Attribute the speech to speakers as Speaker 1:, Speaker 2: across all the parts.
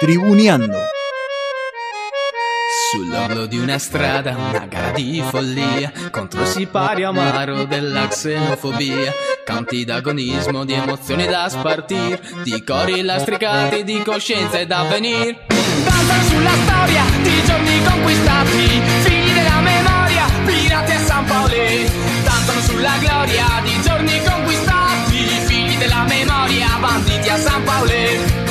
Speaker 1: Tribuneando.
Speaker 2: Sull'orlo di una strada, una gara di follia contro il sipario amaro della xenofobia. Canti d'agonismo, di emozioni da spartir, di cori lastricati, di coscienze da venir. Danza sulla storia di giorni conquistati, figli della memoria, pirati a San Paoli. Danzano sulla gloria di giorni conquistati, figli della memoria, banditi a San Paoli.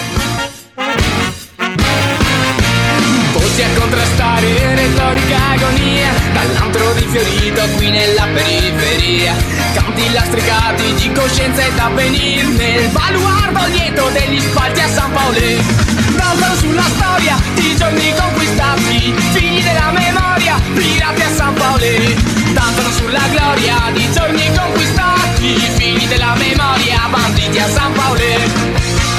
Speaker 2: Voci a contrastare retorica agonia Dall'antro di Fiorito qui nella periferia Canti lastricati di coscienza e da venir Nel baluardo lieto degli spalti a San Paolo Danzano sulla storia di giorni conquistati Figli della memoria, pirati a San Paolo Danzano sulla gloria di giorni conquistati Figli della memoria, banditi a San Paolo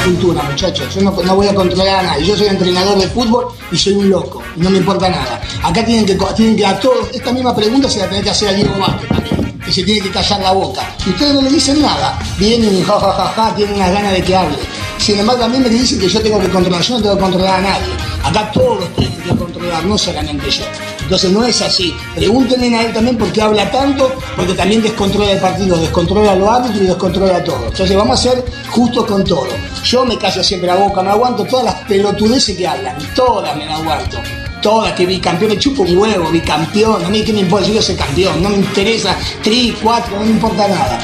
Speaker 3: cultura, muchachos. Yo no, no voy a controlar a nadie. Yo soy entrenador de fútbol y soy un loco. Y no me importa nada. Acá tienen que, co- tienen que a todos, esta misma pregunta se la tenés que hacer a Diego Vázquez también. Que se tiene que callar la boca. Y ustedes no le dicen nada. Vienen y ja, ja, ja, ja, tienen unas ganas de que hable. Sin embargo, a mí me dicen que yo tengo que controlar. Yo no tengo que controlar a nadie. Acá todos tienen que controlar, no solamente yo. Entonces no es así. Pregúntenle a él también por qué habla tanto, porque también descontrola el partido, descontrola los árbitros y descontrola todo. Entonces vamos a ser justos con todo. Yo me callo siempre la boca, me aguanto todas las pelotudeces que hablan, todas me las aguanto. Todas que bicampeón, me chupo un huevo, bicampeón, a mí que me importa, yo quiero ser campeón, no me interesa, tri, cuatro, no me importa nada.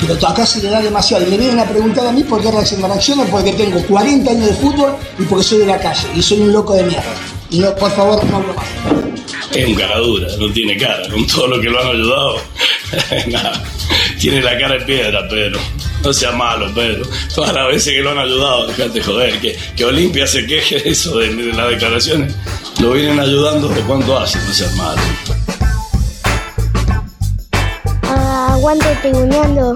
Speaker 3: Pero acá se le da demasiado. Y me vienen a preguntar a mí por qué reacciono, reacciono porque tengo 40 años de fútbol y porque soy de la calle y soy un loco de mierda. Y no, por favor, no hablo más.
Speaker 4: Es un cara dura, no tiene cara, con todo lo que lo han ayudado. Nada, tiene la cara de piedra, Pedro. No sea malo, Pedro. Todas las veces que lo han ayudado, dejate joder, que, que Olimpia se queje de eso, de, de las declaraciones. Lo vienen ayudando de cuánto hace, no seas malo.
Speaker 5: Aguante tribuneando.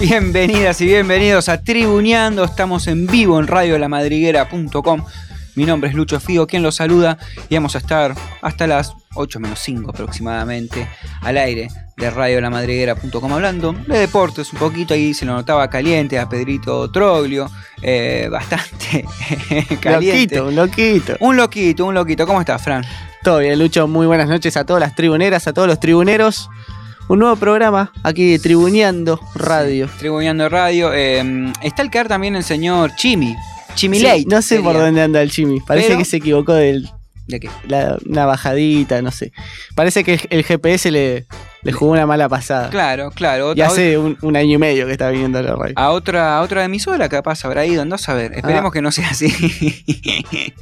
Speaker 1: Bienvenidas y bienvenidos a Tribuneando. Estamos en vivo en radiolamadriguera.com. Mi nombre es Lucho Figo, quien los saluda. Y vamos a estar hasta las 8 menos 5 aproximadamente al aire de radiolamadriguera.com hablando de deportes un poquito. Ahí se lo notaba caliente a Pedrito Troglio. eh, bastante caliente.
Speaker 6: Loquito, un loquito.
Speaker 1: Un loquito, un loquito. ¿Cómo estás, Fran?
Speaker 6: Todo bien, Lucho. Muy buenas noches a todas las tribuneras, a todos los tribuneros. Un nuevo programa aquí de Tribuneando Radio.
Speaker 1: Tribuneando Radio. eh, está al caer también el señor Chimi. Chimi
Speaker 6: Sí,
Speaker 1: Late,
Speaker 6: no sé por
Speaker 1: sería.
Speaker 6: dónde anda el Chimi. Parece
Speaker 1: Pero-
Speaker 6: que se equivocó de
Speaker 1: ¿De qué?
Speaker 6: una bajadita, no sé. Parece que el GPS le, le jugó una mala pasada.
Speaker 1: Claro, claro.
Speaker 6: Y
Speaker 1: otra- Ah.
Speaker 6: hace un, un año y medio que está viniendo a la radio.
Speaker 1: A otra, a otra emisora capaz habrá ido, no saber. Esperemos
Speaker 6: Ah.
Speaker 1: que no sea así.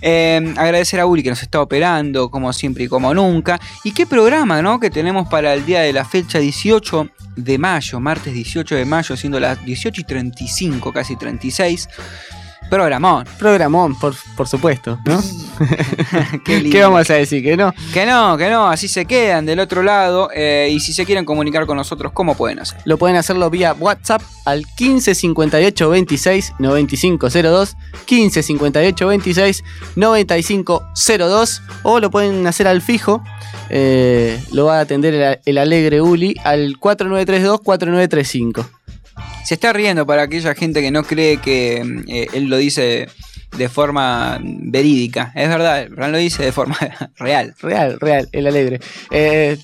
Speaker 1: Eh, agradecer a Uli que nos está operando, como siempre y como nunca. Y qué programa, ¿no? Que tenemos para el día de la fecha 18 de mayo, martes 18 de mayo, siendo las 18 y 35, casi 36. Programón.
Speaker 6: Programón, por, por supuesto, ¿no?
Speaker 1: Qué lindo.
Speaker 6: ¿Qué vamos a decir? ¿Que no?
Speaker 1: Que no, que no, así se quedan del otro lado. eh, y si se quieren comunicar con nosotros, ¿cómo pueden hacer?
Speaker 6: Lo pueden hacerlo vía WhatsApp al 15 58 26 95 02, 15 58 26 95 02, o lo pueden hacer al fijo, eh, lo va a atender el, el alegre Uli al 4932 4935.
Speaker 1: Se está riendo para aquella gente que no cree que mm, eh, él lo dice de forma verídica. Es verdad, Fran lo dice de forma real.
Speaker 6: Real, real, el alegre. Eh,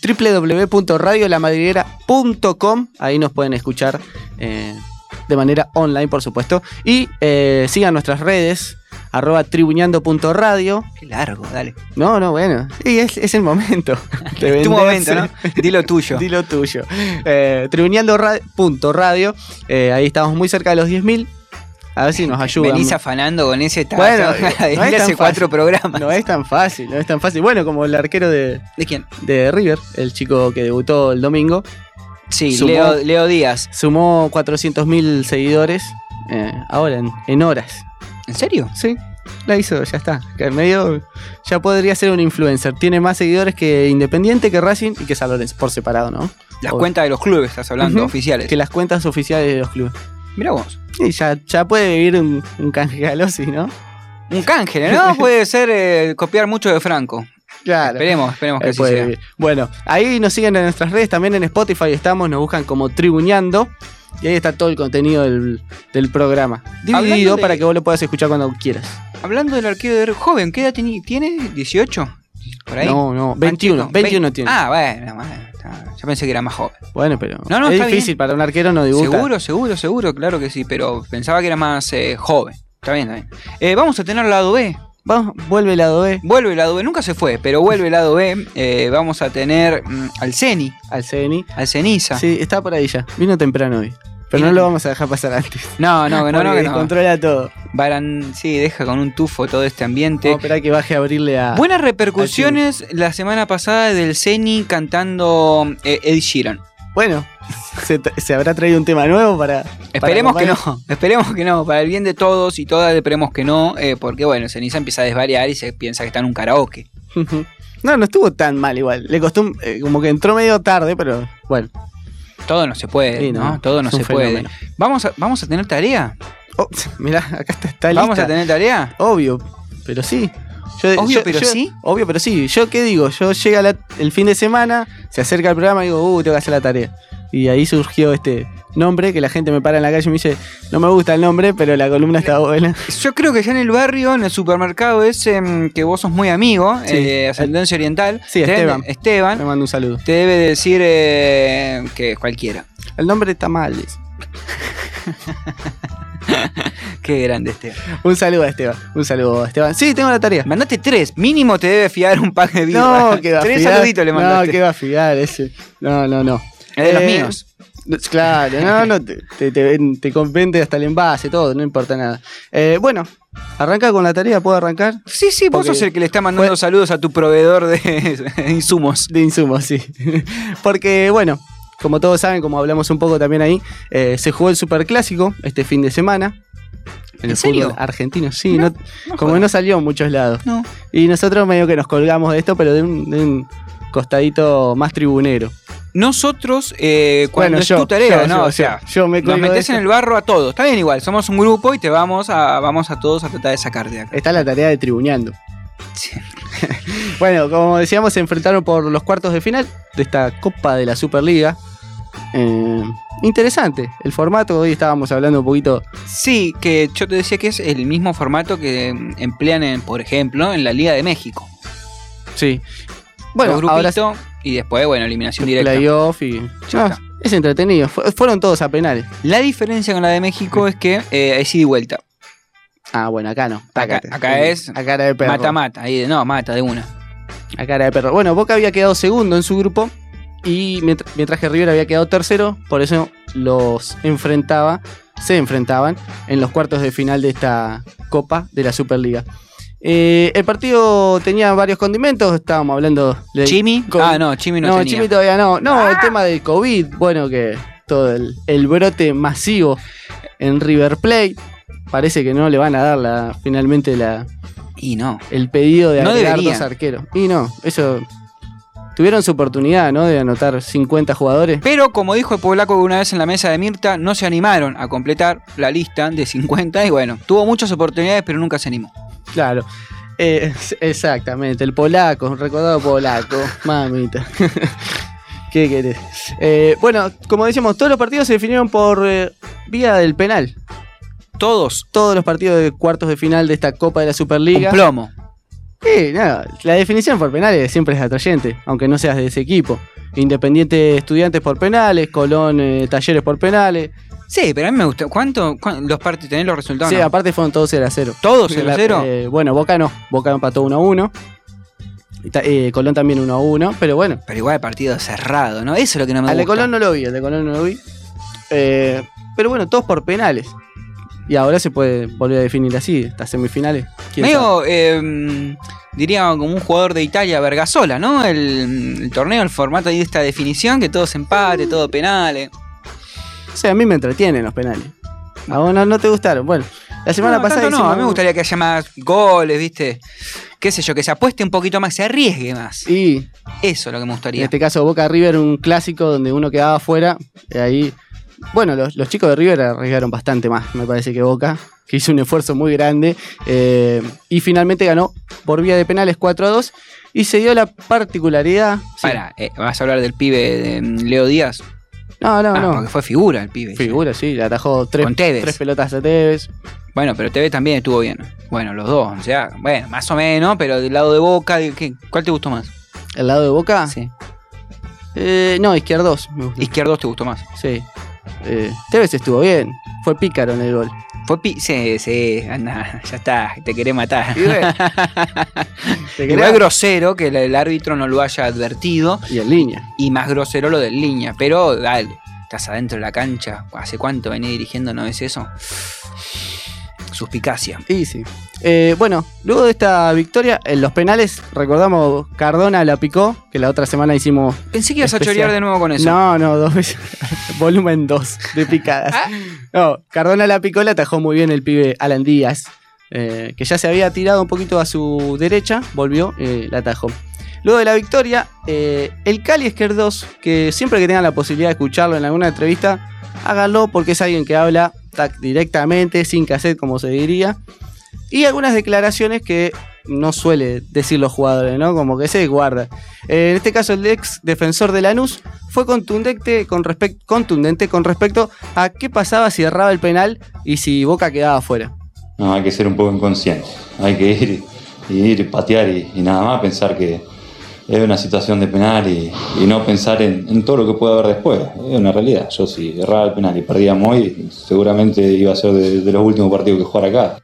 Speaker 6: www.radiolamadriguera.com, ahí nos pueden escuchar eh, de manera online, por supuesto. Y eh, sigan nuestras redes, arroba tribuñando.radio.
Speaker 1: Qué largo, dale.
Speaker 6: No, no, bueno. Sí, es, es el momento. de
Speaker 1: Tu
Speaker 6: venderse.
Speaker 1: momento, ¿no? Dilo tuyo.
Speaker 6: Dilo tuyo. Eh, tribuneando ra- punto radio. Eh, ahí estamos muy cerca de los 10.000. A ver si nos ayudan.
Speaker 1: Venís afanando con ese tacho.
Speaker 6: Bueno,
Speaker 1: de
Speaker 6: no es
Speaker 1: hace
Speaker 6: tan
Speaker 1: cuatro
Speaker 6: fácil.
Speaker 1: programas.
Speaker 6: No es tan fácil, no es tan fácil. Bueno, como el arquero de,
Speaker 1: ¿De quién?
Speaker 6: de River, el chico que debutó el domingo,
Speaker 1: Sí,
Speaker 6: Sumó-
Speaker 1: Leo, Leo Díaz.
Speaker 6: sumó 400.000 seguidores eh, ahora en, en horas.
Speaker 1: ¿En serio?
Speaker 6: Sí, la hizo, ya está. Que en medio ya podría ser un influencer. Tiene más seguidores que Independiente, que Racing y que San Lorenzo, por separado, ¿no?
Speaker 1: Las
Speaker 6: Obvio.
Speaker 1: cuentas de los clubes, estás hablando,
Speaker 6: Ujú.
Speaker 1: oficiales.
Speaker 6: que las cuentas oficiales de los clubes.
Speaker 1: Mirá vos.
Speaker 6: Y ya, ya puede vivir un, un canje Galosi, ¿no?
Speaker 1: Un cángel, ¿no? Puede ser eh, copiar mucho de Franco.
Speaker 6: Claro.
Speaker 1: Esperemos, esperemos que
Speaker 6: Él
Speaker 1: así
Speaker 6: Eh, puede
Speaker 1: sea.
Speaker 6: vivir. Bueno, ahí nos siguen en nuestras redes, también en Spotify estamos, nos buscan como Tribuñando. Y ahí está todo el contenido del, del programa. Dividido
Speaker 1: Hablando de-
Speaker 6: para que vos lo puedas escuchar cuando quieras.
Speaker 1: Hablando del arquero de joven, ¿qué edad teni- tiene? ¿18? ¿Por ahí?
Speaker 6: No, no,
Speaker 1: Ah,
Speaker 6: 21,
Speaker 1: chico,
Speaker 6: 21
Speaker 1: vein-
Speaker 6: tiene.
Speaker 1: Ah, bueno, bueno, está- yo pensé que era más joven.
Speaker 6: Bueno, pero
Speaker 1: No, no,
Speaker 6: es
Speaker 1: está
Speaker 6: difícil
Speaker 1: bien.
Speaker 6: para un arquero no debuta.
Speaker 1: Seguro, seguro, seguro, claro que sí, pero pensaba que era más eh, joven. Está bien, está bien. Eh, vamos a tener lado B.
Speaker 6: Vamos, vuelve el lado B
Speaker 1: Vuelve el lado B, nunca se fue, pero vuelve el lado B. Eh, vamos a tener mm, al Ceni,
Speaker 6: al CNI.
Speaker 1: al Ceniza.
Speaker 6: Sí, está por ahí ya. Vino temprano hoy. Pero no lo vamos a dejar pasar antes.
Speaker 1: No, no, que no, no,
Speaker 6: Porque
Speaker 1: que no.
Speaker 6: Controla todo.
Speaker 1: Baran- sí, deja con un tufo todo este ambiente.
Speaker 6: Vamos a esperar que baje a abrirle a.
Speaker 1: Buenas
Speaker 6: Ah,
Speaker 1: repercusiones la semana pasada del Ceni cantando eh, Ed Sheeran.
Speaker 6: Bueno, se, tra- se habrá traído un tema nuevo para.
Speaker 1: Esperemos
Speaker 6: para
Speaker 1: que no,
Speaker 6: acompañar.
Speaker 1: esperemos que no, para el bien de todos y todas esperemos que no, eh, porque bueno, Ceniza empieza a desvariar y se piensa que está en un karaoke.
Speaker 6: Ujú. No, no estuvo tan mal igual. Le costó un- eh, como que entró medio tarde, pero bueno.
Speaker 1: Todo no se puede,
Speaker 6: Sí,
Speaker 1: ¿no?
Speaker 6: no,
Speaker 1: Todo no
Speaker 6: es un
Speaker 1: se puede.
Speaker 6: fenómeno.
Speaker 1: ¿Vamos a, ¿Vamos a tener tarea?
Speaker 6: Oh, mirá, acá está, está lista.
Speaker 1: ¿Vamos a tener tarea?
Speaker 6: Obvio, pero sí. Yo-
Speaker 1: Obvio,
Speaker 6: yo-
Speaker 1: pero
Speaker 6: yo-
Speaker 1: sí.
Speaker 6: Obvio, pero sí. ¿Yo qué digo? Yo llega la- el fin de semana, se acerca el programa y digo, uh, tengo que hacer la tarea. Y ahí surgió este nombre que la gente me para en la calle y me dice, no me gusta el nombre, pero la columna está buena.
Speaker 1: Yo creo que ya en el barrio, en el supermercado ese mm, que vos sos muy amigo,
Speaker 6: Sí.
Speaker 1: eh, ascendencia oriental,
Speaker 6: Sí,
Speaker 1: te-
Speaker 6: Esteban.
Speaker 1: Esteban,
Speaker 6: Le mando un saludo.
Speaker 1: te debe decir eh, que cualquiera.
Speaker 6: El nombre está mal. dice.
Speaker 1: Qué grande Esteban.
Speaker 6: Un saludo a Esteban. Un saludo a Esteban. Sí, tengo la tarea.
Speaker 1: Mandaste tres, mínimo te debe fiar un pack de birra.
Speaker 6: No, que va a
Speaker 1: tres
Speaker 6: fiar.
Speaker 1: saluditos le mandaste.
Speaker 6: No, que va a fiar ese. No, no, no.
Speaker 1: Es de los
Speaker 6: Eh,
Speaker 1: míos.
Speaker 6: No, Claro, no, no, te, te, te ven- te convende hasta el envase, todo, no importa nada. Eh, bueno, arranca con la tarea, ¿puedo arrancar?
Speaker 1: Sí, sí, vos
Speaker 6: Porque-
Speaker 1: sos el que le está mandando saludos a tu proveedor de insumos.
Speaker 6: De insumos, sí. Porque, bueno, como todos saben, como hablamos un poco también ahí, eh, se jugó el Superclásico este fin de semana.
Speaker 1: ¿En serio?
Speaker 6: fútbol argentino, sí.
Speaker 1: No,
Speaker 6: no- como
Speaker 1: jodas.
Speaker 6: no salió en muchos lados.
Speaker 1: No.
Speaker 6: Y nosotros medio que nos colgamos de esto, pero de un, de un costadito más tribunero.
Speaker 1: Nosotros, eh, cuando
Speaker 6: Bueno,
Speaker 1: es
Speaker 6: yo,
Speaker 1: tu tarea,
Speaker 6: yo,
Speaker 1: ¿no?
Speaker 6: yo,
Speaker 1: o sea,
Speaker 6: yo, yo me
Speaker 1: nos
Speaker 6: cuelgo de
Speaker 1: metes
Speaker 6: esto.
Speaker 1: en el barro a todos. Está bien igual, somos un grupo y te vamos a, vamos a todos a tratar de sacar de acá.
Speaker 6: Está la tarea de tribuneando.
Speaker 1: Sí.
Speaker 6: Bueno, como decíamos, se enfrentaron por los cuartos de final de esta Copa de la Superliga. Eh, interesante el formato. Hoy estábamos hablando un poquito.
Speaker 1: Sí, que yo te decía que es el mismo formato que mm, emplean, en, por ejemplo, en la Liga de México.
Speaker 6: Sí.
Speaker 1: Bueno,
Speaker 6: Bueno, ahora sí,
Speaker 1: y después, bueno, eliminación directa.
Speaker 6: playoff y.
Speaker 1: Ya
Speaker 6: No,
Speaker 1: está.
Speaker 6: es entretenido. Fu- fueron todos a penales.
Speaker 1: La diferencia con la de México es que eh, es ida y vuelta.
Speaker 6: Ah, bueno, acá no.
Speaker 1: Acá-
Speaker 6: Tácate.
Speaker 1: acá es
Speaker 6: A cara de perro.
Speaker 1: Mata-mata, ahí de, no, mata de una.
Speaker 6: A cara de perro. Bueno, Boca había quedado segundo en su grupo. Y mientras, mientras que River había quedado tercero. Por eso los enfrentaba. Se enfrentaban en los cuartos de final de esta Copa de la Superliga. Eh, el partido tenía varios condimentos. Estábamos hablando de.
Speaker 1: ¿Chimi?
Speaker 6: con-
Speaker 1: Ah, no, Chimi no,
Speaker 6: No,
Speaker 1: tenía.
Speaker 6: Chimi todavía no. No, el tema del COVID. Bueno, que todo el, el brote masivo en River Plate. Parece que no le van a dar la, finalmente la,
Speaker 1: Y no.
Speaker 6: el pedido de
Speaker 1: No
Speaker 6: agregar
Speaker 1: debería.
Speaker 6: dos arqueros. Y no, eso. Tuvieron su oportunidad, ¿no? De anotar 50 jugadores.
Speaker 1: Pero como dijo el polaco una vez en la mesa de Mirta, no se animaron a completar la lista de 50 y bueno, tuvo muchas oportunidades pero nunca se animó.
Speaker 6: Claro. Eh, es- exactamente, el polaco, recordado polaco, mamita. ¿Qué querés? Eh, bueno, como decíamos, todos los partidos se definieron por eh, vía del penal.
Speaker 1: Todos
Speaker 6: Todos los partidos de cuartos de final de esta Copa de la
Speaker 1: un
Speaker 6: Superliga.
Speaker 1: plomo.
Speaker 6: Sí, nada, la definición por penales siempre es atrayente, aunque no seas de ese equipo. Independiente Estudiantes por penales, Colón eh, Talleres por penales.
Speaker 1: Sí, pero a mí me gustó. ¿Cuánto? cuán- los partidos tenés los resultados?
Speaker 6: sí,
Speaker 1: no?
Speaker 6: aparte fueron todos 0 a 0.
Speaker 1: ¿Todos 0 a
Speaker 6: La-
Speaker 1: 0?
Speaker 6: eh, bueno, Boca no, Boca empató 1 a 1. Y ta- eh, Colón también 1 a 1, pero bueno.
Speaker 1: Pero igual el partido cerrado, ¿no? Eso es lo que no me
Speaker 6: Al de
Speaker 1: gusta.
Speaker 6: Colón no lo vi, al de Colón no lo vi. Eh, pero bueno, todos por penales. Y ahora se puede volver a definir así, estas semifinales. ¿Quién sabe?
Speaker 1: Medio, eh, diría como un jugador de Italia, Vergasola, ¿no? El, el torneo, el formato ahí de esta definición, que todos empate, todo penales.
Speaker 6: O sea, a mí me entretienen los penales. A vos no, no te gustaron. Bueno, la semana
Speaker 1: no,
Speaker 6: pasada.
Speaker 1: tanto no,
Speaker 6: hicimos-
Speaker 1: a mí me gustaría que haya más goles, ¿viste? Qué sé yo, que se apueste un poquito más, se arriesgue más.
Speaker 6: Y
Speaker 1: Eso es lo que me
Speaker 6: en
Speaker 1: gustaría.
Speaker 6: este caso Boca River, un clásico donde uno quedaba fuera. y ahí, bueno, los, los chicos de River arriesgaron bastante más, me parece que Boca, que hizo un esfuerzo muy grande. eh, y finalmente ganó por vía de penales 4 a 2. Y se dio la particularidad. sí.
Speaker 1: Pará, eh, ¿vas a hablar del pibe de mm, Leo Díaz?
Speaker 6: No, no,
Speaker 1: ah,
Speaker 6: no.
Speaker 1: porque fue figura el pibe.
Speaker 6: Figura, sí, le atajó tres,
Speaker 1: Con Tevez.
Speaker 6: tres pelotas a Tevez.
Speaker 1: Bueno, pero TV también estuvo bien. Bueno, los dos, o sea, bueno, más o menos, pero del lado de Boca, ¿de qué? ¿cuál te gustó más?
Speaker 6: ¿El lado de Boca?
Speaker 1: Sí.
Speaker 6: Eh, no, Izquierdos. me gusta.
Speaker 1: Izquierdos te gustó más.
Speaker 6: Sí. Eh, Tevez estuvo bien. Fue pícaro en el gol.
Speaker 1: Fue pi sí, sí, anda, ya está, te querés matar.
Speaker 6: Se
Speaker 1: Igual
Speaker 6: quedó-
Speaker 1: grosero que el- el árbitro no lo haya advertido
Speaker 6: Y en línea.
Speaker 1: y más grosero lo del línea, pero dale, estás adentro de la cancha, ¿hace cuánto venís dirigiendo? ¿No ves eso? Suspicacia.
Speaker 6: Y sí. Eh, bueno, luego de esta victoria, en los penales, recordamos, Cardona la picó, que la otra semana hicimos.
Speaker 1: Pensé que ibas
Speaker 6: Especial.
Speaker 1: a chorear de nuevo con eso.
Speaker 6: No, no, dos veces. Volumen 2 de picadas.
Speaker 1: Ah.
Speaker 6: No, Cardona la picó, la atajó muy bien el pibe Alan Díaz, eh, que ya se había tirado un poquito a su derecha, volvió, eh, la atajó. Luego de la victoria, eh, el Cali Esquerdos, que siempre que tengan la posibilidad de escucharlo en alguna entrevista, háganlo porque es alguien que habla tac, directamente, sin cassette, como se diría. Y algunas declaraciones que no suele decir los jugadores, ¿no? Como que se guarda. Eh, en este caso, el ex defensor de Lanús fue contundente con, respec- contundente con respecto a qué pasaba si erraba el penal y si Boca quedaba afuera.
Speaker 7: No, hay que ser un poco inconsciente. Hay que ir, ir patear y, y nada más pensar que es una situación de penal y, y no pensar en, en todo lo que puede haber después. Es una realidad. Yo si erraba el penal y perdíamos hoy, seguramente iba a ser de, de los últimos partidos que jugar acá.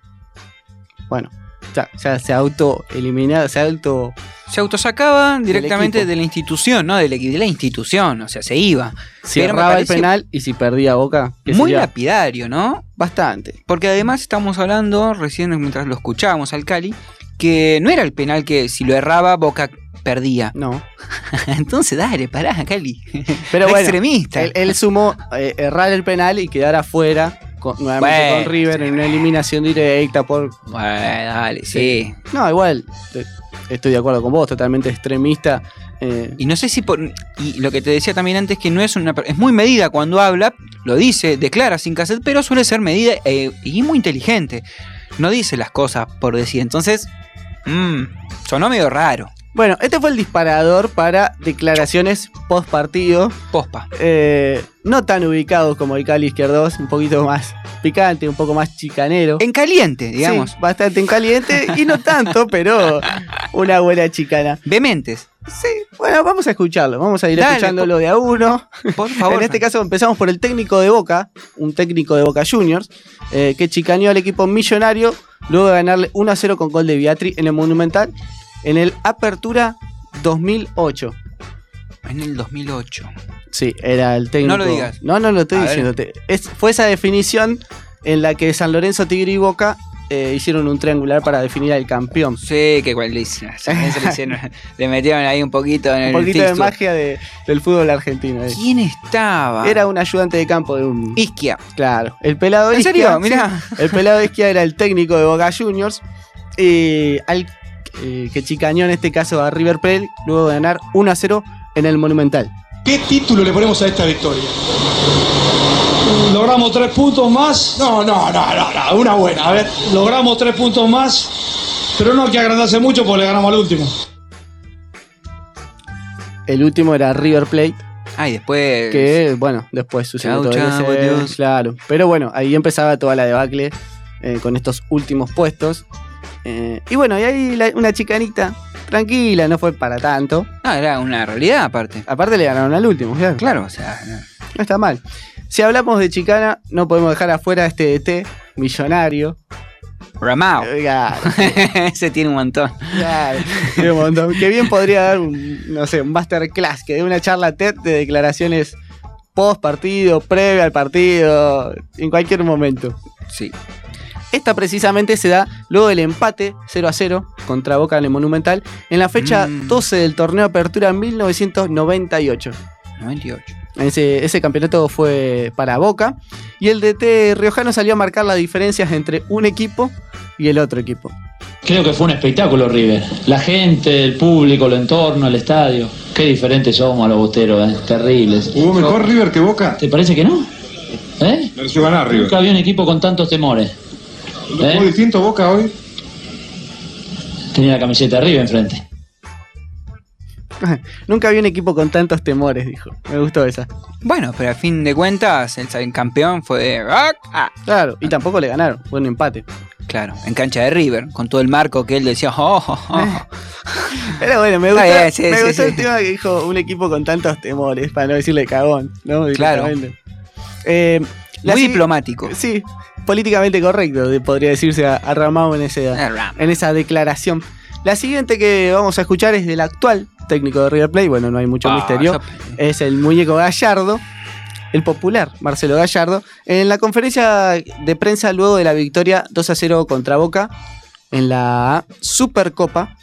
Speaker 6: Bueno, ya, ya se auto eliminaba, se auto.
Speaker 1: Se autosacaba directamente
Speaker 6: equipo.
Speaker 1: de la institución, ¿no? Del equi- De la institución, o sea, se iba.
Speaker 6: Si
Speaker 1: Pero me
Speaker 6: erraba el
Speaker 1: parece
Speaker 6: penal y si perdía Boca, que
Speaker 1: Muy
Speaker 6: sería
Speaker 1: lapidario, ¿no?
Speaker 6: bastante.
Speaker 1: Porque además estamos hablando, recién mientras lo escuchábamos al Cali, que no era el penal que si lo erraba Boca perdía.
Speaker 6: No.
Speaker 1: Entonces, dale, pará, Cali.
Speaker 6: Pero
Speaker 1: Re
Speaker 6: bueno,
Speaker 1: extremista.
Speaker 6: él, él sumó eh, errar el penal y quedar afuera con- nuevamente
Speaker 1: Bueno,
Speaker 6: con River en una eliminación directa por.
Speaker 1: Bueno, dale, sí.
Speaker 6: No, igual, te- estoy de acuerdo con vos, totalmente extremista. eh,
Speaker 1: Y no sé si por. Y lo que te decía también antes, que no es una. per- Es muy medida cuando habla, lo dice, declara sin cassette, pero suele ser medida eh, y muy inteligente. No dice las cosas por decir. Entonces, mm, sonó medio raro.
Speaker 6: Bueno, este fue el disparador para declaraciones post partido.
Speaker 1: Pospa.
Speaker 6: eh, no tan ubicados como el Cali Izquierdos, un poquito más picante, un poco más chicanero.
Speaker 1: En caliente, digamos.
Speaker 6: Sí, bastante en caliente y no tanto, pero una buena chicana.
Speaker 1: Vementes.
Speaker 6: Sí, bueno, vamos a escucharlo, vamos a ir
Speaker 1: Dale,
Speaker 6: escuchándolo de a uno.
Speaker 1: Por favor.
Speaker 6: en este caso empezamos por el técnico de Boca, un técnico de Boca Juniors, eh, que chicaneó al equipo millonario luego de ganarle 1 a 0 con gol de Beatriz en el Monumental en el Apertura 2008.
Speaker 1: En el 2008.
Speaker 6: Sí, era el técnico.
Speaker 1: No lo digas.
Speaker 6: No, no lo estoy
Speaker 1: A ver.
Speaker 6: diciéndote. Es, fue esa definición en la que San Lorenzo, Tigre y Boca eh, hicieron un triangular para definir al campeón.
Speaker 1: Sí, que cual le hicieron. le hicieron- le metieron ahí un poquito
Speaker 6: Un
Speaker 1: en el.
Speaker 6: poquito de
Speaker 1: texto.
Speaker 6: magia de- del fútbol argentino. eh.
Speaker 1: ¿Quién estaba?
Speaker 6: Era un ayudante de campo de un.
Speaker 1: Isquia.
Speaker 6: Claro. El pelado
Speaker 1: ¿En
Speaker 6: Isquia,
Speaker 1: serio?
Speaker 6: sí.
Speaker 1: Mirá.
Speaker 6: El pelado Isquia era el técnico de Boca Juniors. eh, al, eh, que chicañó en este caso a River Plate luego de ganar 1 a 0 en el Monumental.
Speaker 8: ¿Qué título le ponemos a esta victoria? ¿Logramos tres puntos más? No, no, no, no, no, una buena. A ver, logramos tres puntos más, pero no hay que agrandarse mucho porque le ganamos al último.
Speaker 6: El último era River Plate.
Speaker 1: Ah, y después.
Speaker 6: Que bueno, después sucedió
Speaker 1: Pues, Chau,
Speaker 6: todo el
Speaker 1: chau,
Speaker 6: deseo,
Speaker 1: adiós.
Speaker 6: Claro. Pero bueno, ahí empezaba toda la debacle eh, con estos últimos puestos. Eh, y bueno, y ahí la- una chicanita tranquila, no fue para tanto.
Speaker 1: No, era una realidad aparte.
Speaker 6: Aparte le ganaron al último, claro.
Speaker 1: Claro, o sea. no.
Speaker 6: No está mal. Si hablamos de chicana, no podemos dejar afuera a este DT millonario.
Speaker 1: Ramao.
Speaker 6: Claro,
Speaker 1: Ese tiene un montón.
Speaker 6: claro. Qué montón. Que bien podría dar un, no sé, un masterclass, que dé una charla TED de declaraciones post partido, previa al partido, en cualquier momento.
Speaker 1: Sí.
Speaker 6: Esta precisamente se da luego del empate 0 a 0 contra Boca en el Monumental en la fecha
Speaker 1: Mm.
Speaker 6: 12 del torneo Apertura 1998.
Speaker 1: 98.
Speaker 6: Ese, ese campeonato fue para Boca y el DT Riojano salió a marcar las diferencias entre un equipo y el otro equipo.
Speaker 9: Creo que fue un espectáculo River. La gente, el público, el entorno, el estadio. Qué diferentes somos a los boteros, ¿eh? terribles.
Speaker 10: ¿Jugó mejor River que Boca?
Speaker 9: ¿Te parece que no? ¿Eh?
Speaker 10: Mereció ganar River.
Speaker 9: Nunca había un equipo con tantos temores. ¿Eh?
Speaker 10: ¿Jugó distinto Boca hoy?
Speaker 9: Tenía la camiseta de River enfrente.
Speaker 6: Nunca había un equipo con tantos temores, dijo. Me gustó esa.
Speaker 1: Bueno, pero a fin de cuentas, el, el campeón fue de. Ah,
Speaker 6: Claro, y tampoco le ganaron. Fue un empate.
Speaker 1: Claro, en cancha de River, con todo el marco que él decía. Oh, oh, oh.
Speaker 6: Eh, Pero bueno, me
Speaker 1: Está
Speaker 6: gustó,
Speaker 1: bien, sí,
Speaker 6: me
Speaker 1: sí,
Speaker 6: gustó
Speaker 1: sí.
Speaker 6: el tema que dijo un equipo con tantos temores, para no decirle cagón, ¿no?
Speaker 1: Claro.
Speaker 6: Directamente. Eh, la
Speaker 1: Muy
Speaker 6: si- Eh,
Speaker 1: diplomático.
Speaker 6: Sí, políticamente correcto, de- podría decirse a, a Ramau en, ese-
Speaker 1: Ah, Ram.
Speaker 6: en esa declaración. La siguiente que vamos a escuchar es del actual técnico de River Plate, bueno, no hay mucho
Speaker 1: Ah,
Speaker 6: misterio,
Speaker 1: yo-
Speaker 6: es el muñeco Gallardo, el popular Marcelo Gallardo, en la conferencia de prensa luego de la victoria 2 a 0 contra Boca en la Supercopa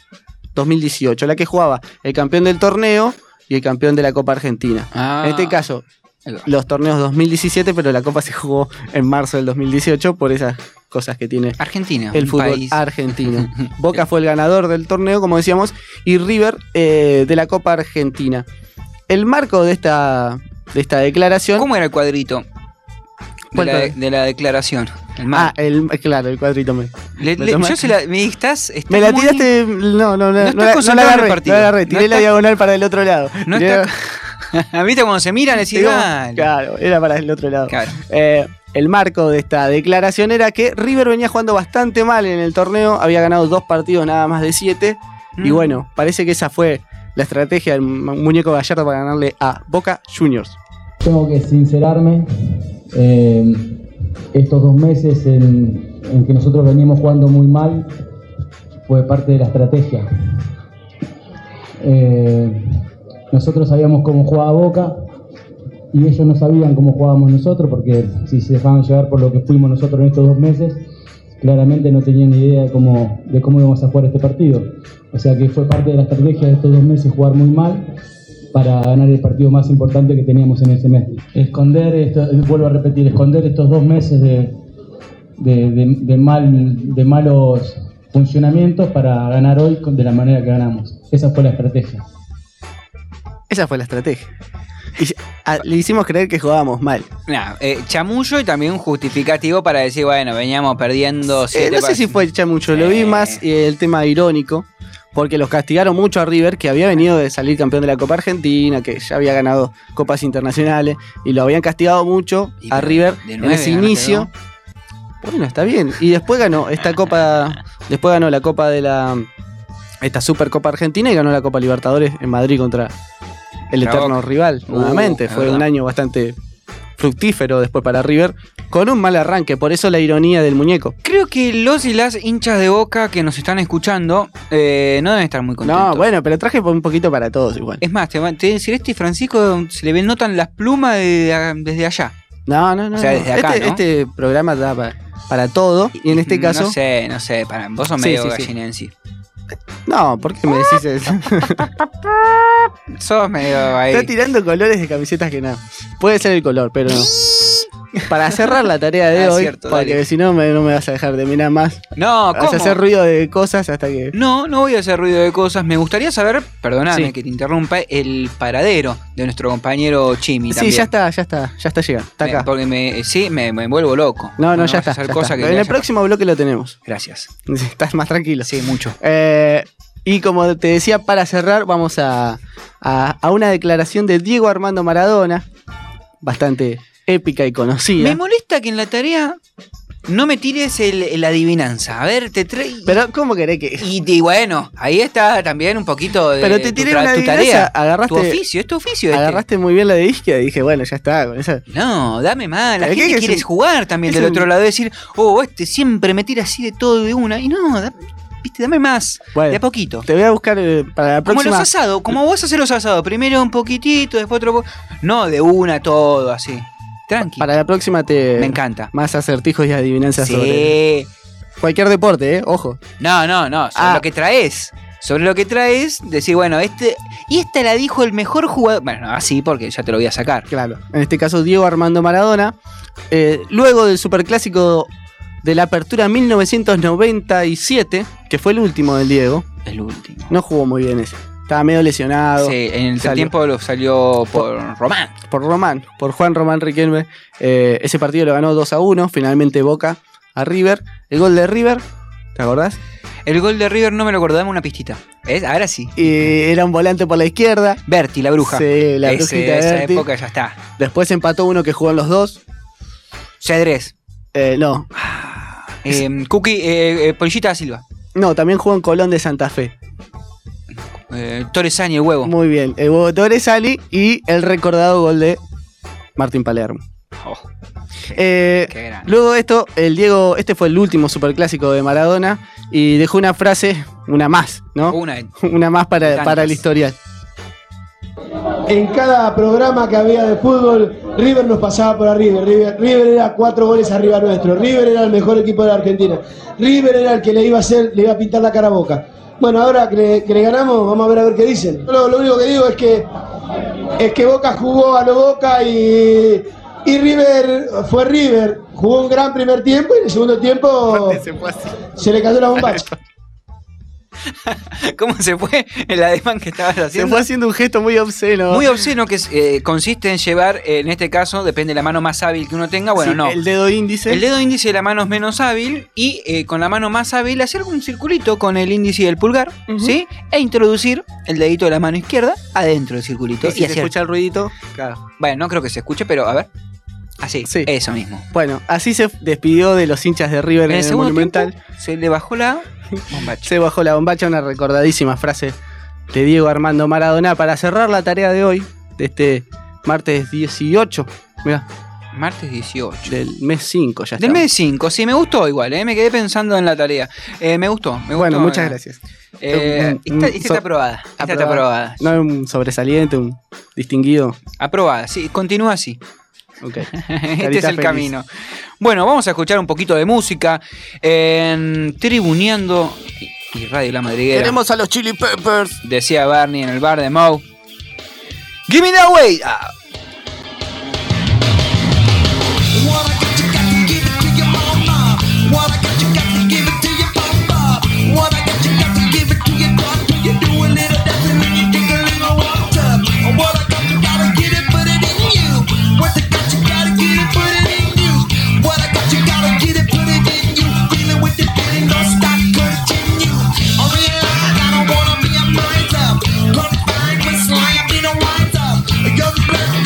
Speaker 6: 2018, la que jugaba el campeón del torneo y el campeón de la Copa Argentina.
Speaker 1: Ah.
Speaker 6: En este caso,
Speaker 1: El-
Speaker 6: los torneos 2017, pero la Copa se jugó en marzo del 2018 por esas cosas que tiene
Speaker 1: Argentina,
Speaker 6: el
Speaker 1: un
Speaker 6: fútbol
Speaker 1: país.
Speaker 6: argentino. Boca fue el ganador del torneo, como decíamos, y River eh, de la Copa Argentina. El marco de esta, de esta declaración...
Speaker 1: ¿Cómo era el cuadrito? De
Speaker 6: ¿Cuál
Speaker 1: la,
Speaker 6: cuadrito?
Speaker 1: de la declaración. El
Speaker 6: Ah,
Speaker 1: mar.
Speaker 6: el, claro, el cuadrito me...
Speaker 1: Le-
Speaker 6: me
Speaker 1: le-
Speaker 6: tomé-
Speaker 1: yo se la. Me estás. estás
Speaker 6: Me la
Speaker 1: muy-
Speaker 6: tiraste... No, no, no, no,
Speaker 1: estás
Speaker 6: la, no la
Speaker 1: concentrado en el
Speaker 6: agarré,
Speaker 1: partido.
Speaker 6: no la agarré,
Speaker 1: No
Speaker 6: Tiré la
Speaker 1: estás-
Speaker 6: diagonal para el otro lado.
Speaker 1: No
Speaker 6: Tiré-
Speaker 1: está. ¿Viste cuando se miran? Decís,
Speaker 6: Digo,
Speaker 1: dale.
Speaker 6: Claro, era para el otro lado.
Speaker 1: Claro.
Speaker 6: Eh, el marco de esta declaración era que River venía jugando bastante mal en el torneo, había ganado dos partidos nada más de siete. Y
Speaker 1: Mm.
Speaker 6: bueno, parece que esa fue la estrategia del mu- muñeco Gallardo para ganarle a Boca Juniors.
Speaker 9: Tengo que sincerarme, eh, estos dos meses en, en que nosotros veníamos jugando muy mal fue parte de la estrategia. Eh, nosotros sabíamos cómo jugaba Boca y ellos no sabían cómo jugábamos nosotros porque si se dejaban llevar por lo que fuimos nosotros en estos dos meses, claramente no tenían ni idea de cómo, de cómo íbamos a jugar este partido. O sea que fue parte de la estrategia de estos dos meses jugar muy mal para ganar el partido más importante que teníamos en el semestre. Esconder, esto, vuelvo a repetir, esconder estos dos meses de, de- de- de mal, de malos funcionamientos para ganar hoy con- de la manera que ganamos. Esa fue la estrategia.
Speaker 6: Esa fue la estrategia. Y ya- a- le hicimos creer que jugábamos mal.
Speaker 1: Nah, eh, chamullo y también un justificativo para decir, bueno, veníamos perdiendo.
Speaker 6: Eh,
Speaker 1: siete
Speaker 6: no sé
Speaker 1: par-
Speaker 6: si fue ya mucho, lo vi
Speaker 1: Eh.
Speaker 6: más eh, el tema irónico, porque los castigaron mucho a River, que había venido de salir campeón de la Copa Argentina, que ya había ganado copas internacionales, y lo habían castigado mucho
Speaker 1: Y
Speaker 6: a
Speaker 1: pero
Speaker 6: River
Speaker 1: de
Speaker 6: en
Speaker 1: nueve
Speaker 6: ese
Speaker 1: ganó,
Speaker 6: inicio. Bueno, está bien. Y después ganó esta copa, después ganó la copa de la esta Supercopa Argentina y ganó la Copa Libertadores en Madrid contra el
Speaker 1: Contra
Speaker 6: eterno
Speaker 1: Boca.
Speaker 6: rival,
Speaker 1: Uh,
Speaker 6: nuevamente.
Speaker 1: es
Speaker 6: Fue un
Speaker 1: verdad.
Speaker 6: año bastante fructífero después para River, con un mal arranque, por eso la ironía del muñeco.
Speaker 1: Creo que los y las hinchas de boca que nos están escuchando eh, no deben estar muy contentos.
Speaker 6: No, bueno, pero traje un poquito para todos igual.
Speaker 1: Es más, te, va- te voy a decir, este Francisco se le ven- notan las plumas de- desde allá.
Speaker 6: No, no, no.
Speaker 1: O sea,
Speaker 6: no.
Speaker 1: desde acá,
Speaker 6: este,
Speaker 1: ¿no? Mm,
Speaker 6: este programa da pa- para, todo. Y en este caso.
Speaker 1: No sé, no sé, para, vos sos
Speaker 6: Sí,
Speaker 1: medio
Speaker 6: sí, sí.
Speaker 1: gallinensi.
Speaker 6: No, ¿por qué me decís eso?
Speaker 1: Sos medio ahí.
Speaker 6: Está tirando colores de camisetas que nada. Puede ser el color, pero no. Para cerrar la tarea de
Speaker 1: Ah,
Speaker 6: hoy,
Speaker 1: cierto,
Speaker 6: porque
Speaker 1: dale.
Speaker 6: si no me, no me vas a dejar de mirar más.
Speaker 1: No,
Speaker 6: Vas a
Speaker 1: ¿cómo?
Speaker 6: hacer ruido de cosas hasta que.
Speaker 1: No, no voy a hacer ruido de cosas. Me gustaría saber, perdóname
Speaker 6: Sí.
Speaker 1: que te interrumpa, el paradero de nuestro compañero Chimi.
Speaker 6: Sí,
Speaker 1: también.
Speaker 6: ya está, ya está, ya está llegando. Está
Speaker 1: Me-
Speaker 6: acá.
Speaker 1: Porque me, eh, sí, me, me vuelvo loco.
Speaker 6: No, no, ya
Speaker 1: vas a
Speaker 6: está.
Speaker 1: hacer
Speaker 6: ya
Speaker 1: cosas
Speaker 6: está.
Speaker 1: que
Speaker 6: en
Speaker 1: te
Speaker 6: el
Speaker 1: haya-
Speaker 6: próximo bloque lo tenemos.
Speaker 1: Gracias.
Speaker 6: Estás más tranquilo.
Speaker 1: Sí, mucho.
Speaker 6: Eh, y como te decía, para cerrar, vamos a, a- a una declaración de Diego Armando Maradona, bastante épica y
Speaker 1: Me
Speaker 6: conocida.
Speaker 1: molesta que en la tarea no me tires el, el adivinanza. A ver, te trae.
Speaker 6: Pero, ¿cómo querés que.?
Speaker 1: Y, y bueno, ahí está también un poquito de
Speaker 6: Pero te tiré
Speaker 1: tu, tra-
Speaker 6: una
Speaker 1: tu
Speaker 6: adivinanza,
Speaker 1: tarea.
Speaker 6: agarraste-
Speaker 1: tu oficio, es tu oficio. este.
Speaker 6: Agarraste muy bien la de izquierda y dije, bueno, ya está. Con esa.
Speaker 1: No, dame mal. La
Speaker 6: ¿Pero qué
Speaker 1: gente
Speaker 6: es
Speaker 1: quiere
Speaker 6: un-
Speaker 1: jugar también
Speaker 6: es
Speaker 1: del
Speaker 6: un-
Speaker 1: otro lado. Decir, oh, este siempre me tira así de todo de una. Y no, da- viste, dame más.
Speaker 6: Bueno,
Speaker 1: de a poquito.
Speaker 6: Te voy a buscar eh, para la
Speaker 1: Como
Speaker 6: próxima.
Speaker 1: los asados, como vos haces los asados. Primero un poquitito, después otro poco. No, de una todo así. Tranqui.
Speaker 6: Para la próxima te.
Speaker 1: Me encanta.
Speaker 6: Más acertijos y adivinanzas sobre.
Speaker 1: Sí.
Speaker 6: Cualquier deporte, ¿eh? Ojo.
Speaker 1: No, no, no. Sobre
Speaker 6: Ah.
Speaker 1: lo que traes. Sobre lo que traes, decir, bueno, este. Y esta la dijo el mejor jugador. Bueno, no, así porque ya te lo voy a sacar.
Speaker 6: Claro. En este caso, Diego Armando Maradona. Eh, luego del superclásico de la apertura 1997, que fue el último del Diego.
Speaker 1: El último.
Speaker 6: No jugó muy bien ese. Estaba medio lesionado
Speaker 1: Sí, en el
Speaker 6: Ah, Salió.
Speaker 1: tiempo lo salió por Román.
Speaker 6: por Román, por Juan Román Riquelme. Eh, ese partido lo ganó 2 a 1. Finalmente Boca a River. El gol de River, ¿te acordás?
Speaker 1: El gol de River no me lo acordaba, dame una pistita. ¿Ves? Ahora sí.
Speaker 6: Eh, era un volante por la izquierda.
Speaker 1: Berti, la bruja.
Speaker 6: Sí, la
Speaker 1: Ese-
Speaker 6: brujita
Speaker 1: esa
Speaker 6: Berti.
Speaker 1: época ya está.
Speaker 6: Después empató uno que jugó en los dos.
Speaker 1: Cedrés.
Speaker 6: Eh, no,
Speaker 1: Eh, Cookie, eh, eh, Polillita da Silva.
Speaker 6: no, también jugó en Colón de Santa Fe.
Speaker 1: Eh, Torresani, el huevo.
Speaker 6: Muy bien. El votor es Ali y el recordado gol de Martín Palermo.
Speaker 1: Oh,
Speaker 6: Eh,
Speaker 1: qué grande.
Speaker 6: Luego de esto, el Diego, este fue el último superclásico de Maradona y dejó una frase, una más, ¿no?
Speaker 1: Una de-
Speaker 6: Una más para,
Speaker 1: Tantas.
Speaker 6: para el historial.
Speaker 8: En cada programa que había de fútbol, River nos pasaba por arriba. River, River era cuatro goles arriba nuestro. River era el mejor equipo de la Argentina. River era el que le iba a hacer, le iba a pintar la cara a boca. Bueno, ahora que le, que le ganamos, vamos a ver a ver qué dicen. Lo, lo único que digo es que es que Boca jugó a lo Boca y, y River fue River. Jugó un gran primer tiempo y en el segundo tiempo se le cayó la bombacha.
Speaker 1: ¿Cómo se fue el ademán que estabas
Speaker 6: Se
Speaker 1: haciendo?
Speaker 6: fue haciendo un gesto muy obsceno.
Speaker 1: Muy obsceno que es, eh, consiste en llevar, eh, en este caso, depende de la mano más hábil que uno tenga. Ah, Bueno,
Speaker 6: Sí,
Speaker 1: no.
Speaker 6: El dedo índice.
Speaker 1: El dedo índice de la mano es menos hábil y eh, con la mano más hábil hacer un circulito con el índice y el pulgar,
Speaker 6: Ujú.
Speaker 1: ¿sí? E introducir el dedito de la mano izquierda adentro del circulito.
Speaker 6: y si se
Speaker 1: hacer-
Speaker 6: escucha el ruidito.
Speaker 1: Bueno, no creo que se escuche, pero a ver. Así,
Speaker 6: Sí.
Speaker 1: eso mismo.
Speaker 6: Bueno, así se despidió de los hinchas de River
Speaker 1: En
Speaker 6: en,
Speaker 1: el
Speaker 6: el
Speaker 1: segundo
Speaker 6: Monumental.
Speaker 1: tiempo se le bajó la bombacha.
Speaker 6: Se bajó la bombacha, una recordadísima frase de Diego Armando Maradona para cerrar la tarea de hoy, de este martes 18, mirá,
Speaker 1: Martes 18.
Speaker 6: del mes 5 ya
Speaker 1: Del
Speaker 6: estamos.
Speaker 1: mes 5, sí, me gustó igual, ¿eh? me quedé pensando en la tarea. Eh, me gustó, me
Speaker 6: Bueno,
Speaker 1: gustó,
Speaker 6: muchas
Speaker 1: eh.
Speaker 6: gracias.
Speaker 1: Eh,
Speaker 6: Mm,
Speaker 1: esta,
Speaker 6: mm,
Speaker 1: esta
Speaker 6: so-
Speaker 1: está aprobada, esta está
Speaker 6: aprobada.
Speaker 1: aprobada.
Speaker 6: No es un sobresaliente, un distinguido.
Speaker 1: Aprobada, sí, continúa así.
Speaker 6: Ok.
Speaker 1: este es el
Speaker 6: feliz.
Speaker 1: camino. Bueno, vamos a escuchar un poquito de música en Tribuneando y Radio La Madriguera.
Speaker 6: a los Chili Peppers.
Speaker 1: Decía Barney en el bar de Moe. Give me that way. Ah,
Speaker 11: Oh, Don't wanna be a mind up. Come back with slime in a wind up. Young black
Speaker 3: oh,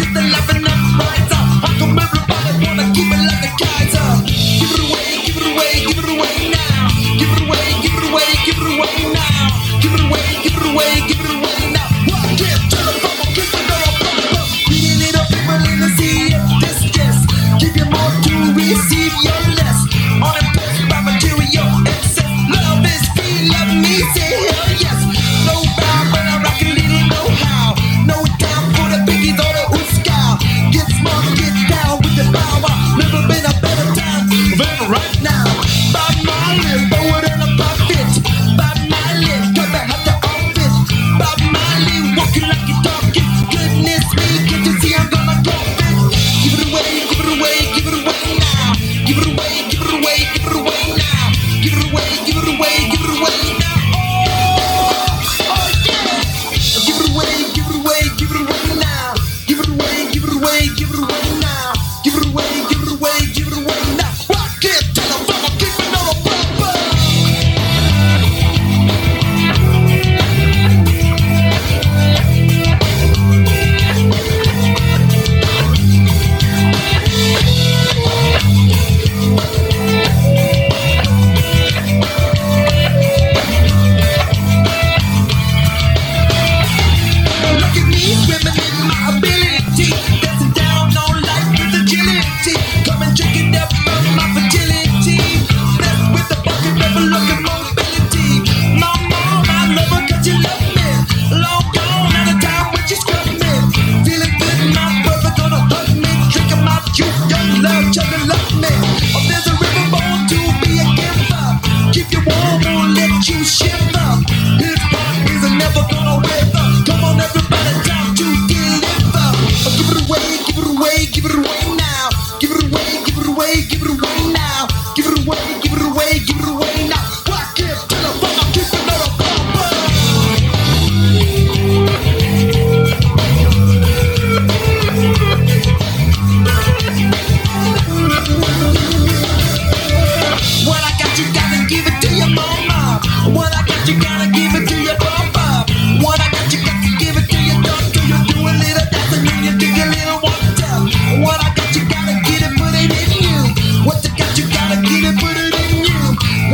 Speaker 11: you gotta give it to your bum bum. What I got, you got to give it to your dog. Do you do a little dancing and you do your little one down? What I got, you gotta get it, put it in you. What you got, you gotta get it, put it in you.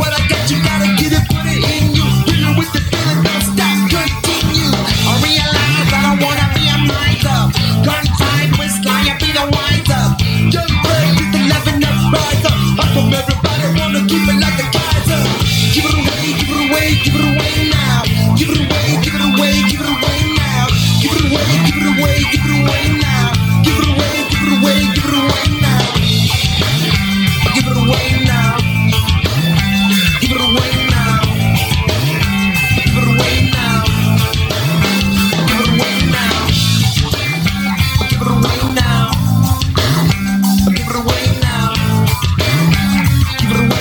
Speaker 11: What I got, you gotta get it, put it in you. Do it with the feeling, don't stop, continue. I realize I don't wanna be a miser. Gun time, whist line, be the wiser. Just break with the love and the riser. I'm from everybody, wanna keep it like the Kaiser. Give it away, give it away, give it away now. Give it away, give it away, give it away now. Give it away, give it away, give it away now. Give it away, give it away, give it away now. Give it away now. Give it away now. Give it away now. Give it away now. Give it away now. Give it away now. Give it away now. Give it away now. Give it away now. Give it away now. Give it away now. Give it away now. Give it away now. Give it away now. Give it away now. Give it away now. Give it away now. Give it away now. Give it away now. Give it away now.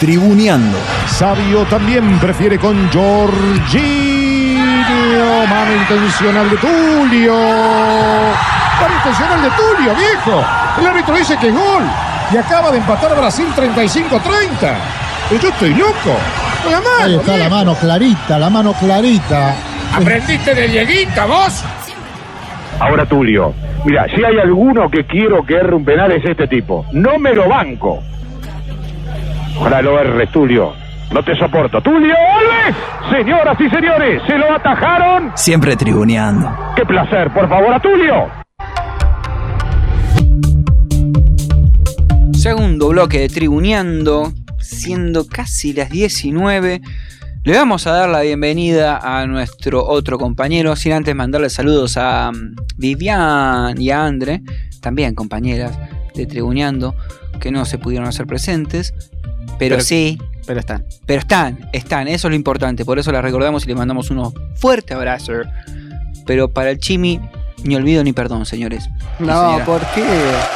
Speaker 10: Tribuneando.
Speaker 2: Sabio también prefiere con Jorginho. Mano intencional de Tulio. Mano intencional de Tulio, viejo. El árbitro dice que es gol. Y acaba de empatar Brasil 35-30. Pero Yo estoy loco. Con La mano,
Speaker 12: Ahí está la
Speaker 2: viejo.
Speaker 12: mano clarita, la mano clarita.
Speaker 2: Aprendiste de Dieguita, vos.
Speaker 13: Ahora Tulio, mira, si hay alguno que quiero que erre un penal es este tipo. No me lo banco. Ojalá lo erres, Tulio. No te soporto. Tulio, Alves. Señoras y señores, se lo atajaron.
Speaker 10: Siempre tribuneando.
Speaker 13: Qué placer, por favor, a Tulio.
Speaker 1: Segundo bloque de Tribuneando, siendo casi las 19. Le vamos a dar la bienvenida a nuestro otro compañero, sin antes mandarle saludos a mm, Vivian y a Andre, también compañeras de Tribuneando, que no se pudieron hacer presentes, pero,
Speaker 6: Pero-
Speaker 1: sí,
Speaker 6: Pero están.
Speaker 1: pero están, están, eso es lo importante, por eso las recordamos y les mandamos unos fuerte abrazo. Pero para el Chimi, ni olvido ni perdón, señores.
Speaker 6: No,
Speaker 1: Señora.
Speaker 6: ¿por qué?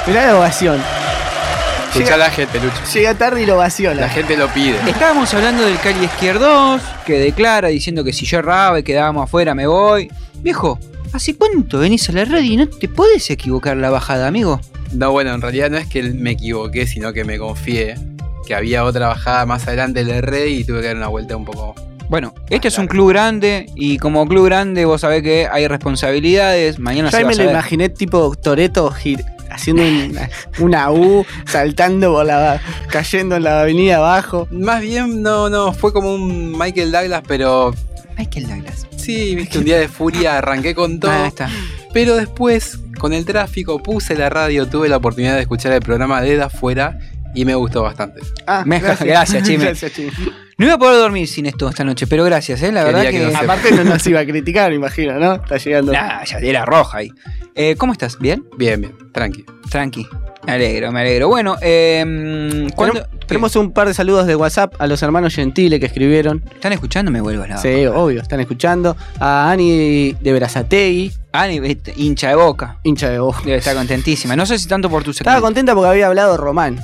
Speaker 6: Mirá la ovación.
Speaker 14: Escuchá a la gente, Lucho.
Speaker 6: Llega tarde y lo
Speaker 14: La
Speaker 6: ovaciona.
Speaker 14: gente lo pide.
Speaker 1: Estábamos hablando del Cali Izquierdos, que declara diciendo que si yo erraba y quedábamos afuera me voy. Viejo, ¿hace cuánto venís a la red y no te podés equivocar la bajada, amigo?
Speaker 14: No, bueno, en realidad no es que me equivoqué, sino que me confié que había otra bajada más adelante del rey y tuve que dar una vuelta un poco.
Speaker 1: Bueno, este es un club grande y como club grande vos sabés que hay responsabilidades. Mañana
Speaker 6: Yo
Speaker 1: se
Speaker 6: ahí
Speaker 1: va
Speaker 6: me
Speaker 1: a
Speaker 6: lo
Speaker 1: saber.
Speaker 6: imaginé tipo Toreto haciendo un- una U, saltando por la cayendo en la avenida abajo.
Speaker 14: Más bien, no, no, fue como un Michael Douglas, pero
Speaker 1: Michael Douglas.
Speaker 14: sí, viste, un día de furia arranqué con todo.
Speaker 1: Ah, está.
Speaker 14: Pero después, con el tráfico, puse la radio, tuve la oportunidad de escuchar el programa de Eda afuera y me gustó bastante.
Speaker 6: Ah,
Speaker 1: Me- gracias, Chime.
Speaker 6: Gracias, Chime.
Speaker 1: No iba a poder dormir sin esto esta noche, pero gracias, ¿eh? La
Speaker 14: Quería
Speaker 1: verdad
Speaker 14: que
Speaker 1: que...
Speaker 14: no sepa.
Speaker 6: Aparte no nos iba a criticar, me imagino, ¿no? Está llegando.
Speaker 1: Nah, ya era roja ahí. Eh, ¿Cómo estás? ¿Bien?
Speaker 14: Bien, bien, tranqui.
Speaker 1: Tranqui. Me alegro, me alegro. Bueno, eh, ¿cuándo-
Speaker 6: Tenem- Tenemos un par de saludos de WhatsApp a los hermanos Gentile que escribieron.
Speaker 1: ¿Están escuchando? Me vuelvo a la
Speaker 6: Sí, obvio, están escuchando. A Ani de Berazategui,
Speaker 1: Ani, viste, eh, hincha de boca.
Speaker 6: hincha de ojo.
Speaker 1: Debe estar contentísima. No sé si tanto por tu
Speaker 6: Estaba
Speaker 1: sector.
Speaker 6: contenta porque había hablado Román.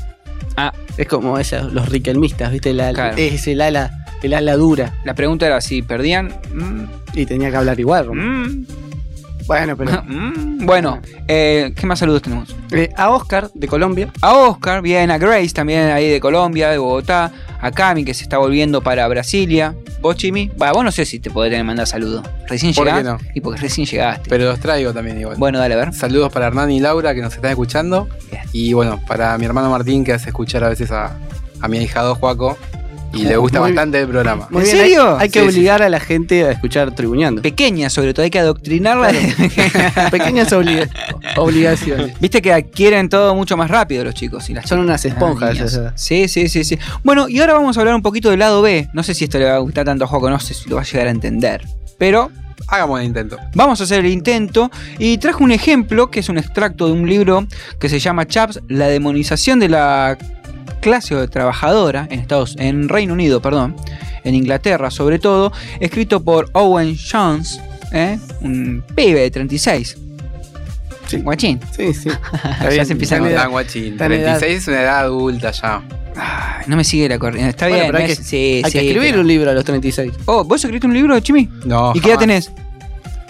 Speaker 1: Ah.
Speaker 6: Es como ella, los riquelmistas, ¿viste? La-
Speaker 1: Claro.
Speaker 6: Es el ala, el ala dura.
Speaker 1: La pregunta era si perdían. Mm,
Speaker 6: Y tenía que hablar igual, Román.
Speaker 1: mm,
Speaker 6: Bueno, pero.
Speaker 1: mm. Bueno, eh, ¿qué más saludos tenemos?
Speaker 6: Eh, a Oscar de Colombia.
Speaker 1: A Oscar, bien, a Grace también ahí de Colombia, de Bogotá. A Cami que se está volviendo para Brasilia. Vos, Chimi. Va, vos no sé si te podés tener que mandar saludos. Recién
Speaker 14: ¿Por qué
Speaker 1: llegaste.
Speaker 14: no?
Speaker 1: Y porque recién llegaste.
Speaker 14: Pero los traigo también igual.
Speaker 1: Bueno, dale, a ver.
Speaker 14: Saludos para Hernán y Laura que nos están escuchando.
Speaker 1: Bien.
Speaker 14: Y bueno, para mi hermano Martín que hace escuchar a veces a, a mi ahijado Juaco. Y le gusta
Speaker 6: Muy-
Speaker 14: bastante el programa.
Speaker 1: ¿En serio?
Speaker 6: Hay, hay que
Speaker 14: Sí, sí,
Speaker 6: obligar a la gente a escuchar Tribuñando.
Speaker 1: Pequeña, sobre todo, hay que adoctrinarla.
Speaker 6: Pequeñas obli- obligaciones.
Speaker 1: Viste que adquieren todo mucho más rápido los chicos. Y las
Speaker 6: Son
Speaker 1: chicas.
Speaker 6: unas esponjas,
Speaker 1: niñas.
Speaker 6: o sea.
Speaker 1: Sí, sí, sí, sí. Bueno, y ahora vamos a hablar un poquito del lado B. No sé si esto le va a gustar tanto a Joco, no sé si lo va a llegar a entender. Pero
Speaker 14: Hagamos el intento.
Speaker 1: Vamos a hacer el intento y trajo un ejemplo que es un extracto de un libro que se llama Chaps, la demonización de la clase trabajadora en Estados en Reino Unido, perdón, en Inglaterra sobre todo, escrito por Owen Jones, ¿eh? un pibe de 36. Sí. Guachín.
Speaker 14: Sí, sí.
Speaker 1: ya se empieza a
Speaker 14: Tan
Speaker 1: notar.
Speaker 14: edad, guachín. 36 es una edad adulta ya.
Speaker 1: Ay, No me sigue la corriente. Está
Speaker 14: Bueno,
Speaker 1: bien,
Speaker 14: pero
Speaker 1: no
Speaker 14: hay
Speaker 1: es-
Speaker 14: que- hay
Speaker 1: sí,
Speaker 14: que
Speaker 1: sí,
Speaker 14: escribir
Speaker 1: pero-
Speaker 6: un libro a los 36.
Speaker 1: Oh, ¿vos escribiste un libro, Chimi?
Speaker 14: No.
Speaker 1: ¿Y qué edad
Speaker 14: jamás.
Speaker 1: tenés?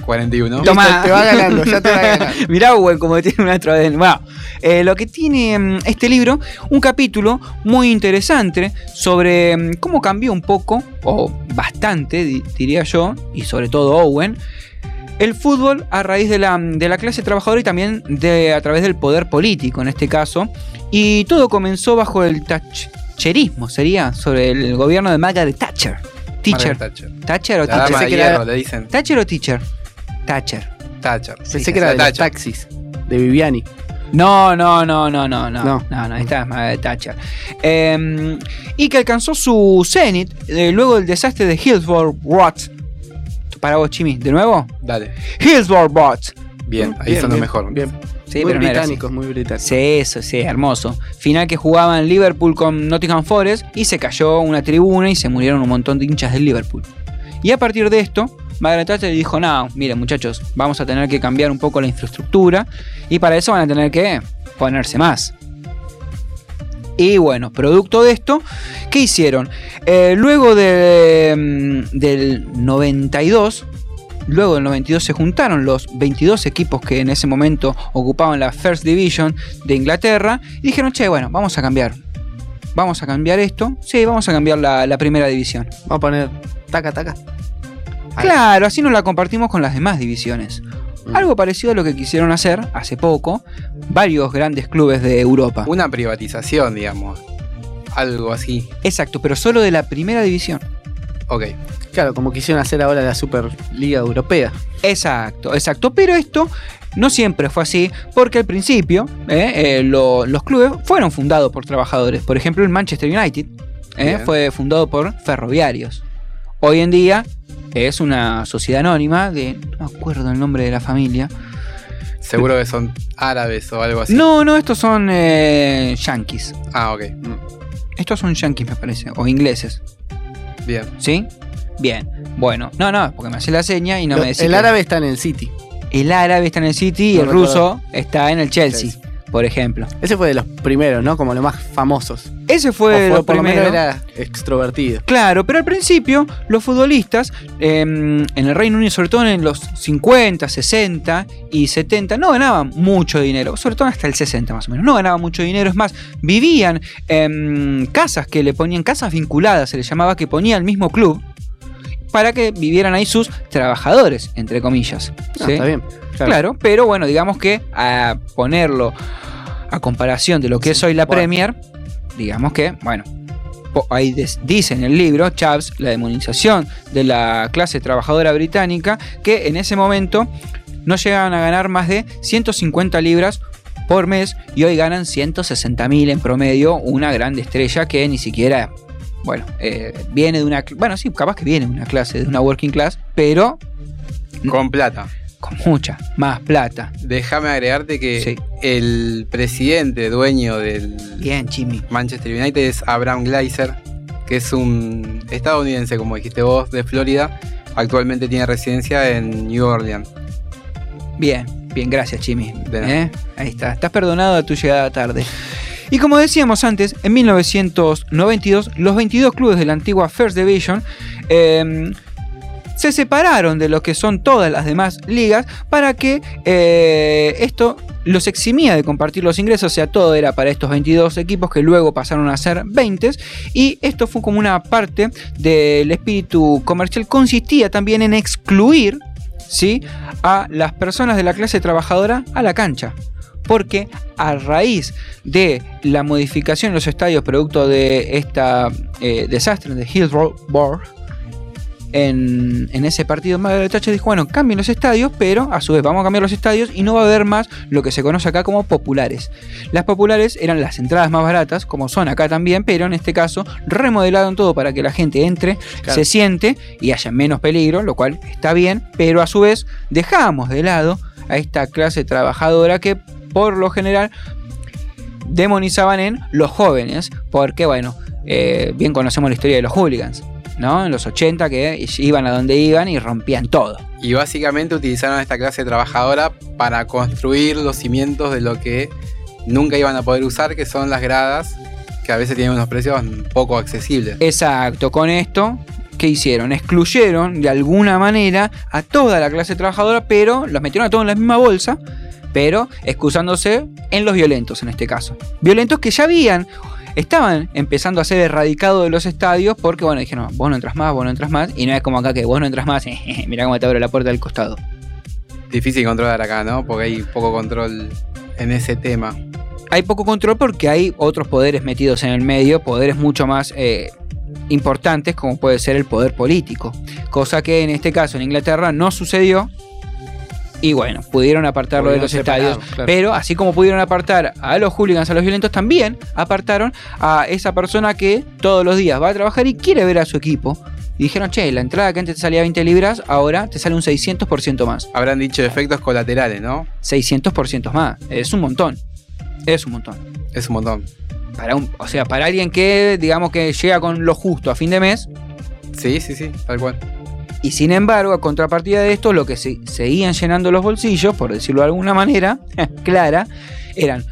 Speaker 14: 41.
Speaker 1: Tomá.
Speaker 14: Te va ganando, ya te va ganando.
Speaker 1: Mirá, Owen, como tiene una otra vez. Bueno, eh, lo que tiene mm, este libro, un capítulo muy interesante sobre mm, cómo cambió un poco, o bastante, di- diría yo, y sobre todo Owen, el fútbol a raíz de la, mm, de la clase trabajadora y también de, a través del poder político en este caso. Y todo comenzó bajo el thatcherismo, sería, sobre el gobierno de Margaret Thatcher.
Speaker 14: Margaret
Speaker 1: Teacher.
Speaker 14: Thatcher.
Speaker 1: Thatcher o
Speaker 14: La dama
Speaker 1: teacher.
Speaker 14: de hierro, le dicen.
Speaker 1: Thatcher o teacher. Thatcher.
Speaker 14: Thatcher.
Speaker 1: Pensé que era de los
Speaker 6: taxis. De Viviani.
Speaker 1: No, no, no, no, no, no.
Speaker 6: No.
Speaker 1: No, no, esta es más de Thatcher. Eh, y que alcanzó su cenit eh, luego del desastre de Hillsborough Rot. Para vos, Chimi, ¿de nuevo?
Speaker 14: Dale.
Speaker 1: Hillsborough Rot.
Speaker 14: Bien, ahí
Speaker 1: Bien,
Speaker 14: está lo
Speaker 1: bien,
Speaker 14: mejor.
Speaker 1: bien. Sí,
Speaker 6: muy
Speaker 1: pero no era así.
Speaker 6: británicos, muy británicos.
Speaker 1: Sí, eso, sí, hermoso. Final que jugaban Liverpool con Nottingham Forest y se cayó una tribuna y se murieron un montón de hinchas del Liverpool. Y a partir de esto, Margaret Thatcher dijo, no, miren muchachos, vamos a tener que cambiar un poco la infraestructura y para eso van a tener que ponerse más. Y bueno, producto de esto, ¿qué hicieron? Eh, luego de, mm, del 92, luego del 92 se juntaron los 22 equipos que en ese momento ocupaban la First Division de Inglaterra y dijeron, che, bueno, vamos a cambiar. Vamos a cambiar esto. Sí, vamos a cambiar la, la primera división.
Speaker 6: Vamos a poner taca, taca.
Speaker 1: Claro, así nos la compartimos con las demás divisiones. Algo parecido a lo que quisieron hacer hace poco varios grandes clubes de Europa.
Speaker 14: Una privatización, digamos. Algo así.
Speaker 1: Exacto, pero solo de la primera división.
Speaker 14: Ok.
Speaker 6: Claro, como quisieron hacer ahora la Superliga Europea.
Speaker 1: Exacto, exacto. Pero esto no siempre fue así, porque al principio eh, eh, lo- los clubes fueron fundados por trabajadores. Por ejemplo, el Manchester United eh,
Speaker 14: Bien.
Speaker 1: fue fundado por ferroviarios. Hoy en día es una sociedad anónima de. No me acuerdo el nombre de la familia.
Speaker 14: Seguro que son árabes o algo así.
Speaker 1: No, no, estos son eh, yanquis.
Speaker 14: Ah, ok.
Speaker 1: Estos son yanquis, me parece, o ingleses.
Speaker 14: Bien.
Speaker 1: ¿Sí? Bien. Bueno, no, no, porque me hace la seña y no
Speaker 6: Lo-
Speaker 1: me decís.
Speaker 6: el
Speaker 1: que-
Speaker 6: árabe está en el City.
Speaker 1: El árabe está en el City y
Speaker 6: No
Speaker 1: el
Speaker 6: recuerdo.
Speaker 1: ruso está en el Chelsea, por ejemplo.
Speaker 6: Ese fue de los primeros, ¿no? Como los más famosos.
Speaker 1: Ese
Speaker 6: O
Speaker 1: fue, lo
Speaker 6: por lo
Speaker 1: primero.
Speaker 6: menos era extrovertido.
Speaker 1: Claro, pero al principio los futbolistas eh, en el Reino Unido, sobre todo en los 50, 60 y 70, no ganaban mucho dinero, sobre todo hasta el 60 más o menos, no ganaban mucho dinero, es más, vivían en casas que le ponían, casas vinculadas, se les llamaba que ponía el mismo club, para que vivieran ahí sus trabajadores, entre comillas.
Speaker 6: Ah,
Speaker 1: ¿sí?
Speaker 6: está bien,
Speaker 1: Claro.
Speaker 6: claro.
Speaker 1: pero bueno, digamos que a ponerlo a comparación de lo que es hoy la
Speaker 6: bueno.
Speaker 1: Premier, digamos que, bueno, po- ahí des- dice en el libro, Chaps, la demonización de la clase trabajadora británica, que en ese momento no llegaban a ganar más de 150 libras por mes y hoy ganan 160 mil en promedio, una gran estrella que ni siquiera, bueno, eh, viene de una, cl- bueno, sí, capaz que viene de una clase, de una working class, pero
Speaker 14: Con plata.
Speaker 1: con mucha más plata.
Speaker 14: Déjame agregarte que
Speaker 1: Sí.
Speaker 14: el presidente dueño del
Speaker 1: Bien, Jimmy.
Speaker 14: Manchester United es Abraham Gleiser, que es un estadounidense, como dijiste vos, de Florida. Actualmente tiene residencia en New Orleans.
Speaker 1: Bien, bien, gracias, Jimmy.
Speaker 14: De nada.
Speaker 1: ¿Eh? Ahí está, estás perdonado a tu llegada tarde. Y como decíamos antes, en 1992, los 22 clubes de la antigua First Division eh, se separaron de lo que son todas las demás ligas para que eh, esto los eximía de compartir los ingresos, o sea, todo era para estos 22 equipos que luego pasaron a ser 20 y esto fue como una parte del espíritu comercial, consistía también en excluir ¿sí? a las personas de la clase trabajadora a la cancha. Porque a raíz de la modificación en eh, los estadios producto de este desastre de Hillsborough, en, en ese partido, Margaret Thatcher dijo, bueno, cambien los estadios, pero a su vez vamos a cambiar los estadios y no va a haber más lo que se conoce acá como populares. Las populares eran las entradas más baratas, como son acá también, pero en este caso remodelaron todo para que la gente entre,
Speaker 6: Claro.
Speaker 1: se siente y haya menos peligro, lo cual está bien, pero a su vez dejamos de lado a esta clase trabajadora que por lo general demonizaban en los jóvenes, porque bueno, eh, bien conocemos la historia de los hooligans, ¿no? En los 80 que iban a donde iban y rompían todo.
Speaker 14: Y básicamente utilizaron a esta clase trabajadora para construir los cimientos de lo que nunca iban a poder usar, que son las gradas, que a veces tienen unos precios poco accesibles.
Speaker 1: Exacto, con esto, ¿qué hicieron? Excluyeron de alguna manera a toda la clase trabajadora, pero los metieron a todos en la misma bolsa, pero excusándose en los violentos en este caso. Violentos que ya habían, estaban empezando a ser erradicados de los estadios porque, bueno, dijeron, vos no entras más, vos no entras más, y no es como acá que vos no entras más, mirá cómo te abro la puerta del costado.
Speaker 14: Difícil controlar acá, ¿no? Porque hay poco control en ese tema.
Speaker 1: hay poco control porque hay otros poderes metidos en el medio, poderes mucho más eh, importantes como puede ser el poder político, cosa que en este caso en Inglaterra no sucedió y bueno, pudieron apartarlo de
Speaker 6: Pudieron
Speaker 1: los
Speaker 6: separarlo,
Speaker 1: estadios,
Speaker 6: claro.
Speaker 1: pero así como pudieron apartar a los hooligans, a los violentos, también apartaron a esa persona que todos los días va a trabajar y quiere ver a su equipo. Y dijeron, che, la entrada que antes te salía 20 libras, ahora te sale un 600% más.
Speaker 14: Habrán dicho efectos colaterales, ¿no?
Speaker 1: 600% más, es un montón. Es un montón.
Speaker 14: Es un montón.
Speaker 1: Para un, o sea, para alguien que, digamos que llega con lo justo a fin de mes.
Speaker 14: Sí, sí, sí, tal cual.
Speaker 1: Y sin embargo, a contrapartida de esto, lo que se, seguían llenando los bolsillos, por decirlo de alguna manera, clara, eran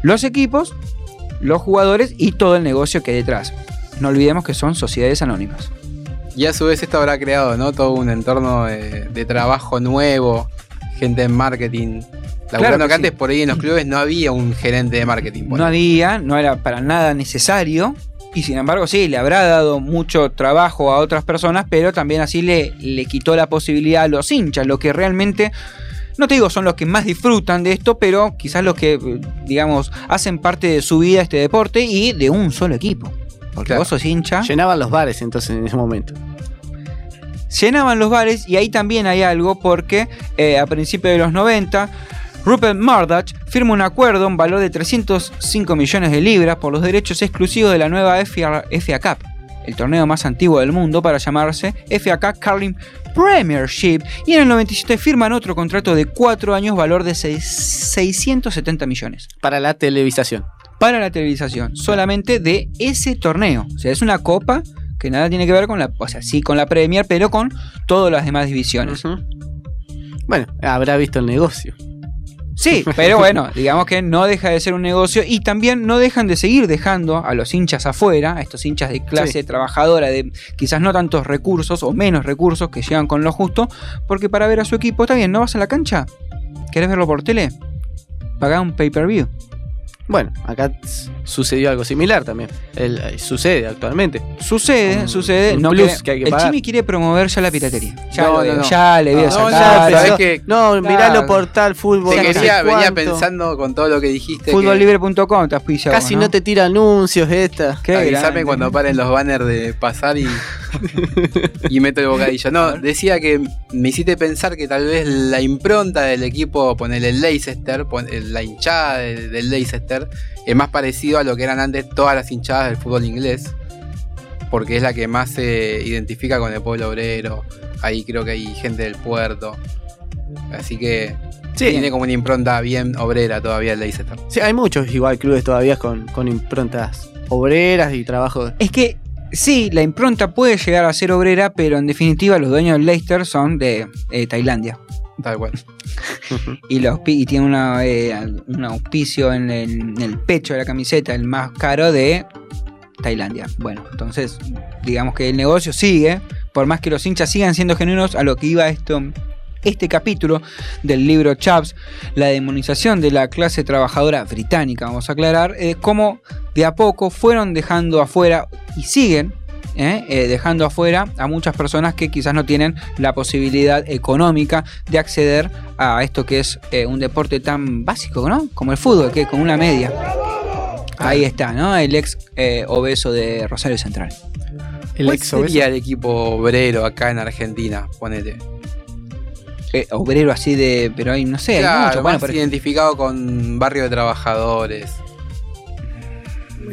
Speaker 1: los equipos, los jugadores y todo el negocio que hay detrás. No olvidemos que son sociedades anónimas.
Speaker 14: Y a su vez esto habrá creado, ¿no? Todo un entorno de, de trabajo nuevo, gente en marketing. Laburando
Speaker 1: que
Speaker 14: que antes por ahí en los clubes no había un gerente de marketing.
Speaker 1: No había, no era para nada necesario. Y sin embargo, sí, le habrá dado mucho trabajo a otras personas, pero también así le, le quitó la posibilidad a los hinchas, lo que realmente, no te digo son los que más disfrutan de esto, pero quizás los que, eh, digamos, hacen parte de su vida este deporte y de un solo equipo. Porque vos sos hincha.
Speaker 6: Llenaban los bares entonces en ese momento.
Speaker 1: Llenaban los bares y ahí también hay algo porque eh, a principios de los 90 Rupert Murdoch firma un acuerdo en valor de 305 millones de libras por los derechos exclusivos de la nueva FA, FA Cup, el torneo más antiguo del mundo para llamarse FA Cup Carling Premiership, y en el 97 firman otro contrato de 4 años valor de seis- 670 millones.
Speaker 6: Para la televisación.
Speaker 1: Para la televisación, solamente de ese torneo. O sea, es una copa que nada tiene que ver con la, o sea, sí con la Premier, pero con todas las demás divisiones.
Speaker 6: Bueno, habrá visto el negocio.
Speaker 1: Sí, pero bueno, digamos que no deja de ser un negocio y también no dejan de seguir dejando a los hinchas afuera, a estos hinchas de clase
Speaker 6: Sí.
Speaker 1: trabajadora, de quizás no tantos recursos o menos recursos que llegan con lo justo, porque para ver a su equipo, está bien, ¿no vas a la cancha? ¿Querés verlo por tele? Pagá un pay-per-view.
Speaker 6: Bueno, acá s- sucedió algo similar también. El- eh, sucede actualmente.
Speaker 14: Ah,
Speaker 1: Sucede, sucede.
Speaker 6: Mm, un
Speaker 1: no
Speaker 6: plus
Speaker 1: quiere-
Speaker 6: que hay que
Speaker 1: el
Speaker 6: pagar.
Speaker 1: Chimi quiere promover ya la piratería. Ya,
Speaker 6: No,
Speaker 1: lo
Speaker 6: no,
Speaker 1: veo,
Speaker 6: no.
Speaker 1: ya le voy a
Speaker 6: No,
Speaker 1: sacar.
Speaker 6: ya,
Speaker 1: ¿sabes
Speaker 6: no,
Speaker 1: qué?
Speaker 6: no, miralo
Speaker 1: Claro.
Speaker 6: por tal fútbol.
Speaker 14: Te
Speaker 6: no sé
Speaker 14: quería, venía
Speaker 6: cuánto.
Speaker 14: pensando con todo lo que dijiste. que-
Speaker 1: Fútbollibre.com te auspicia
Speaker 6: Casi
Speaker 1: vos,
Speaker 6: no te tira anuncios esta.
Speaker 14: Avísame cuando paren los banners de pasar y, y meto el bocadillo. No, decía que me hiciste pensar que tal vez la impronta del equipo, poner el Leicester, pon- el- la hinchada del, del Leicester, es más parecido a lo que eran antes todas las hinchadas del fútbol inglés, porque es la que más se identifica con el pueblo obrero. Ahí creo que hay gente del puerto. Así que
Speaker 6: Sí.
Speaker 14: tiene como una impronta bien obrera todavía el Leicester.
Speaker 6: Sí, hay muchos igual clubes todavía con, con improntas obreras y trabajos.
Speaker 1: Es que sí, la impronta puede llegar a ser obrera, pero en definitiva los dueños del Leicester son de eh, Tailandia.
Speaker 14: Tal cual.
Speaker 1: Y, los, pi- y tiene una, eh, un auspicio en el, en el pecho de la camiseta, el más caro de Tailandia. Bueno, entonces digamos que el negocio sigue, por más que los hinchas sigan siendo genuinos a lo que iba esto, este capítulo del libro Chaps, la demonización de la clase trabajadora británica, vamos a aclarar, eh, cómo de a poco fueron dejando afuera y siguen ¿eh? Eh, dejando afuera a muchas personas que quizás no tienen la posibilidad económica de acceder a esto que es eh, un deporte tan básico, ¿no? Como el fútbol, que con una media. Ahí está, ¿no? El ex eh, obeso de Rosario Central.
Speaker 14: El ¿Cuál
Speaker 1: exobeso.
Speaker 14: sería el equipo obrero acá en Argentina? Ponele.
Speaker 1: Eh, obrero así de. Pero hay, no sé, hay
Speaker 14: claro,
Speaker 1: mucho,
Speaker 14: más
Speaker 1: bueno, pero-
Speaker 14: identificado con barrio de trabajadores.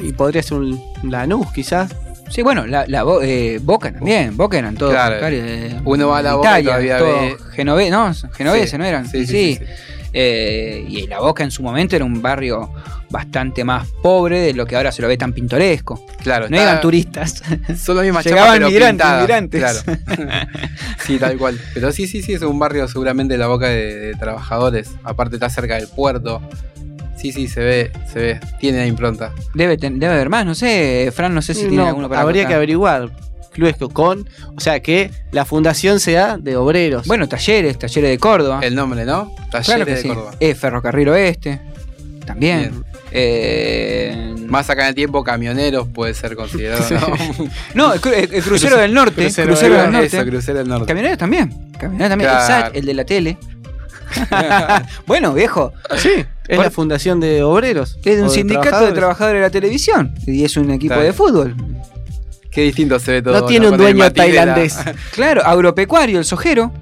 Speaker 6: Y podría ser un Lanús, quizás.
Speaker 1: Sí, bueno, la, la Bo- eh, Boca también. Boca eran todos.
Speaker 14: Claro.
Speaker 1: bancarios de-
Speaker 14: Uno va a la
Speaker 1: de
Speaker 14: Boca y todavía
Speaker 1: Italia, todos
Speaker 14: ve-
Speaker 1: genove- no, genoveses,
Speaker 14: Sí,
Speaker 1: ¿no eran?
Speaker 14: sí, sí, sí,
Speaker 1: Eh, y la Boca en su momento era un barrio bastante más pobre de lo que ahora se lo ve tan pintoresco.
Speaker 14: Claro,
Speaker 1: No
Speaker 14: está-
Speaker 1: iban turistas.
Speaker 14: Son las mismas chapas,
Speaker 1: Llegaban
Speaker 14: pero
Speaker 1: migrantes,
Speaker 14: pintadas,
Speaker 1: migrantes.
Speaker 14: Claro. sí, tal cual. Pero sí, sí, sí, es un barrio seguramente de la boca de, de trabajadores. Aparte está cerca del puerto. Sí, sí, se ve, se ve. Tiene la impronta.
Speaker 1: Debe, ten- debe haber más, no sé, Fran, no sé si tiene
Speaker 6: Mm, No,
Speaker 1: alguno para
Speaker 6: habría
Speaker 1: acotar.
Speaker 6: que averiguar clubes que- con, o sea que la fundación sea de obreros.
Speaker 1: Bueno, talleres, talleres de Córdoba.
Speaker 14: El nombre, ¿no? Talleres
Speaker 1: Claro que
Speaker 14: de
Speaker 1: sí.
Speaker 14: Córdoba.
Speaker 1: Eh, Ferrocarril Oeste. También. Eh,
Speaker 14: Más acá en el tiempo, camioneros puede ser considerado. ¿no?
Speaker 1: No, el, cru- el- el crucero del norte. Crucero, del norte.
Speaker 14: Eso, crucero del norte.
Speaker 1: Camioneros también. Camioneros también.
Speaker 14: Claro.
Speaker 1: El SAT, el de la tele. bueno, viejo.
Speaker 6: Sí, es la fundación de obreros.
Speaker 1: Es de un
Speaker 6: o
Speaker 1: sindicato de trabajadores de la televisión. Y es un equipo
Speaker 6: Está bien.
Speaker 1: de fútbol.
Speaker 14: Qué distinto se ve todo.
Speaker 1: No tiene un
Speaker 14: Con el
Speaker 1: dueño
Speaker 14: Matilde, la-
Speaker 1: tailandés. Claro, agropecuario, el sojero.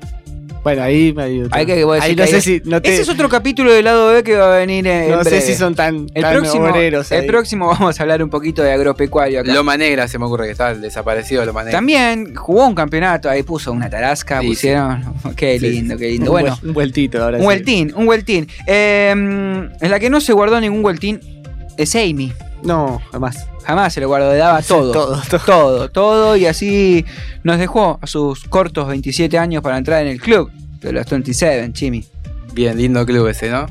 Speaker 6: Bueno, ahí me ayuda.
Speaker 1: Hay que, vos
Speaker 6: Ahí
Speaker 1: decís
Speaker 6: no
Speaker 1: que
Speaker 6: sé
Speaker 1: hay-
Speaker 6: si. No te-
Speaker 1: Ese es otro capítulo del lado B que va a venir eh, en
Speaker 6: No sé
Speaker 1: breve.
Speaker 6: si son tan,
Speaker 1: el
Speaker 6: tan
Speaker 1: próximo,
Speaker 6: obreros.
Speaker 1: el
Speaker 6: ahí.
Speaker 1: próximo vamos a hablar un poquito de agropecuario acá.
Speaker 14: Loma Negra se me ocurre que está el desaparecido Loma Negra.
Speaker 1: También jugó un campeonato, ahí puso una tarasca,
Speaker 14: Sí,
Speaker 1: pusieron. Qué
Speaker 14: Sí,
Speaker 1: lindo, qué
Speaker 6: Un
Speaker 1: lindo. Bueno,
Speaker 6: vuel- un vueltito ahora.
Speaker 1: un
Speaker 6: sí.
Speaker 1: vueltín, un vueltín. Eh, en la que no se guardó ningún vueltín es Amy.
Speaker 6: No, jamás.
Speaker 1: Jamás se lo guardó, le daba todo.
Speaker 6: Todo,
Speaker 1: todo, todo. y así nos dejó a sus cortos 27 años para entrar en el club de los 27, Jimmy.
Speaker 14: Bien, lindo club ese, ¿no?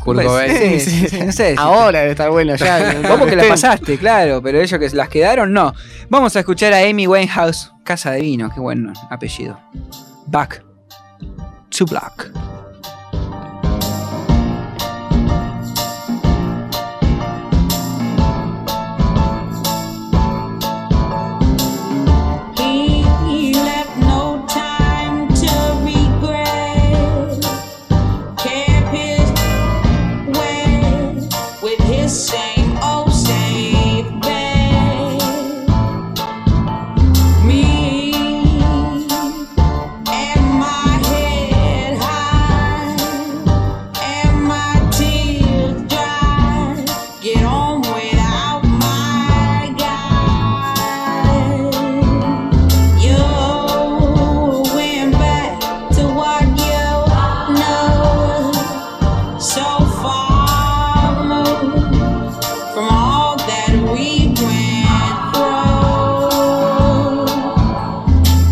Speaker 14: Kurt
Speaker 1: Pues,
Speaker 14: Cobain.
Speaker 1: sí, sí, sí, no sé si-
Speaker 6: Ahora debe estar bueno ya.
Speaker 1: Vos que la pasaste, claro, pero ellos que las quedaron, no. Vamos a escuchar a Amy Winehouse, Casa de Vino, qué buen apellido. Back to Black.
Speaker 15: He left no time to regret. Kept his way with his same old safe bet. Me and my head high and my tears dry. Get on without my guide. You went back to what you know so far removed from all that we went through,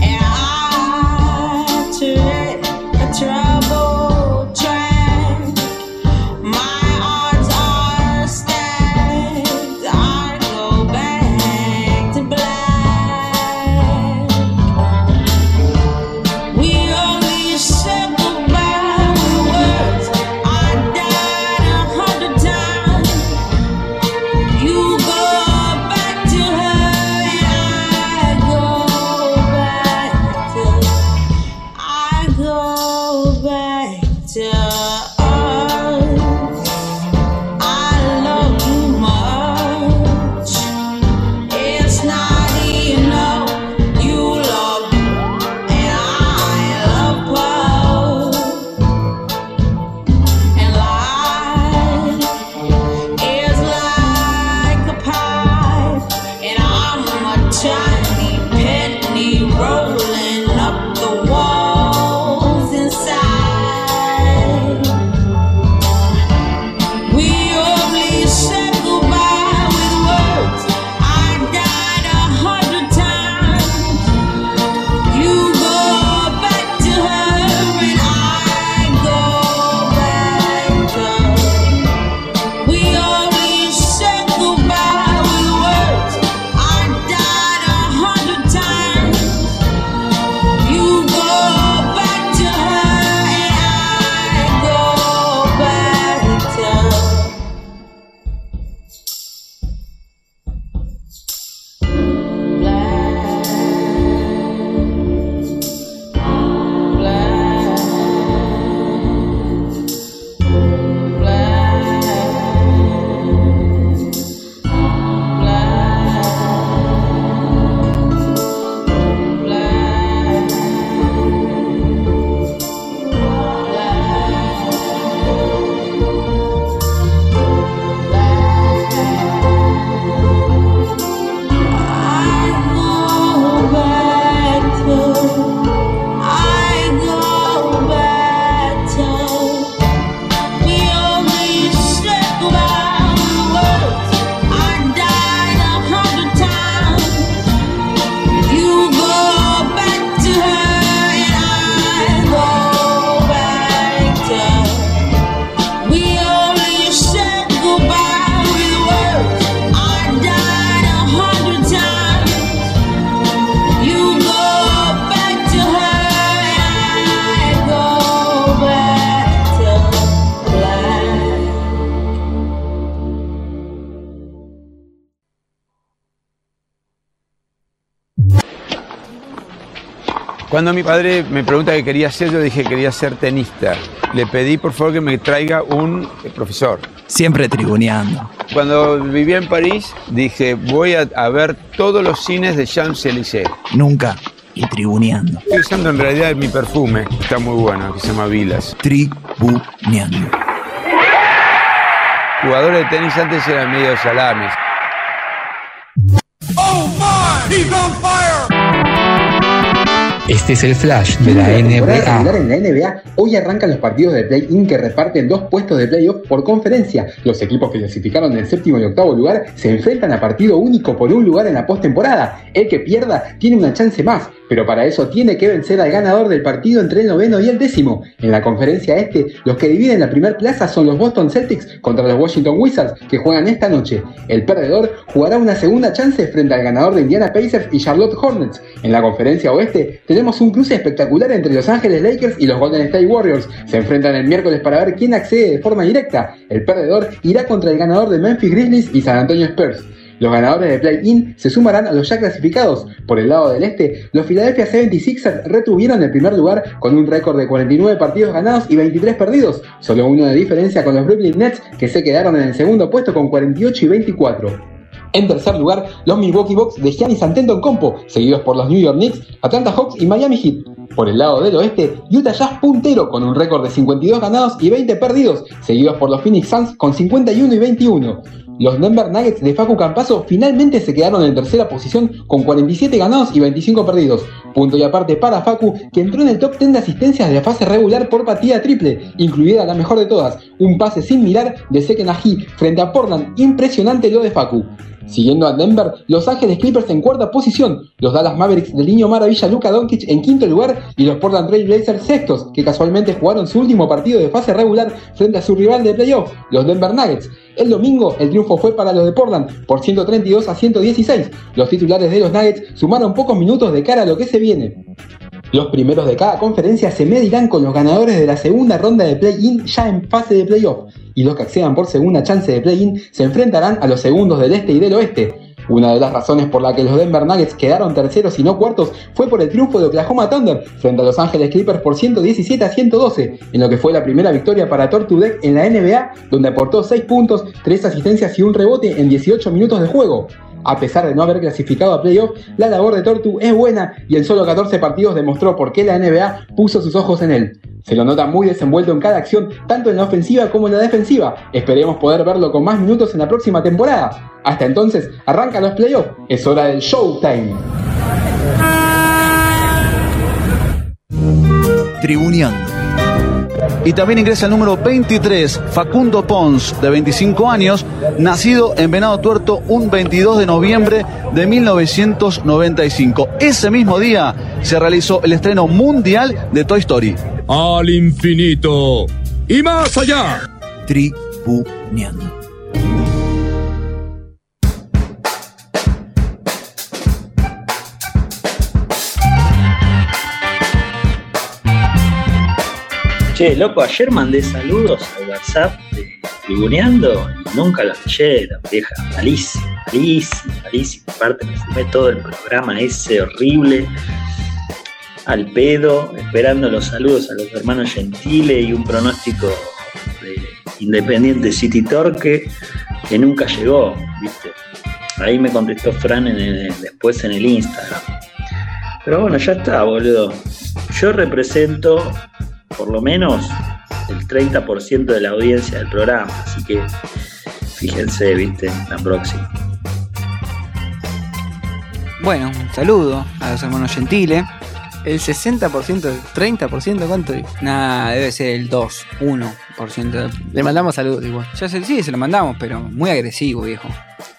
Speaker 15: and I tread a troubled track. My arms are stacked. I go back to black. We only simple by words. I died a hundred times. You go back to her and I go back to I go back to us. I love you much. It's not enough. You love and I love both. And life is like a pie, and I'm a tiny penny rolling up the walls inside.
Speaker 16: Cuando mi padre me pregunta qué quería ser, yo dije quería ser tenista. Le pedí por favor que me traiga un eh, profesor.
Speaker 10: Siempre tribuneando.
Speaker 16: Cuando vivía en París, dije voy a, a ver todos los cines de Champs-Élysées.
Speaker 10: Nunca. Y tribuneando.
Speaker 16: Estoy usando en realidad mi perfume, que está muy bueno, que se llama Vilas.
Speaker 10: Tribuneando.
Speaker 16: Jugadores de tenis antes eran medio salames.
Speaker 17: Este es el flash de la
Speaker 14: temporada regular
Speaker 17: NBA.
Speaker 14: en la NBA, hoy arrancan los partidos de play-in que reparten dos puestos de playoff por conferencia. Los equipos que clasificaron en séptimo y octavo lugar se enfrentan a partido único por un lugar en la postemporada. El que pierda tiene una chance más, pero para eso tiene que vencer al ganador del partido entre el noveno y el décimo. En la conferencia este, los que dividen la primera plaza son los Boston Celtics contra los Washington Wizards, que juegan esta noche. El perdedor jugará una segunda chance frente al ganador de Indiana Pacers y Charlotte Hornets. En la conferencia oeste, tenemos un cruce espectacular entre Los Ángeles Lakers y los Golden State Warriors. Se enfrentan el miércoles para ver quién accede de forma directa. El perdedor irá contra el ganador de Memphis Grizzlies y San Antonio Spurs. Los ganadores de Play-In se sumarán a los ya clasificados. Por el lado del este, los Philadelphia 76ers retuvieron el primer lugar con un récord de 49 partidos ganados y 23 perdidos, solo uno de diferencia con los Brooklyn Nets que se quedaron en el segundo puesto con 48 y 24. En tercer lugar, los Milwaukee Bucks de Giannis Antetokounmpo, seguidos por los New York Knicks, Atlanta Hawks y Miami Heat. Por el lado del oeste, Utah Jazz puntero con un récord de 52 ganados y 20 perdidos, seguidos por los Phoenix Suns con 51 y 21. Los Denver Nuggets de Facu Campazo finalmente se quedaron en tercera posición con 47 ganados y 25 perdidos. Punto y aparte para Facu, que entró en el top 10 de asistencias de la fase regular por partida triple, incluida la mejor de todas, un pase sin mirar de Sekenahi frente a Portland. Impresionante lo de Facu. Siguiendo a Denver, Los Ángeles Clippers en cuarta posición, los Dallas Mavericks del niño maravilla Luka Doncic en quinto lugar y los Portland Trail Blazers sextos, que casualmente jugaron su último partido de fase regular frente a su rival de playoff, los Denver Nuggets. El domingo el triunfo fue para los de Portland por 132 a 116. Los titulares de los Nuggets sumaron pocos minutos de cara a lo que se viene. Los primeros de cada conferencia se medirán con los ganadores de la segunda ronda de play-in ya en fase de playoff, y los que accedan por segunda chance de play-in se enfrentarán a los segundos del este y del oeste. Una de las razones por la que los Denver Nuggets quedaron terceros y no cuartos fue por el triunfo de Oklahoma Thunder frente a Los Ángeles Clippers por 117 a 112, en lo que fue la primera victoria para Tortudek en la NBA, donde aportó 6 puntos, 3 asistencias y un rebote en 18 minutos de juego. A pesar de no haber clasificado a playoff, la labor de Tortu es buena y en solo 14 partidos demostró por qué la NBA puso sus ojos en él. Se lo nota muy desenvuelto en cada acción, tanto en la ofensiva como en la defensiva. Esperemos poder verlo con más minutos en la próxima temporada. Hasta entonces, arranca los playoffs. Es hora del showtime.
Speaker 10: Tribuneando. Y también ingresa el número 23, Facundo Pons, de 25 años, nacido en Venado Tuerto un 22 de noviembre de 1995. Ese mismo día se realizó el estreno mundial de Toy Story.
Speaker 18: Al infinito y más allá.
Speaker 10: Tribuneando.
Speaker 19: Che, loco, ayer mandé saludos al WhatsApp de Tribuneando y nunca los leyeron, vieja. Malísimo, malísimo, malísimo. Aparte me fumé todo el programa ese horrible, al pedo, esperando los saludos a los hermanos Gentile y un pronóstico de Independiente City Torque que nunca llegó, viste. Ahí me contestó Fran en el- después en el Instagram. Pero bueno, ya está, boludo. Yo represento por lo menos el 30% de la audiencia del programa. Así que fíjense, viste, la próxima.
Speaker 1: Bueno, un saludo a los hermanos Gentile.
Speaker 6: El 60%, el 30%, ¿cuánto?
Speaker 1: Nah, debe ser el 2, 1%.
Speaker 6: Le mandamos saludos igual.
Speaker 1: Ya se, sí, se lo mandamos, pero muy agresivo, viejo.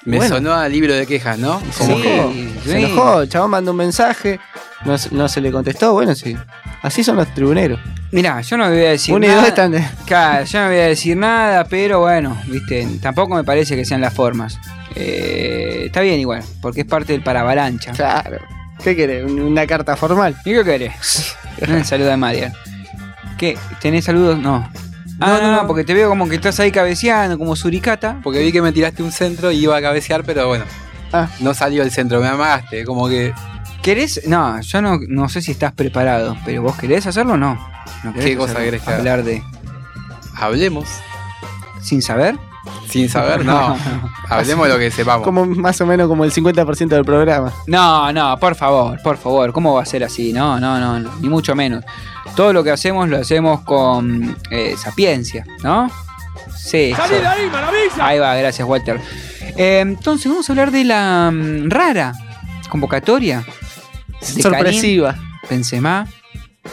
Speaker 20: Me sonó a libro de quejas, ¿no?
Speaker 6: Se enojó, se enojó, el chabón mandó un mensaje, no, se- no se le contestó, bueno, sí. Así son los tribuneros.
Speaker 1: Mirá, yo no voy a decir
Speaker 6: Uno y dos
Speaker 1: nada.
Speaker 6: están de-
Speaker 1: Claro, yo no voy a decir nada, pero bueno, viste, tampoco me parece que sean las formas. Eh, está bien igual, porque es parte del paravalancha.
Speaker 6: Claro. ¿Qué querés? ¿Un- ¿Una carta formal?
Speaker 1: ¿Y qué querés? Un saludo de Marian. ¿Qué? ¿Tenés saludos? No. Ah, no, no, porque te veo como que estás ahí cabeceando, como suricata.
Speaker 20: Porque vi que
Speaker 6: Ah.
Speaker 20: me tiraste un centro y iba a cabecear, pero bueno. No salió el centro, me amagaste. Como que
Speaker 1: ¿Querés? No, yo no, no sé si estás preparado, pero vos querés hacerlo o no. ¿No querés
Speaker 14: ¿Qué cosa
Speaker 1: hacerlo?
Speaker 14: querés que haga?
Speaker 1: Hablar de.
Speaker 14: Hablemos.
Speaker 1: ¿Sin saber?
Speaker 14: Sin saber, no. Hablemos lo que sepamos.
Speaker 6: Como más o menos como el 50% del programa.
Speaker 1: No, no, por favor, por favor. ¿Cómo va a ser así? No, no, no, no, ni mucho menos. Todo lo que hacemos lo hacemos con eh, sapiencia, ¿no? Sí.
Speaker 11: ¡Salí
Speaker 1: sí.
Speaker 11: de ahí, maravilla!
Speaker 1: Ahí va, gracias, Walter. Eh, entonces, vamos a hablar de la mm, rara convocatoria. de
Speaker 6: Sorpresiva.
Speaker 1: Karim Benzema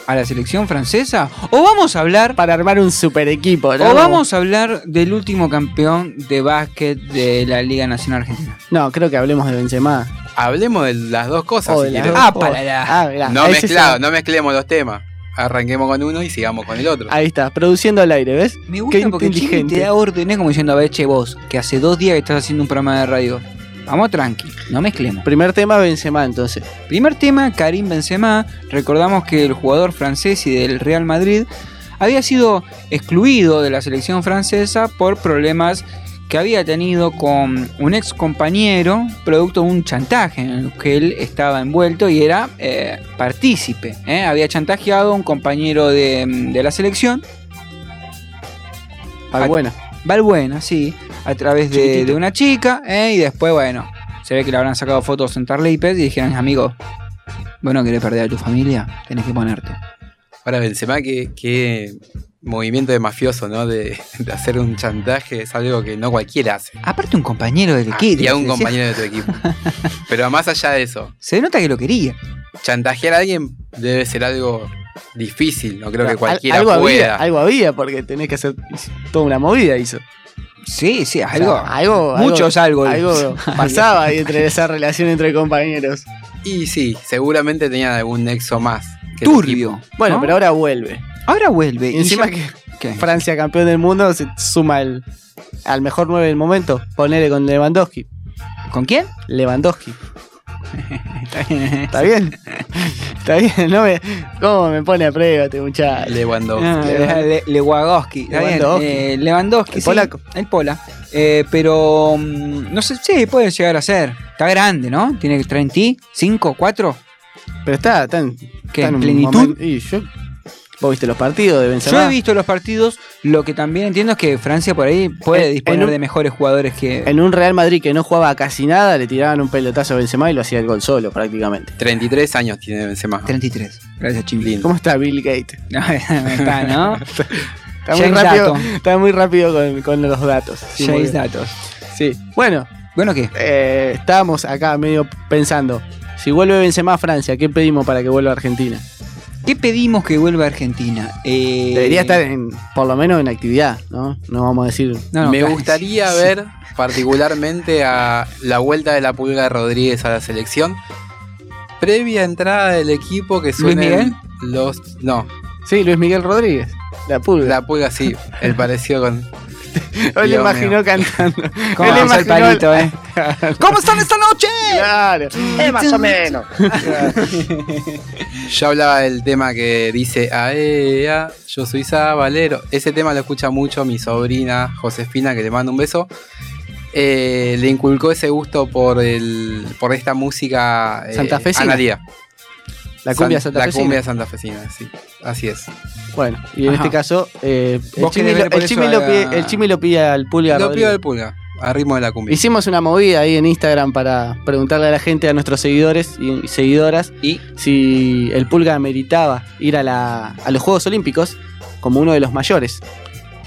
Speaker 1: a la selección francesa. O vamos a hablar.
Speaker 6: Para armar un super equipo, ¿no?
Speaker 1: O vamos a hablar del último campeón de básquet de la Liga Nacional Argentina.
Speaker 6: No, creo que hablemos de Benzema.
Speaker 2: Ah,
Speaker 14: Hablemos de las dos cosas. si
Speaker 6: O Oh, de las
Speaker 14: querés.
Speaker 6: dos cosas. Ah, mirá,
Speaker 14: No,
Speaker 6: ahí se
Speaker 14: mezclado,
Speaker 6: sabe.
Speaker 14: no mezclemos los temas. Arranquemos con uno y sigamos con el otro.
Speaker 6: Ahí está, produciendo al aire, ¿ves?
Speaker 1: Me gusta porque Jimmy te da órdenes como diciendo, a ver, che, vos, que hace dos días que estás haciendo un programa de radio. Vamos tranqui, no mezclemos.
Speaker 6: Primer tema, Benzema, entonces.
Speaker 1: Primer tema, Karim Benzema. Recordamos que el jugador francés y del Real Madrid había sido excluido de la selección francesa por problemas que había tenido con un ex compañero, producto de un chantaje en el que él estaba envuelto y era eh, partícipe. ¿eh? Había chantajeado a un compañero de, de la selección.
Speaker 6: Valbuena.
Speaker 1: Valbuena, sí. A través de,
Speaker 6: Chiquitito.
Speaker 1: de una chica, ¿eh? y después, bueno, se ve que le habrán sacado fotos en Tarleipes y dijeron, amigo, vos no querés perder a tu familia, tenés que ponerte.
Speaker 14: Ahora, Benzema, qué, qué movimiento de mafioso, ¿no? De, de hacer un chantaje es algo que no cualquiera hace.
Speaker 1: Aparte un compañero
Speaker 6: Ah,
Speaker 1: del equipo.
Speaker 14: y a un
Speaker 1: decía,
Speaker 14: compañero de tu equipo. Pero más allá de eso,
Speaker 1: Se nota que lo quería.
Speaker 14: chantajear a alguien debe ser algo difícil. No creo que
Speaker 6: Al-
Speaker 14: cualquiera
Speaker 6: algo
Speaker 14: pueda.
Speaker 6: Había, algo había, porque tenés que hacer toda una movida, hizo.
Speaker 1: Sí, sí,
Speaker 14: algo-
Speaker 6: algo
Speaker 14: muchos
Speaker 1: algo-
Speaker 6: Algo pasaba ahí entre esa relación entre compañeros.
Speaker 14: Y sí, seguramente tenían algún nexo más. que el
Speaker 1: Turbio.
Speaker 14: equipo.
Speaker 6: Bueno,
Speaker 14: ¿no?
Speaker 6: pero ahora vuelve.
Speaker 1: Ahora vuelve.
Speaker 6: Y encima
Speaker 1: ya-
Speaker 6: que
Speaker 1: ¿Qué?
Speaker 6: Francia campeón del mundo se suma el, al mejor 9 del momento. Ponele con Lewandowski.
Speaker 1: ¿Con quién? Ah,
Speaker 6: Lewandowski.
Speaker 1: Está bien.
Speaker 6: ¿Está bien? Está bien, no me. ¿Cómo me pone a prueba este muchacho?
Speaker 14: Lewandowski.
Speaker 1: Ah, Le- Le- Lewandowski. está bien,
Speaker 6: Lewandowski.
Speaker 1: eh, Lewandowski.
Speaker 6: El
Speaker 1: sí,
Speaker 6: polaco.
Speaker 1: El pola. Eh, pero mm, no sé, sí, puede llegar a ser. Está grande, ¿no? Tiene 35, 4.
Speaker 6: Pero está tan.
Speaker 1: ¿Qué,
Speaker 6: está
Speaker 1: en
Speaker 6: un
Speaker 1: plenitud?
Speaker 6: momen- Y yo. Vos viste los partidos de
Speaker 1: Yo
Speaker 6: Benzema.
Speaker 1: he visto los partidos, lo que también entiendo es que Francia por ahí puede
Speaker 6: En- en
Speaker 1: disponer
Speaker 6: un-
Speaker 1: de mejores jugadores que...
Speaker 6: En un Real Madrid que no jugaba casi nada, le tiraban un pelotazo a Benzema y lo hacía el gol solo prácticamente.
Speaker 14: 33 años tiene Benzema.
Speaker 1: 33. Gracias, Chimi.
Speaker 14: Lindo.
Speaker 6: ¿Cómo está Bill Gates?
Speaker 1: está, ¿no?
Speaker 6: Está muy
Speaker 1: James
Speaker 6: rápido,
Speaker 1: Dutton.
Speaker 6: está muy rápido con, con los datos. Sí, muy
Speaker 1: Seis
Speaker 6: bien.
Speaker 1: datos.
Speaker 6: Sí. Bueno,
Speaker 1: Bueno, ¿qué?
Speaker 6: eh, estábamos acá medio pensando. Si vuelve Benzema a Francia, ¿qué pedimos para que vuelva a Argentina?
Speaker 1: ¿Qué pedimos que vuelva a Argentina? Eh,
Speaker 6: Debería estar en, por lo menos en actividad, ¿no? No vamos a decir.
Speaker 1: No, no,
Speaker 14: Me
Speaker 1: claro.
Speaker 14: gustaría
Speaker 1: Sí.
Speaker 14: ver particularmente a la vuelta de la pulga de Rodríguez a la selección. Previa entrada del equipo que suenen
Speaker 6: Miguel?
Speaker 14: los. No,
Speaker 6: Sí, Luis Miguel Rodríguez. La pulga.
Speaker 14: la pulga sí, el parecido con.
Speaker 6: Hoy le
Speaker 14: Dios
Speaker 6: imaginó
Speaker 14: mío.
Speaker 6: cantando.
Speaker 1: ¿Cómo
Speaker 6: Él
Speaker 1: avanzó el
Speaker 6: imaginó-
Speaker 1: palito, eh? ¿Cómo están esta noche?
Speaker 6: Claro. Es más o menos.
Speaker 14: Yo hablaba del tema que dice Aea, yo soy Valero. Ese tema lo escucha mucho mi sobrina Josefina, que le mando un beso. Eh, le inculcó ese gusto por el por esta música eh,
Speaker 6: Santafesina.
Speaker 14: analía.
Speaker 6: La cumbia
Speaker 14: San-
Speaker 6: santafesina.
Speaker 14: La cumbia santafesina, sí. Así es.
Speaker 6: Bueno, y en
Speaker 1: Ajá.
Speaker 6: este caso, eh, el,
Speaker 1: Vos
Speaker 6: Chimi
Speaker 1: querés
Speaker 6: lo,
Speaker 1: ver por
Speaker 6: el
Speaker 1: eso
Speaker 6: Chimi lo
Speaker 1: a-
Speaker 6: pide, el Chimi lo pide al pulga.
Speaker 14: Lo pido
Speaker 6: Rodríguez.
Speaker 14: del pulga, al ritmo de la cumbia.
Speaker 6: Hicimos una movida ahí en Instagram para preguntarle a la gente, a nuestros seguidores y seguidoras,
Speaker 14: Y
Speaker 6: si el Pulga meritaba ir a, la, a los Juegos Olímpicos como uno de los mayores.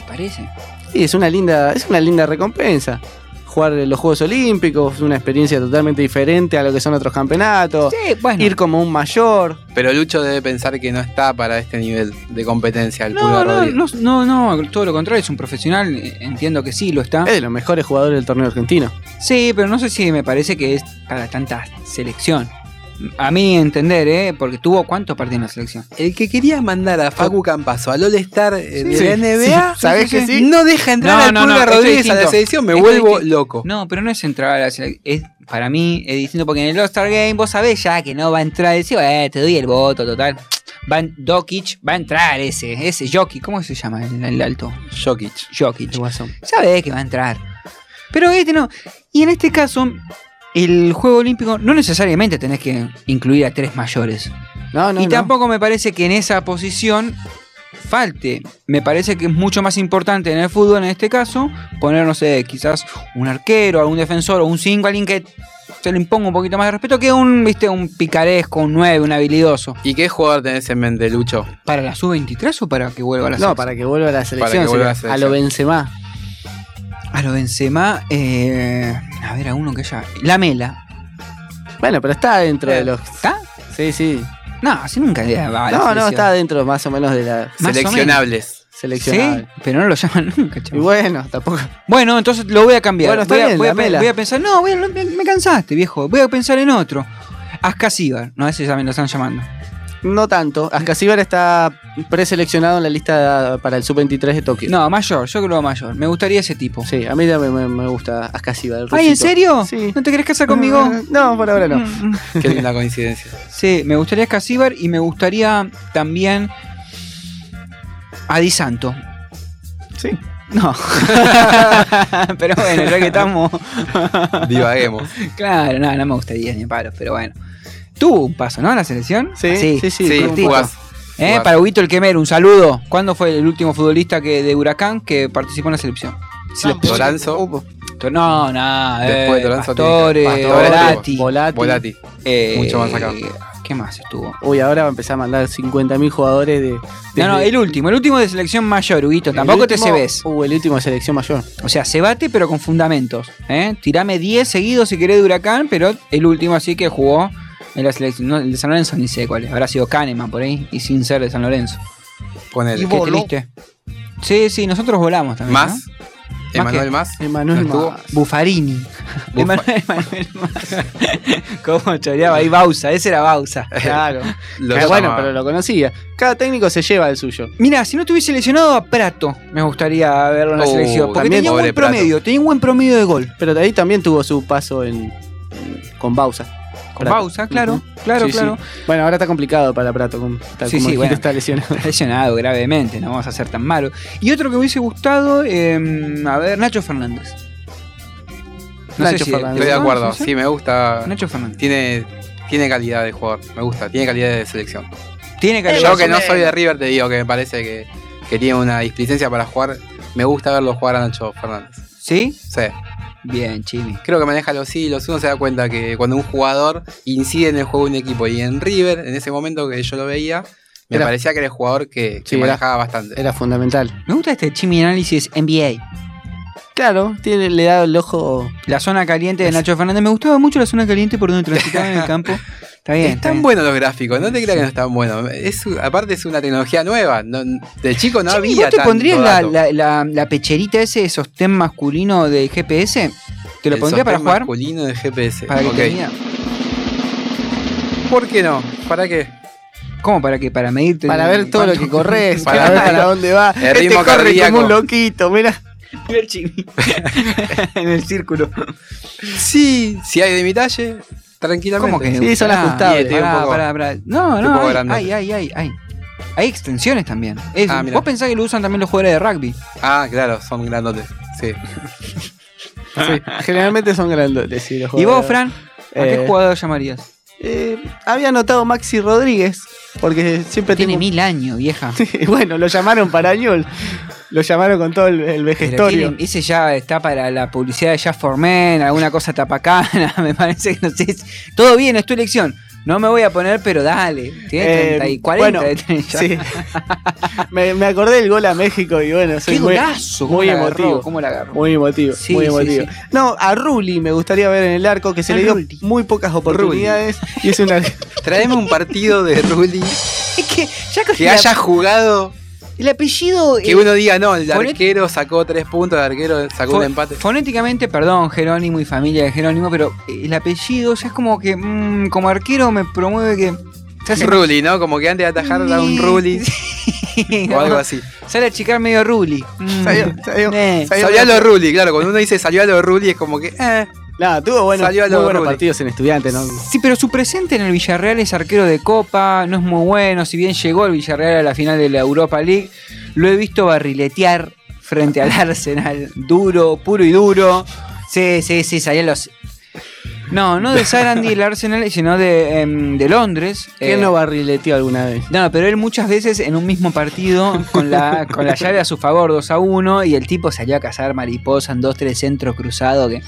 Speaker 1: Parece.
Speaker 6: Y es una linda, es una linda recompensa. Jugar en los Juegos Olímpicos, una experiencia totalmente diferente a lo que son otros campeonatos.
Speaker 1: Sí, bueno.
Speaker 6: Oh, Ir como un mayor.
Speaker 14: Pero Lucho debe pensar que no está para este nivel de competencia el
Speaker 1: No,
Speaker 14: Pulga
Speaker 1: no,
Speaker 14: Rodríguez.
Speaker 1: no, no, no, todo lo contrario, es un profesional, eh, entiendo que sí, lo está.
Speaker 6: Es de los mejores jugadores del torneo argentino.
Speaker 1: Sí, pero no sé si me parece que es para tanta selección. A mí entender, ¿eh? Porque tuvo cuántos partidos en la selección.
Speaker 14: El que quería mandar a Facu Campaso al All-Star eh, de
Speaker 1: Sí,
Speaker 14: la
Speaker 1: sí,
Speaker 14: NBA,
Speaker 1: sí,
Speaker 6: ¿Sabés
Speaker 1: sí,
Speaker 6: que
Speaker 1: sí.
Speaker 6: sí?
Speaker 14: no deja entrar al Pulga
Speaker 1: esto es
Speaker 14: Rodríguez a la
Speaker 1: distinto.
Speaker 14: selección, me
Speaker 1: Esto es
Speaker 14: vuelvo
Speaker 1: distinto.
Speaker 14: loco.
Speaker 1: No, pero no es entrar a la selección. Es, para mí es distinto porque en el All-Star Game vos sabés ya que no va a entrar. Decís, eh, te doy el voto, total. Van Dokic va a entrar ese, ese Jokic. ¿Cómo se llama el, el alto?
Speaker 14: Jokic.
Speaker 1: Jokic.
Speaker 6: El guasón.
Speaker 1: Sabés que va a entrar. Pero este no. Y en este caso, el juego olímpico no necesariamente tenés que incluir a tres mayores. y tampoco me parece que en esa posición falte. Me parece que es mucho más importante en el fútbol, en este caso, poner, no sé, quizás un arquero, algún defensor o un 5, alguien que se le imponga un poquito más de respeto que un, viste, un picaresco, un 9, un habilidoso.
Speaker 14: ¿Y qué jugador tenés en mente, Lucho?
Speaker 1: ¿Para la sub-23 o para que vuelva a la
Speaker 6: No, para que vuelva a la selección.
Speaker 14: vuelva a la
Speaker 6: sería- a lo Benzema.
Speaker 1: A lo Benzema, eh, a ver, a uno que ya... Lamela.
Speaker 6: Bueno, pero está dentro de los.
Speaker 1: ¿Está?
Speaker 6: Sí, sí.
Speaker 1: No, así nunca le va a la
Speaker 6: No, no,
Speaker 1: selección.
Speaker 6: está dentro más o menos de la.
Speaker 1: Más o Seleccionables. menos.
Speaker 6: Seleccionables.
Speaker 1: Sí, pero no lo llaman nunca, chaval.
Speaker 6: Y bueno, tampoco.
Speaker 1: Bueno, entonces lo voy a cambiar.
Speaker 6: Bueno, está
Speaker 1: voy, a,
Speaker 6: bien,
Speaker 1: voy a
Speaker 6: la
Speaker 1: pe-
Speaker 6: mela.
Speaker 1: voy a pensar, no, voy a- no, me, me cansaste, viejo. Voy a pensar en otro. Ascasíbar, no, ese ya me lo están llamando.
Speaker 6: No tanto. Ascasíbar está preseleccionado en la lista para el sub-23 de Tokio.
Speaker 1: No, mayor, yo creo mayor. Me gustaría ese tipo.
Speaker 6: Sí, a mí también me, me gusta Ascasíbar. el
Speaker 1: Ay, ¿en
Speaker 6: rusito.
Speaker 1: serio? ¿No te querés casar conmigo? Mm,
Speaker 6: No, por ahora no.
Speaker 14: Qué linda coincidencia.
Speaker 1: Sí, me gustaría Ascasíbar y me gustaría también a Di Santo.
Speaker 6: Sí.
Speaker 1: No. pero bueno, ya que estamos.
Speaker 14: Divaguemos.
Speaker 1: Claro, no, no me gustaría ni a palos, pero bueno. Tuvo un paso, ¿no? En la selección.
Speaker 6: Sí, sí, sí,
Speaker 1: cortito.
Speaker 6: tuvo un paso.
Speaker 1: ¿Eh?
Speaker 6: Jugás.
Speaker 1: Para Huguito el Quemero, un saludo. ¿Cuándo fue el último futbolista que, de Huracán que participó en la selección? Si lo-
Speaker 14: Toranzo.
Speaker 1: To- No, no.
Speaker 14: Después de
Speaker 1: eh,
Speaker 14: Lorenzo
Speaker 1: Pastore,
Speaker 14: tiene que- Pastore,
Speaker 1: Volati.
Speaker 6: Volati.
Speaker 14: Volati.
Speaker 1: Eh,
Speaker 14: Mucho más acá.
Speaker 1: ¿Qué más estuvo?
Speaker 6: Uy, ahora va a empezar a mandar 50.000 jugadores de.
Speaker 1: No, no,
Speaker 6: desde-
Speaker 1: el último, el último de selección mayor, Huguito.
Speaker 6: el
Speaker 1: Tampoco te
Speaker 6: último-
Speaker 1: cebes.
Speaker 6: Uh, el último de selección mayor.
Speaker 1: O sea, se bate, pero con fundamentos. ¿eh? Tirame 10 seguidos si querés de Huracán, pero el último así que jugó en la selección. no, el de San Lorenzo ni sé cuál es. Habrá sido Kahneman por ahí y sin ser de San Lorenzo.
Speaker 14: Con
Speaker 1: Qué triste. Sí, sí, nosotros volamos también.
Speaker 14: Más.
Speaker 1: ¿no?
Speaker 14: Emanuel
Speaker 1: que-
Speaker 14: Más.
Speaker 6: Emanuel
Speaker 1: ¿No estuvo?
Speaker 6: Más.
Speaker 1: Buffarini. Emanuel, Emanuel Más. ¿Cómo choreaba ahí Bausa? Ese era Bausa.
Speaker 14: Eh.
Speaker 6: Claro.
Speaker 1: Lo
Speaker 6: Ah, bueno,
Speaker 1: llamaba.
Speaker 6: pero lo conocía. Cada técnico se lleva el suyo.
Speaker 1: Mira, si no tuviese lesionado a Prato, me gustaría verlo en la
Speaker 14: Uh,
Speaker 6: Oh,
Speaker 1: selección. Porque
Speaker 6: también
Speaker 1: tenía un
Speaker 6: pobre
Speaker 1: buen promedio, tenía un buen promedio de gol.
Speaker 6: Pero de ahí también tuvo su paso en, en- con Bausa.
Speaker 1: Con Bausa, claro, claro, claro.
Speaker 6: Bueno, ahora está complicado para Prato, con, tal
Speaker 1: Sí,
Speaker 6: como
Speaker 1: sí,
Speaker 6: dijiste,
Speaker 1: bueno.
Speaker 6: está lesionado.
Speaker 1: Está lesionado gravemente, no vamos a ser tan malo. Y otro que me hubiese gustado, eh, a ver, Nacho Fernández. No sé si-
Speaker 14: Estoy de
Speaker 1: ¿no?
Speaker 14: acuerdo.
Speaker 1: ¿Sí?
Speaker 14: Sí, me gusta.
Speaker 1: Nacho Fernández.
Speaker 14: Tiene, tiene calidad de jugador. Me gusta. Tiene calidad de selección.
Speaker 1: Tiene calidad.
Speaker 14: Yo
Speaker 1: Más
Speaker 14: que
Speaker 1: o
Speaker 14: no
Speaker 1: menos.
Speaker 14: soy de River, te digo que me parece que, que tiene una displicencia para jugar. Me gusta verlo jugar a Nacho Fernández.
Speaker 1: ¿Sí?
Speaker 14: Sí.
Speaker 1: Bien, Chimi.
Speaker 14: Creo que maneja los hilos. Uno se da cuenta que cuando un jugador incide en el juego de un equipo y en River, en ese momento que yo lo veía, me
Speaker 6: Era-
Speaker 14: parecía que era el jugador que, que
Speaker 6: Sí, era-
Speaker 14: manejaba bastante.
Speaker 6: Era fundamental.
Speaker 1: Me gusta este Chimi Análisis NBA.
Speaker 6: Claro, tiene, le da el ojo.
Speaker 1: La zona caliente de Nacho Fernández. Me gustaba mucho la zona caliente por donde transitaba en el campo. Está bien. está
Speaker 14: Están
Speaker 1: bien.
Speaker 14: buenos los gráficos, no te creas que no están buenos. Es, aparte es una tecnología nueva. no- de chico no
Speaker 1: Chimi,
Speaker 14: había
Speaker 1: ¿vos te
Speaker 14: tanto
Speaker 1: pondrías la,
Speaker 14: dato.
Speaker 1: la, la- la pecherita ese sostén masculino de GPS? ¿Te lo
Speaker 14: El
Speaker 1: pondría para
Speaker 14: sostén
Speaker 1: jugar?
Speaker 14: masculino de GPS.
Speaker 1: Para que
Speaker 14: Ok.
Speaker 1: te mida.
Speaker 14: ¿Por qué no? ¿Para qué?
Speaker 1: ¿Cómo para qué? Para medirte.
Speaker 6: Para ver todo lo que corres, para,
Speaker 1: Para-
Speaker 6: ver para dónde va.
Speaker 1: Este
Speaker 14: El ritmo
Speaker 6: corre
Speaker 14: cardíaco.
Speaker 6: como un loquito, mira.
Speaker 1: el en el círculo.
Speaker 14: Sí, si hay de mi talle, tranquilamente.
Speaker 1: ¿Cómo que?
Speaker 14: Sí, son
Speaker 1: Pará,
Speaker 14: ajustables.
Speaker 1: pará, pará, pará. No,
Speaker 14: un poco
Speaker 1: no,
Speaker 14: grandote.
Speaker 1: hay, hay, hay, hay, hay. Hay extensiones también. Es-
Speaker 14: Ah, mirá.
Speaker 1: vos pensás que lo usan también los jugadores de rugby.
Speaker 14: Ah, claro, son grandotes. Sí.
Speaker 6: Sí, generalmente son grandotes. sí, los
Speaker 1: ¿Y vos,
Speaker 6: jugadores.
Speaker 1: Fran? ¿A
Speaker 6: Eh,
Speaker 1: qué jugador llamarías?
Speaker 6: Eh, había anotado Maxi Rodríguez, porque siempre
Speaker 1: Tiene
Speaker 6: tengo-
Speaker 1: mil años, vieja.
Speaker 6: Y bueno, lo llamaron para Añol. Lo llamaron con todo el, el
Speaker 1: Pero
Speaker 6: vejestorio.
Speaker 1: tienen- ese ya está para la publicidad de Just for Men, alguna cosa tapacana, me parece que no sé. Todo bien, es tu elección. No me voy a poner, pero dale. Tiene
Speaker 6: Eh,
Speaker 1: 30 y 40
Speaker 6: bueno,
Speaker 1: de tener ya.
Speaker 6: sí. me, me acordé del gol a México y bueno, soy
Speaker 1: Qué
Speaker 6: muy,
Speaker 1: golazo, cómo
Speaker 6: muy
Speaker 1: la agarró,
Speaker 6: emotivo.
Speaker 1: cómo la agarró.
Speaker 6: Muy emotivo,
Speaker 1: Sí,
Speaker 6: muy
Speaker 1: sí,
Speaker 6: emotivo.
Speaker 1: sí.
Speaker 6: No, a Rulli me gustaría ver en el arco, que se
Speaker 1: A
Speaker 6: le dio
Speaker 1: Rulli.
Speaker 6: muy pocas oportunidades. Y es una...
Speaker 14: Traeme un partido de Rulli
Speaker 1: Es que ya con
Speaker 14: que
Speaker 1: la-
Speaker 14: haya jugado.
Speaker 1: el apellido.
Speaker 14: Que
Speaker 1: eh,
Speaker 14: uno diga, no, el
Speaker 1: Fonet-
Speaker 14: arquero sacó tres puntos, el arquero sacó
Speaker 1: fo-
Speaker 14: un empate.
Speaker 1: Fonéticamente, perdón, Jerónimo y familia de Jerónimo, pero eh, el apellido ya es como que mm, como arquero me promueve que. se hace-
Speaker 14: Rulli, ¿no? Como que antes de atajar da un Rulli o algo así.
Speaker 1: Sale a chicar medio Ruli. Mm,
Speaker 6: Salió- salió-
Speaker 1: eh.
Speaker 6: salió-
Speaker 14: Salió a los Rulli, claro, cuando uno dice salió a los Rulli es como que, eh,
Speaker 6: Nah, tuvo buenos,
Speaker 14: Salió a
Speaker 6: muy
Speaker 14: lo
Speaker 6: buenos
Speaker 14: Rulli.
Speaker 6: partidos en estudiantes, ¿no?
Speaker 1: Sí, pero su presente en el Villarreal es arquero de Copa, no es muy bueno. Si bien llegó el Villarreal a la final de la Europa League, lo he visto barriletear frente al Arsenal. Duro, puro y duro. Sí, sí, sí, salía los. No, no de Sarandí el Arsenal, sino de, em, de Londres.
Speaker 6: ¿Quién
Speaker 1: Eh,
Speaker 6: no barrileteó alguna vez?
Speaker 1: No, pero él muchas veces en un mismo partido con la, con la llave a su favor, 2 a 1, y el tipo salió a cazar mariposa en 2, 3 centros cruzados. Que...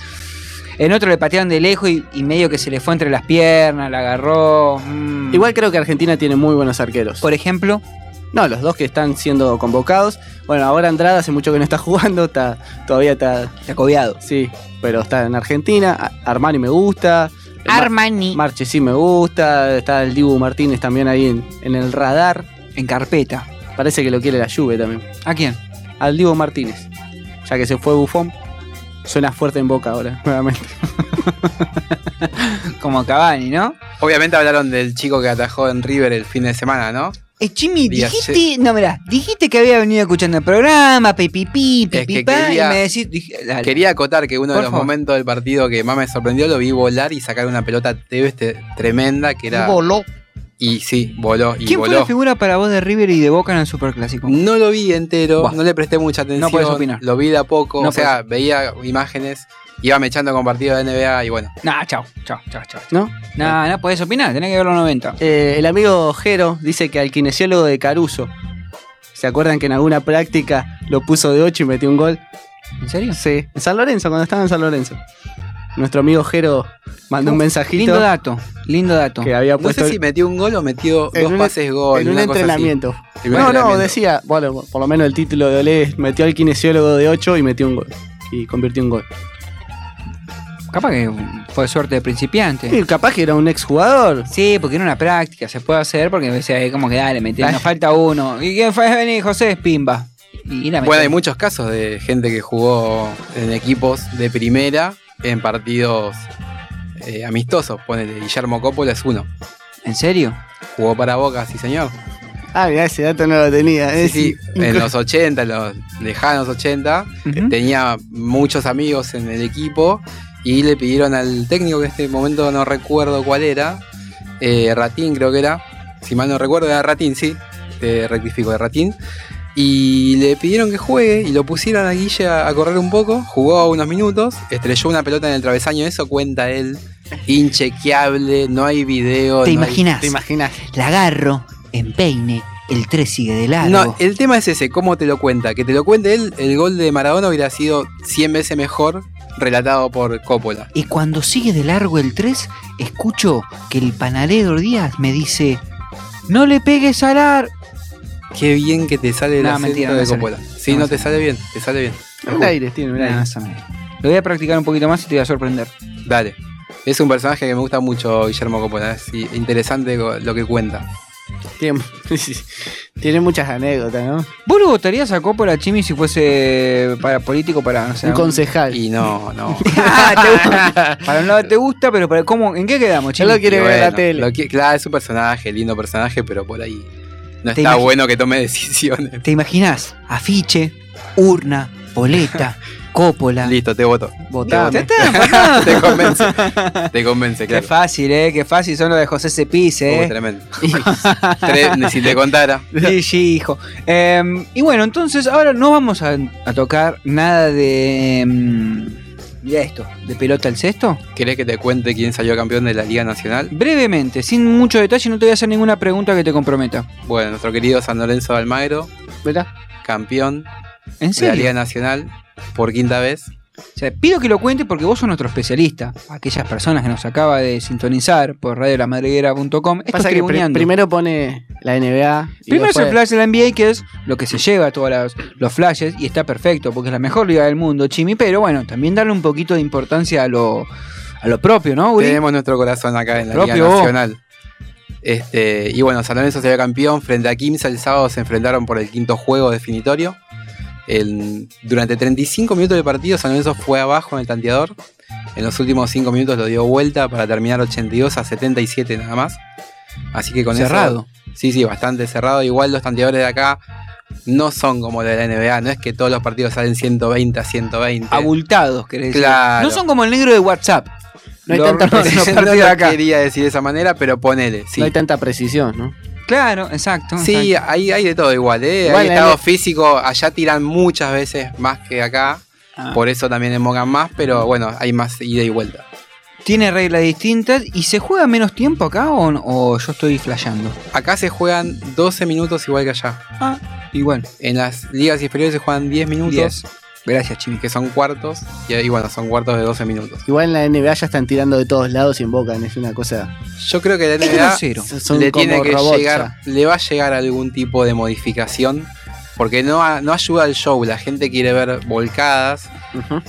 Speaker 1: En otro le patearon de lejos y, y medio que se le fue entre las piernas, la agarró. mm.
Speaker 6: Igual creo que Argentina tiene muy buenos arqueros.
Speaker 1: Por ejemplo.
Speaker 6: No, los dos que están siendo convocados. Bueno, ahora Andrada hace mucho que no está jugando, está, todavía está. Está
Speaker 1: cobiado.
Speaker 6: Sí, pero está en Argentina. A- Armani me gusta.
Speaker 1: Armani.
Speaker 6: Marche sí me gusta. Está el Dibu Martínez también ahí en, en el radar.
Speaker 1: En carpeta.
Speaker 6: Parece que lo quiere la Juve también.
Speaker 1: ¿A quién?
Speaker 6: Al Dibu Martínez. Ya que se fue Bufón. Suena fuerte en boca ahora, nuevamente.
Speaker 1: Como Cavani, ¿no?
Speaker 14: Obviamente hablaron del chico que atajó en River el fin de semana, ¿no?
Speaker 1: Eh, Jimmy,
Speaker 14: Díaz,
Speaker 1: dijiste,
Speaker 14: sí.
Speaker 1: no, mirá, dijiste que había venido escuchando el programa, pipipi,
Speaker 14: Es que
Speaker 1: pipipa,
Speaker 14: quería-
Speaker 1: y me decís, dije, dale.
Speaker 14: Quería acotar que uno
Speaker 1: Por
Speaker 14: de los
Speaker 1: favor.
Speaker 14: momentos del partido que más me sorprendió lo vi volar y sacar una pelota TV este- tremenda que era.
Speaker 1: Voló.
Speaker 14: Y sí, voló. Y
Speaker 1: ¿Quién
Speaker 14: voló.
Speaker 1: fue la figura para vos de River y de Boca en el Superclásico?
Speaker 14: No lo vi entero, no le presté mucha atención.
Speaker 1: No podés opinar.
Speaker 14: Lo vi de a poco,
Speaker 1: No
Speaker 14: o sea, veía imágenes, iba mechando con partidos de NBA y bueno.
Speaker 1: Nah, chao, chao, chao, chao.
Speaker 6: ¿No?
Speaker 1: Nah, no podés opinar, tenés que ver los 90.
Speaker 6: Eh, el amigo Jero dice que al kinesiólogo de Caruso. ¿Se acuerdan que en alguna práctica lo puso de 8 y metió un gol?
Speaker 1: ¿En serio?
Speaker 6: Sí, en San Lorenzo, cuando estaba en San Lorenzo. Nuestro amigo Jero mandó un
Speaker 14: Uh,
Speaker 6: mensajito.
Speaker 14: lindo dato,
Speaker 1: lindo dato.
Speaker 6: Que había
Speaker 14: No
Speaker 6: puesto
Speaker 14: sé si metió un gol o metió
Speaker 6: En
Speaker 14: dos
Speaker 6: un-
Speaker 14: pases gol.
Speaker 6: en un
Speaker 14: una cosa así.
Speaker 6: entrenamiento.
Speaker 14: En un
Speaker 6: No, no,
Speaker 14: entrenamiento.
Speaker 6: decía, bueno, por lo menos el título de Olé es, metió al kinesiólogo de 8 y metió un gol. Y convirtió un gol.
Speaker 1: Capaz que fue suerte de principiante.
Speaker 6: Y capaz que era un exjugador.
Speaker 1: Sí, porque era una práctica, se puede hacer porque o sea, es como que dale, metí, nos falta uno. ¿Y quién fue? Vení, José, pimba. Y, y la metió.
Speaker 14: Bueno, hay muchos casos de gente que jugó en equipos de primera en partidos eh, amistosos. Ponele, Guillermo Coppola es uno.
Speaker 1: ¿En serio?
Speaker 14: Jugó para Boca, sí señor.
Speaker 6: Ah, mirá, ese dato no lo tenía. eh.
Speaker 14: Sí,
Speaker 6: es
Speaker 14: sí, en
Speaker 6: increíble.
Speaker 14: los 80, en los lejanos 80,
Speaker 1: Ujú.
Speaker 14: eh, tenía muchos amigos en el equipo y le pidieron al técnico, que en este momento no recuerdo cuál era, eh, Ratín creo que era, si mal no recuerdo era Ratín, sí, te rectifico, de Ratín, y le pidieron que juegue y lo pusieron a Guille a, a correr un poco, jugó unos minutos, estrelló una pelota en el travesaño, eso cuenta él, inchequeable, no hay video.
Speaker 1: ¿Te
Speaker 14: no hay-
Speaker 1: imaginas?
Speaker 14: ¿Te imaginas?
Speaker 1: La agarro, empeine, el 3 sigue de
Speaker 14: No,
Speaker 1: largo.
Speaker 14: el tema es ese, cómo te lo cuenta. Que te lo cuente él, el gol de Maradona hubiera sido 100 veces mejor relatado por Coppola.
Speaker 1: Y cuando sigue de largo el 3, escucho que el panadero Díaz me dice: No le pegues al ar.
Speaker 14: Qué bien que te sale el
Speaker 1: No,
Speaker 14: acento
Speaker 1: mentira, no
Speaker 14: de
Speaker 1: me sale.
Speaker 14: Coppola. Sí,
Speaker 1: No
Speaker 14: no,
Speaker 1: me
Speaker 14: te
Speaker 1: sale.
Speaker 14: sale bien, te sale bien.
Speaker 6: Un aire tiene, un aire.
Speaker 1: Nah, esa mierda. Lo voy a practicar un poquito más y te voy a sorprender.
Speaker 14: Dale. Es un personaje que me gusta mucho, Guillermo Coppola. Es i- interesante co- lo que cuenta.
Speaker 6: Tiene, tiene muchas anécdotas, ¿no?
Speaker 1: ¿Vos lo votarías a Coppola Chimi si fuese para político para no sé,
Speaker 6: Un
Speaker 1: algún-
Speaker 6: concejal.
Speaker 14: Y no, no.
Speaker 1: Para un lado te gusta, pero para ¿cómo? ¿en qué quedamos, Chimi?
Speaker 14: Y bueno, lo que- claro, es un personaje, lindo personaje, pero por ahí no
Speaker 1: Te
Speaker 14: está
Speaker 1: imagi-
Speaker 14: bueno que tome decisiones.
Speaker 1: ¿Te imaginás? Afiche, urna, boleta, Coppola.
Speaker 14: Listo, te voto.
Speaker 1: Votame.
Speaker 14: Te voto. te convence. Te convence,
Speaker 1: Qué
Speaker 14: claro.
Speaker 1: fácil, eh, qué fácil son los de José Cepiz, eh.
Speaker 14: Uh, tremendo. Tre- ni si te contara.
Speaker 1: Sí, sí, hijo. Eh, y bueno, entonces ahora no vamos a, a tocar nada de. mm, Mira esto, de pelota al cesto.
Speaker 14: ¿Querés que te cuente quién salió campeón de la Liga Nacional?
Speaker 1: Brevemente, sin mucho detalle, no te voy a hacer ninguna pregunta que te comprometa.
Speaker 14: Bueno, nuestro querido San Lorenzo de Almagro,
Speaker 6: ¿Verdad?
Speaker 14: campeón
Speaker 1: ¿En
Speaker 14: de la
Speaker 1: serio?
Speaker 14: Liga Nacional por quinta vez.
Speaker 1: O sea, pido que lo cuente porque vos sos nuestro especialista. Aquellas personas que nos acaba de sintonizar por radiolamadriguera.com. Esto
Speaker 6: Pasa que
Speaker 1: es
Speaker 6: pri-
Speaker 1: tribuneando.
Speaker 6: primero pone la NBA. y
Speaker 1: Primero es el
Speaker 6: después-
Speaker 1: flash de la NBA, que es lo que se lleva a todos los flashes, y está perfecto, porque es la mejor liga del mundo, Chimi, pero bueno, también darle un poquito de importancia a lo, a lo propio, ¿no, Uri?
Speaker 14: Tenemos nuestro corazón acá en la
Speaker 1: Propio
Speaker 14: Liga
Speaker 1: vos.
Speaker 14: Nacional. Este, y bueno, San Lorenzo salió campeón frente a Quimsa. El sábado se enfrentaron por el quinto juego definitorio. El- durante 35 minutos de partido, San Lorenzo fue abajo en el tanteador. En los últimos 5 minutos lo dio vuelta para terminar 82 a 77 nada más. Así que con eso-
Speaker 1: Cerrado.
Speaker 14: sí, sí, bastante cerrado. Igual los tanteadores de acá no son como los de la NBA. No es que todos los partidos salen 120 a 120.
Speaker 1: Abultados, querés decir.
Speaker 14: Claro.
Speaker 1: No son como el negro de WhatsApp.
Speaker 6: No hay
Speaker 1: Lo-
Speaker 6: tanta
Speaker 1: no, no,
Speaker 6: precisión.
Speaker 1: partido
Speaker 14: no lo
Speaker 1: acá.
Speaker 14: quería decir de esa manera, pero ponele. Sí.
Speaker 6: No hay tanta precisión, ¿no?
Speaker 1: Claro, exacto.
Speaker 14: Sí,
Speaker 1: exacto.
Speaker 14: hay, hay de todo igual, ¿eh?
Speaker 1: Igual
Speaker 14: hay
Speaker 1: la
Speaker 14: estado
Speaker 1: N-
Speaker 14: físico, allá tiran muchas veces más que acá,
Speaker 1: Ah.
Speaker 14: por eso también embocan más, pero bueno, hay más ida y vuelta.
Speaker 1: Tiene reglas distintas y se juega menos tiempo acá o, o yo estoy flasheando.
Speaker 14: Acá se juegan 12 minutos igual que allá.
Speaker 1: Ah, igual.
Speaker 14: En las ligas inferiores se juegan 10 minutos.
Speaker 1: 10.
Speaker 14: Gracias, Chibi, que son cuartos. Y, ahí, bueno, son cuartos de 12 minutos.
Speaker 6: Igual en la NBA ya están tirando de todos lados y invocan, es una cosa.
Speaker 14: Yo creo que la
Speaker 6: Es
Speaker 14: NBA
Speaker 6: grosero. Son
Speaker 14: le
Speaker 6: como
Speaker 14: tiene que
Speaker 6: robots,
Speaker 14: llegar, le va a llegar algún tipo de modificación. Porque no, a- no ayuda al show, la gente quiere ver volcadas.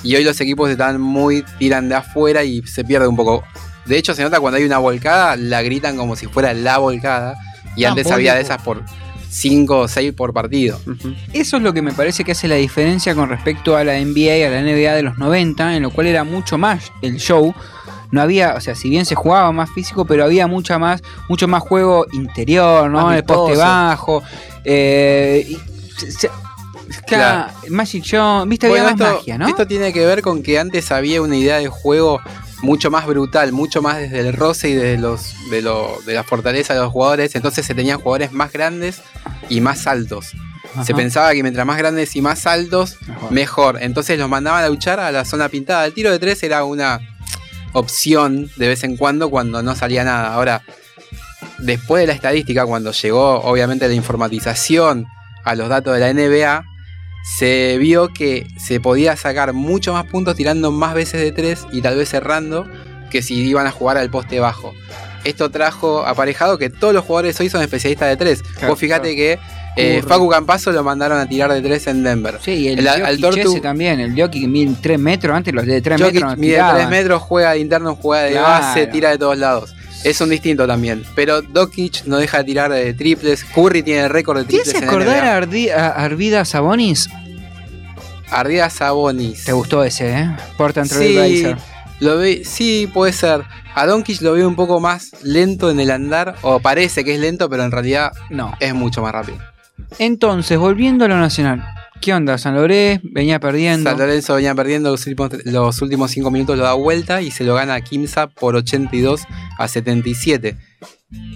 Speaker 14: Y hoy los equipos están muy, tiran de afuera y se pierde un poco. De hecho, se nota cuando hay una volcada, la gritan como si fuera la volcada. Y
Speaker 1: Ah,
Speaker 14: antes había de
Speaker 1: boludo.
Speaker 14: esas por 5 o 6 por partido.
Speaker 1: Eso es lo que me parece que hace la diferencia con respecto a la NBA y a la NBA de los 90, en lo cual era mucho más el show. No había, o sea, si bien se jugaba más físico, pero había mucha más, mucho más juego interior, ¿no?
Speaker 6: Más
Speaker 1: el poste
Speaker 6: vistoso.
Speaker 1: bajo. eh, y se- se- claro, Magic Johnson, viste, había
Speaker 14: Bueno,
Speaker 1: más
Speaker 14: esto,
Speaker 1: magia, ¿no?
Speaker 14: esto tiene que ver con que antes había una idea de juego mucho más brutal, mucho más desde el roce y desde los, de, lo- de la fortaleza de los jugadores. Entonces se tenían jugadores más grandes y más altos. Se
Speaker 1: Ajá.
Speaker 14: pensaba que mientras más grandes y más altos, mejor. Entonces los mandaban a luchar a la zona pintada. El tiro de tres era una opción de vez en cuando cuando no salía nada. Ahora, después de la estadística, cuando llegó obviamente la informatización a los datos de la NBA, se vio que se podía sacar mucho más puntos tirando más veces de tres y tal vez cerrando que si iban a jugar al poste bajo. Esto trajo aparejado que todos los jugadores hoy son especialistas de tres. Vos fíjate que eh,
Speaker 1: Curry.
Speaker 14: Facu Campazo lo mandaron a tirar de tres en Denver.
Speaker 1: Sí, y el,
Speaker 14: al-
Speaker 1: Jokic
Speaker 14: al Tortu-
Speaker 1: ese también, el Jockey que mide 3 metros, antes los de 3
Speaker 14: Jokic
Speaker 1: metros no
Speaker 14: mide
Speaker 1: tiraban.
Speaker 14: 3 metros, juega de interno, juega de
Speaker 1: Claro.
Speaker 14: base, tira de todos lados. Es un distinto también. Pero Dokic no deja de tirar de triples. Curry tiene el récord de
Speaker 1: ¿Te
Speaker 14: triples.
Speaker 1: hace
Speaker 14: en
Speaker 1: acordar
Speaker 14: NBA.
Speaker 1: a, Ardi- a Arvida Sabonis?
Speaker 14: Ardida Sabonis.
Speaker 1: Te gustó ese, ¿eh? Portland Trail
Speaker 14: Sí,
Speaker 1: Blazer.
Speaker 14: lo vi, sí, puede ser. A Doncic lo veo un poco más lento en el andar, o parece que es lento, pero en realidad
Speaker 1: no.
Speaker 14: es mucho más rápido.
Speaker 1: Entonces, volviendo a lo nacional. ¿Qué onda? San Loré venía perdiendo.
Speaker 14: San Lorenzo venía perdiendo los últimos, los últimos cinco minutos, lo da vuelta y se lo gana a Kimsa por 82 a 77.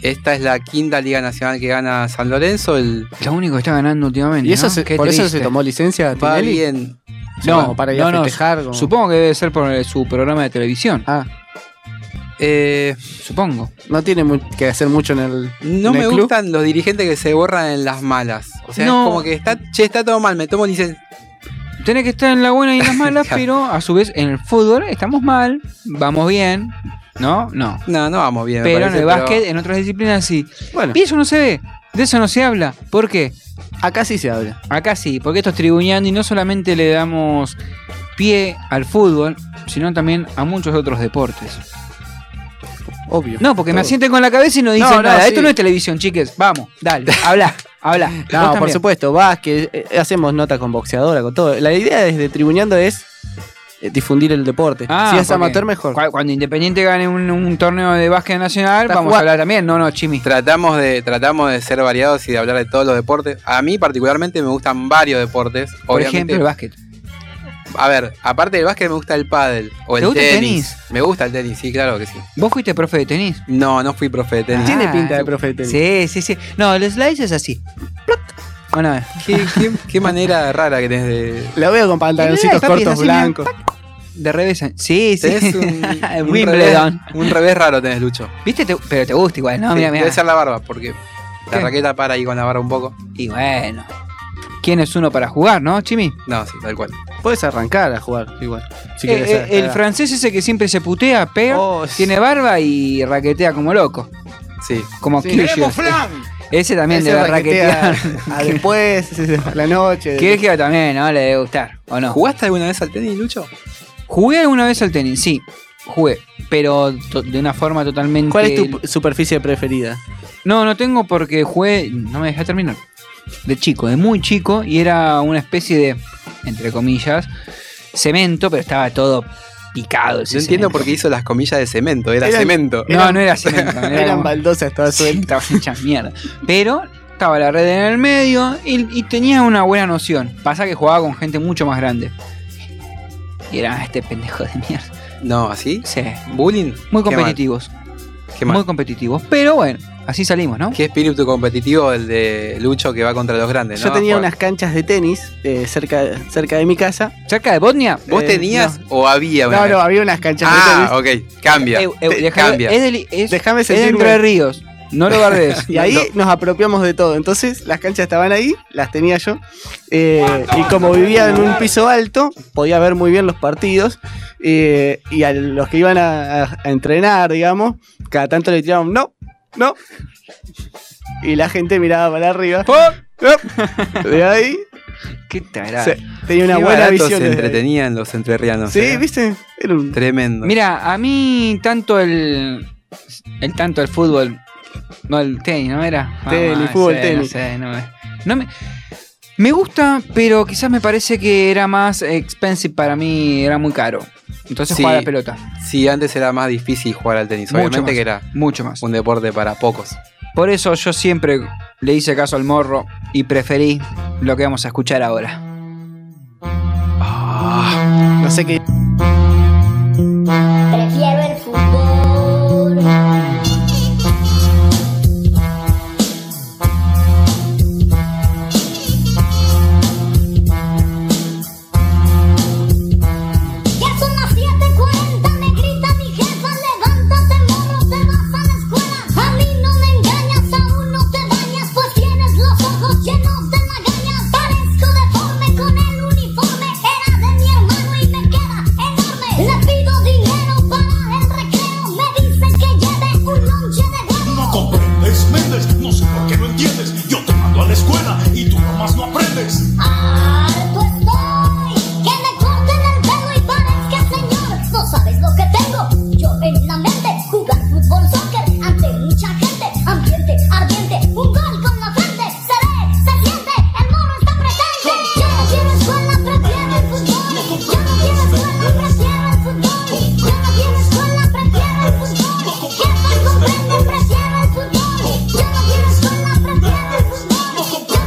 Speaker 14: Esta es la quinta Liga Nacional que gana San Lorenzo. El
Speaker 1: Lo único que está ganando últimamente.
Speaker 6: ¿Y eso
Speaker 1: ¿no?
Speaker 6: se-
Speaker 1: Qué
Speaker 6: por eso
Speaker 1: triste.
Speaker 6: se tomó licencia
Speaker 14: va
Speaker 6: Tinelli?
Speaker 14: bien.
Speaker 1: No,
Speaker 6: para ir
Speaker 1: no,
Speaker 6: a
Speaker 1: no,
Speaker 6: festejar. como-
Speaker 1: Supongo que debe ser por eh, su programa de televisión. Eh,
Speaker 6: Ah.
Speaker 1: Supongo.
Speaker 6: No tiene mu- que hacer mucho en el.
Speaker 14: No
Speaker 6: en el
Speaker 14: me
Speaker 6: club.
Speaker 14: gustan los dirigentes que se borran en las malas. O sea,
Speaker 1: No.
Speaker 14: es como que está, che, está todo mal, me tomo licencia.
Speaker 1: Tenés que estar en la buena y en las malas, pero a su vez en el fútbol estamos mal, vamos bien, ¿no? No.
Speaker 14: No, no vamos bien. me
Speaker 1: Pero en
Speaker 14: parece,
Speaker 1: el básquet, en otras disciplinas sí. Bueno. Y eso no se ve, de eso no se habla. ¿Por qué?
Speaker 6: Acá sí se habla.
Speaker 1: Acá sí, porque esto es tribuñando y no solamente le damos pie al fútbol, sino también a muchos otros deportes.
Speaker 6: Obvio.
Speaker 1: No, porque me
Speaker 6: Todo.
Speaker 1: asienten con la cabeza y no dicen
Speaker 6: No, no,
Speaker 1: nada.
Speaker 6: sí.
Speaker 1: Esto no es televisión, chiques. Vamos, dale, habla, habla.
Speaker 6: No, por supuesto, básquet, eh, hacemos nota con boxeadora, con todo. La idea desde Tribuñando es eh, difundir el deporte.
Speaker 1: Ah,
Speaker 6: si es amateur,
Speaker 1: mejor. Cuando Independiente gane un, un torneo de básquet nacional,
Speaker 6: Está
Speaker 1: vamos
Speaker 6: jugando.
Speaker 1: a hablar también. No, no, Chimi.
Speaker 14: Tratamos de, tratamos de ser variados y de hablar de todos los deportes. A mí particularmente me gustan varios deportes.
Speaker 1: Por
Speaker 14: Obviamente,
Speaker 1: ejemplo, el básquet.
Speaker 14: A ver, aparte del básquet me gusta el pádel o
Speaker 1: ¿Te
Speaker 14: el
Speaker 1: gusta el
Speaker 14: tenis.
Speaker 1: tenis?
Speaker 14: Me gusta el tenis, sí, claro que sí.
Speaker 1: ¿Vos fuiste profe de tenis?
Speaker 14: No, no fui profe de tenis.
Speaker 1: Tiene pinta de
Speaker 6: profe de
Speaker 1: tenis. Sí, sí, sí. No, el slice es así. Ploc. Una vez.
Speaker 14: ¿Qué, qué- qué manera rara que tenés de.
Speaker 6: la veo con pantaloncitos
Speaker 1: Papi, es
Speaker 6: cortos
Speaker 1: así, mira,
Speaker 6: blancos.
Speaker 1: De revés. Sí, sí.
Speaker 14: Tenés un, un revés,
Speaker 1: Wimbledon.
Speaker 14: un revés raro tenés, Lucho.
Speaker 1: ¿Viste? Te- pero te gusta igual, ¿no?
Speaker 14: Sí,
Speaker 1: Mira, mira.
Speaker 14: Debe ser la barba, porque la
Speaker 1: ¿Qué?
Speaker 14: raqueta para ahí con la barba un poco.
Speaker 1: Y bueno. ¿Quién es uno para jugar, no, Chimi?
Speaker 14: No, sí, tal cual.
Speaker 6: Puedes arrancar a jugar, igual. si
Speaker 1: Eh,
Speaker 6: querés
Speaker 1: eh,
Speaker 6: arrancar.
Speaker 1: el francés ese que siempre se putea, pega,
Speaker 6: Oh, sí.
Speaker 1: tiene barba y raquetea como loco.
Speaker 14: Sí.
Speaker 1: Como
Speaker 6: Sí.
Speaker 1: Kyrgios.
Speaker 6: ¡Queremos
Speaker 1: Ese también
Speaker 6: Ese
Speaker 1: debe
Speaker 6: raquetea
Speaker 1: raquetear.
Speaker 6: A después, a la noche.
Speaker 1: Kyrgios también, ¿no? Le debe gustar, ¿o no?
Speaker 14: ¿Jugaste alguna vez al tenis, Lucho?
Speaker 1: Jugué alguna vez al tenis, sí. Jugué. Pero to- de una forma totalmente.
Speaker 6: ¿Cuál es tu p- superficie preferida?
Speaker 1: No, no tengo porque jugué. No me dejé terminar. De chico, de muy chico. Y era una especie de. Entre comillas. Cemento, pero estaba todo picado.
Speaker 14: No entiendo por qué hizo las comillas de cemento, era
Speaker 1: Eran-
Speaker 14: cemento.
Speaker 1: No, no era cemento. Era
Speaker 6: Eran
Speaker 1: como-
Speaker 6: baldosas todas
Speaker 1: Sí,
Speaker 6: sueltas.
Speaker 1: estaba hecha mierda. Pero estaba la red en el medio y, y tenía una buena noción. Pasa que jugaba con gente mucho más grande. Y era este pendejo de mierda.
Speaker 14: No, ¿así?
Speaker 1: Sí.
Speaker 14: ¿Bullying?
Speaker 1: Muy
Speaker 14: Qué mal.
Speaker 1: competitivos.
Speaker 14: Qué mal,
Speaker 1: muy competitivos. Pero bueno, así salimos, ¿no?
Speaker 14: Qué espíritu competitivo el de Lucho que va contra los grandes, ¿no?
Speaker 6: Yo tenía
Speaker 14: Juan?
Speaker 6: unas canchas de tenis eh, cerca, cerca de mi casa. Eh,
Speaker 1: ¿Cerca de Botnia?
Speaker 14: ¿Vos tenías o había una
Speaker 6: No, no,
Speaker 14: cancha?
Speaker 6: había unas canchas
Speaker 14: Ah,
Speaker 6: de tenis.
Speaker 14: ok, cambia.
Speaker 6: Eh, eh,
Speaker 14: Te-
Speaker 6: dejá-
Speaker 14: cambia.
Speaker 6: es del- Déjame
Speaker 1: es de Entre Ríos. No lo guardes.
Speaker 6: y ahí nos apropiamos de todo. Entonces, las canchas estaban ahí, las tenía yo. eh, y como vivía en un piso alto, podía ver muy bien los partidos. eh, y a los que iban a, a- a entrenar, digamos, cada tanto le tiraban, no, no. Y la gente miraba para arriba.
Speaker 14: Oh,
Speaker 6: "No". De ahí.
Speaker 1: Qué tarado.
Speaker 6: se- tenía una
Speaker 14: Ah. Qué
Speaker 6: buena
Speaker 14: barato
Speaker 6: visión.
Speaker 14: se
Speaker 6: desde ahí.
Speaker 14: entretenían los entrerrianos.
Speaker 6: Sí,
Speaker 14: ¿eh?
Speaker 6: ¿viste? Era un-
Speaker 14: Tremendo.
Speaker 1: Mira, a mí tanto el. El tanto el fútbol. No, el tenis, ¿no era?
Speaker 6: Tenis,
Speaker 1: Mamá,
Speaker 6: fútbol,
Speaker 1: sí,
Speaker 6: tenis.
Speaker 1: No sé, no me, no me- me gusta, pero quizás me parece que era más expensive para mí, era muy caro. Entonces
Speaker 14: Sí.
Speaker 1: jugaba a la pelota.
Speaker 14: Sí, antes era más difícil jugar al tenis.
Speaker 1: Mucho
Speaker 14: Obviamente
Speaker 1: más,
Speaker 14: que era
Speaker 1: mucho más.
Speaker 14: un deporte para pocos.
Speaker 1: Por eso yo siempre le hice caso al morro y preferí lo que vamos a escuchar ahora.
Speaker 6: No sé qué.
Speaker 5: Prefiero el fútbol. Ya son las 7:40, me grita mi jefa, levántate morro, te vas a la escuela. A mí no me engañas, aún no te bañas, pues tienes los ojos llenos de lagañas. Parezco deforme con el uniforme, era de mi hermano y me queda enorme. Le pido dinero para el recreo, me dicen que lleve un lonche de huevo.
Speaker 17: No comprendes, Méndez, no sé por qué no entiendes. Yo te mando a la escuela y tú nomás no aprendes.
Speaker 5: Harto estoy que me corten el pelo y parezca señor. No sabes lo que tengo yo en la mente. Jugar fútbol, soccer ante mucha gente. Ambiente ardiente, un gol con la frente. Se ve, se siente, el morro está presente. Yo no quiero escuela, prefiero el fútbol. Yo no quiero escuela, prefiero el fútbol. Yo no quiero escuela, prefiero el fútbol. Que me comprende, prefiero el fútbol. Yo no quiero escuela, prefiero el fútbol. Yo no quiero escuela, prefiero el fútbol. Yo no quiero escuela, prefiero el fútbol. Que me comprende,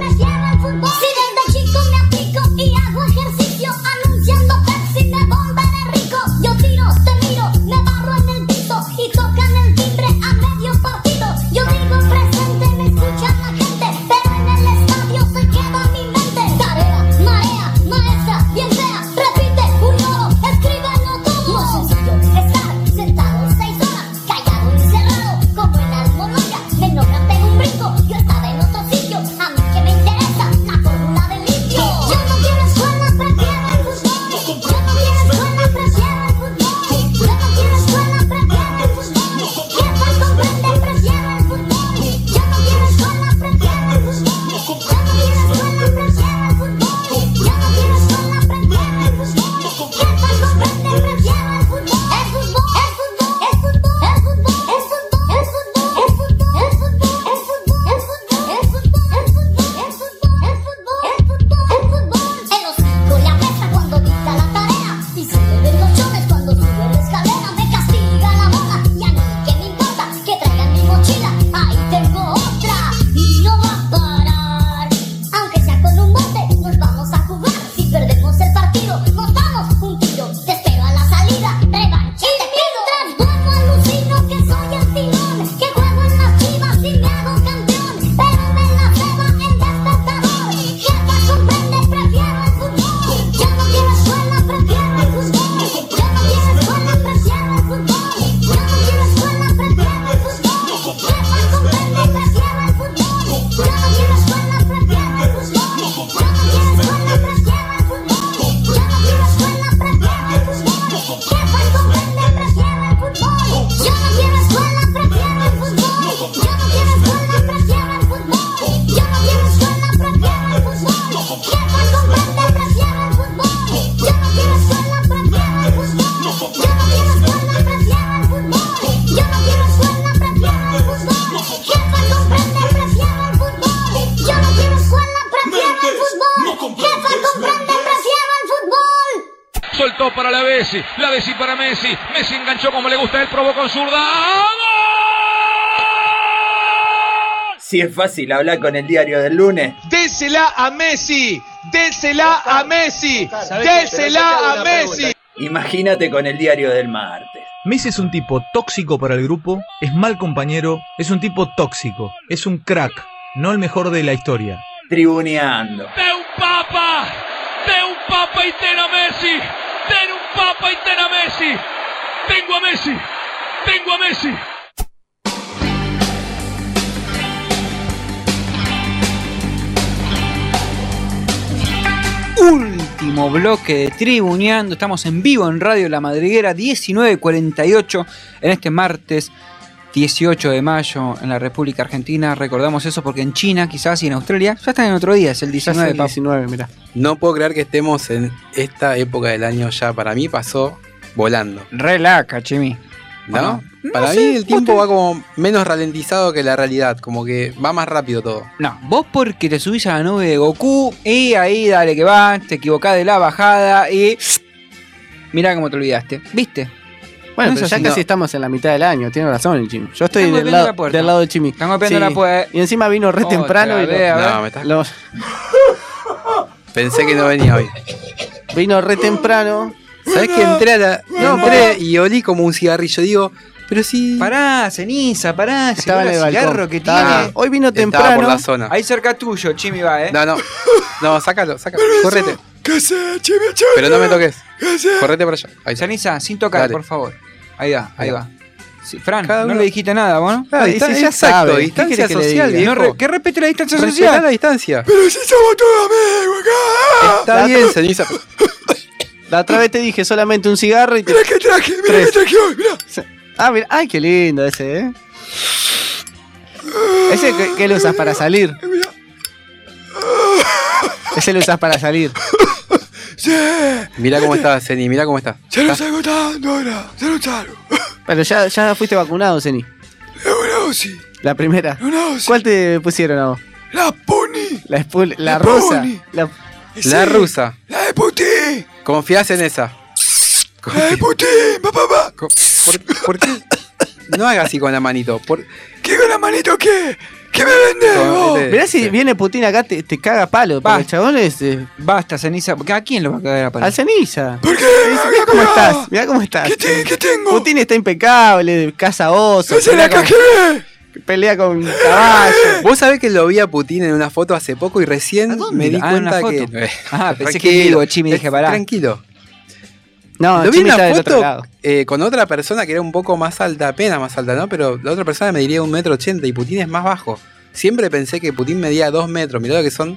Speaker 5: prefiero el fútbol. Si desde chico me aplico y hago ejercicio, anunciando Pepsi me volveré rico. Yo tiro, te miro, me barro en el piso y tocan el timbre a medio partido. Yo digo presente, me escuchan la gente, pero en el estadio se queda mi mente. Tarea, marea, maestra, bien sea, repite un loro, escríbanlo todo. No es sencillo estar sentado seis horas, callado y cerrado, como en la almohada. Me nombran de un brinco, yo estaba en otro sitio, a mí que me interesa la fórmula del litio. Yo no quiero escuela, prefiero el fútbol. Yo no quiero escuela, prefiero el fútbol. Yo no quiero escuela, prefiero el fútbol. Que me comprende, prefiero el fútbol. Yo no quiero escuela, prefiero el fútbol. Yo no quiero escuela, prefiero el fútbol. Yo no quiero escuela, prefiero el fútbol. Que me comprende, prefiero el fútbol. El fútbol, el fútbol, el fútbol, el fútbol, el fútbol, el fútbol, el fútbol, el fútbol, el fútbol, el fútbol, el fútbol, el fútbol, el fútbol, el fútbol, el fútbol, el fútbol. El hocico le apesta cuando dicta la tarea y se le ven los chones cuando sube la escalera. Me castiga la bola y a mí que me importa que traigan mi mochila. Ahí tengo otra y no va a parar. Aunque sea con un bote, nos vamos a jugar. Si perdemos el partido, nos damos un tiro. Te espero a la salida, revancha y te pido. Transformo alucino que soy el timón, que juego en las chivas y me hago campeón. Pero me la ceba el despertador. Jefa, comprende, prefiero el fútbol. Yo no quiero escuela, prefiero el fútbol. Yo no quiero escuela, prefiero el fútbol. Yo no quiero escuela, prefiero el fútbol. Jefa, comprende, prefiero el fútbol. Yo no quiero escuela, prefiero el fútbol. Yo no quiero escuela, prefiero el fútbol. Yo no quiero escuela, prefiero el fútbol. Jefa, comprende, prefiero el fútbol. Yo no quiero escuela, prefiero el fútbol. Yo no quiero escuela, prefiero el fútbol. Yo no quiero escuela, prefiero el fútbol. Jefa, comprende, prefiero el fútbol. Yo no quiero escuela, prefiero el fútbol. Yo no quiero escuela, prefiero el fútbol. Yo no quiero escuela, prefiero el fútbol. Jefa, comprende, prefiero el fútbol. Yo no quiero escuela, prefiero el fútbol. Jefa, comprende, prefiero el fútbol.
Speaker 21: Soltó para la Bessi, la Bessi para Messi. Messi enganchó como le gusta, él probó con zurda.
Speaker 22: Si es fácil hablar con el diario del lunes.
Speaker 23: Désela a Messi.
Speaker 3: Désela a Messi. Désela a Messi.
Speaker 4: Imagínate con el diario del martes.
Speaker 22: Messi es un tipo tóxico para el grupo, es mal compañero, es un tipo tóxico, es un crack, no el mejor de la historia.
Speaker 4: Tribuneando.
Speaker 21: De un papa, de un papa y ten a Messi, ten un papa y ten a Messi. Tengo a Messi, tengo a Messi.
Speaker 1: Último bloque de Tribuneando. Estamos en vivo en Radio La Madriguera 1948 en este martes 18 de mayo en la República Argentina. Recordamos eso porque en China quizás y en Australia ya están en otro día, es el 19.
Speaker 6: el
Speaker 1: papu.
Speaker 6: 19, mirá.
Speaker 14: No puedo creer que estemos en esta época del año ya. Para mí pasó volando.
Speaker 1: Relaca, Chimi.
Speaker 14: ¿No?
Speaker 1: ¿O no?
Speaker 14: Para
Speaker 1: No
Speaker 14: mí
Speaker 1: sé,
Speaker 14: el
Speaker 1: vos
Speaker 14: tiempo
Speaker 1: te-
Speaker 14: va como menos ralentizado que la realidad, como que va más rápido todo.
Speaker 1: No, vos porque te subís a la nube de Goku y ahí dale que va, te equivocás de la bajada y. Mirá cómo te olvidaste. ¿Viste?
Speaker 6: Bueno,
Speaker 1: No
Speaker 6: pero
Speaker 1: es
Speaker 6: ya
Speaker 1: así.
Speaker 6: casi
Speaker 1: No.
Speaker 6: estamos en la mitad del año, tiene razón el Chimi. Yo estoy
Speaker 1: Están
Speaker 6: del
Speaker 1: golpeando
Speaker 6: lado,
Speaker 1: la puerta.
Speaker 6: del lado del Chimi.
Speaker 1: Están golpeando la puerta.
Speaker 6: Y encima vino re
Speaker 1: Otra
Speaker 6: temprano y lo-
Speaker 1: vez, a ver. No, me
Speaker 6: lo-
Speaker 14: Pensé que no venía hoy.
Speaker 6: vino re temprano.
Speaker 14: ¿Sabés que entré a la.
Speaker 6: No,
Speaker 14: entré y olí como un cigarrillo. Digo, pero sí.
Speaker 1: Pará, ceniza, pará. si
Speaker 6: Estaba
Speaker 1: olor
Speaker 6: en el
Speaker 1: a
Speaker 6: balcón.
Speaker 1: cigarro que
Speaker 6: Estaba-
Speaker 1: tiene.
Speaker 6: Hoy vino
Speaker 14: Estaba
Speaker 6: temprano.
Speaker 14: por la zona.
Speaker 1: Ahí cerca tuyo, Chimi va, eh.
Speaker 14: No, no. No, sácalo, sácalo. Correte. Pero no me toques. Correte para allá. Ahí está.
Speaker 1: Ceniza, sin tocar,
Speaker 14: Dale.
Speaker 1: por favor. Ahí va, ahí
Speaker 14: Ahí
Speaker 1: va. Sí, Fran,
Speaker 14: Cada
Speaker 1: no
Speaker 14: uno-
Speaker 1: le dijiste nada, ¿vos no?
Speaker 14: Claro, distancia-
Speaker 1: él
Speaker 14: exacto,
Speaker 1: sabe. ¿Qué
Speaker 14: distancia
Speaker 1: querés que le
Speaker 14: social,
Speaker 1: diga? No
Speaker 14: viejo.
Speaker 1: re- que respete la distancia
Speaker 14: Respetá
Speaker 1: social.
Speaker 14: la distancia.
Speaker 1: Pero si somos todos
Speaker 14: Está bien, ceniza.
Speaker 6: La otra vez te dije solamente un cigarro y te. Mira
Speaker 3: que traje,
Speaker 6: mira que traje hoy, Ah, mira, ay, qué lindo ese, eh. Ese que, que lo usas para salir. Ese lo usas para salir.
Speaker 14: Mirá cómo estás, Ceni, mirá cómo estás. Estás-
Speaker 3: salgo tanto ahora, ya no salgo.
Speaker 6: Pero ya, ya fuiste vacunado, Zeni.
Speaker 3: Una UCI,
Speaker 6: La primera.
Speaker 3: una UCI.
Speaker 6: ¿Cuál te pusieron a vos?
Speaker 3: La pony,
Speaker 6: La, espul- la
Speaker 3: La
Speaker 6: rusa.
Speaker 3: Pony.
Speaker 6: La,
Speaker 14: La rusa.
Speaker 3: la de Putin,
Speaker 14: Confías en esa.
Speaker 3: la de Putin, papá, papá.
Speaker 14: Co- ¿Por, por qué? No hagas así con la manito. Por,
Speaker 3: ¿Qué con la manito qué? ¿Qué me vendés
Speaker 14: Con-
Speaker 3: vos?
Speaker 14: este-
Speaker 6: Mirá si viene Putin acá, te, te caga palo. Porque el chabón es. eh,
Speaker 1: Basta, ceniza. porque ¿A quién lo va a cagar a palo?
Speaker 6: al ceniza.
Speaker 3: ¿Por qué?
Speaker 6: Mirá cómo estás. Mirá cómo estás.
Speaker 3: ¿Qué, te- qué tengo?
Speaker 6: Putin está impecable, caza oso.
Speaker 3: ¡Es en la KGB!
Speaker 6: pelea con caballo.
Speaker 14: Vos sabés que lo vi a Putin en una foto hace poco y recién me di
Speaker 1: Ah, ¿en una
Speaker 14: cuenta
Speaker 1: foto?
Speaker 14: que.
Speaker 1: Ah, pensé que
Speaker 14: Tranquilo.
Speaker 1: digo, Chimi, dije, pará.
Speaker 14: Tranquilo.
Speaker 6: No,
Speaker 14: lo vi en
Speaker 6: Chimi está
Speaker 14: una
Speaker 6: del otro
Speaker 14: foto
Speaker 6: lado.
Speaker 14: eh, con otra persona que era un poco más alta, apenas más alta, ¿no? Pero la otra persona me diría un metro ochenta y Putin es más bajo. Siempre pensé que Putin medía dos metros. Mirá lo que son.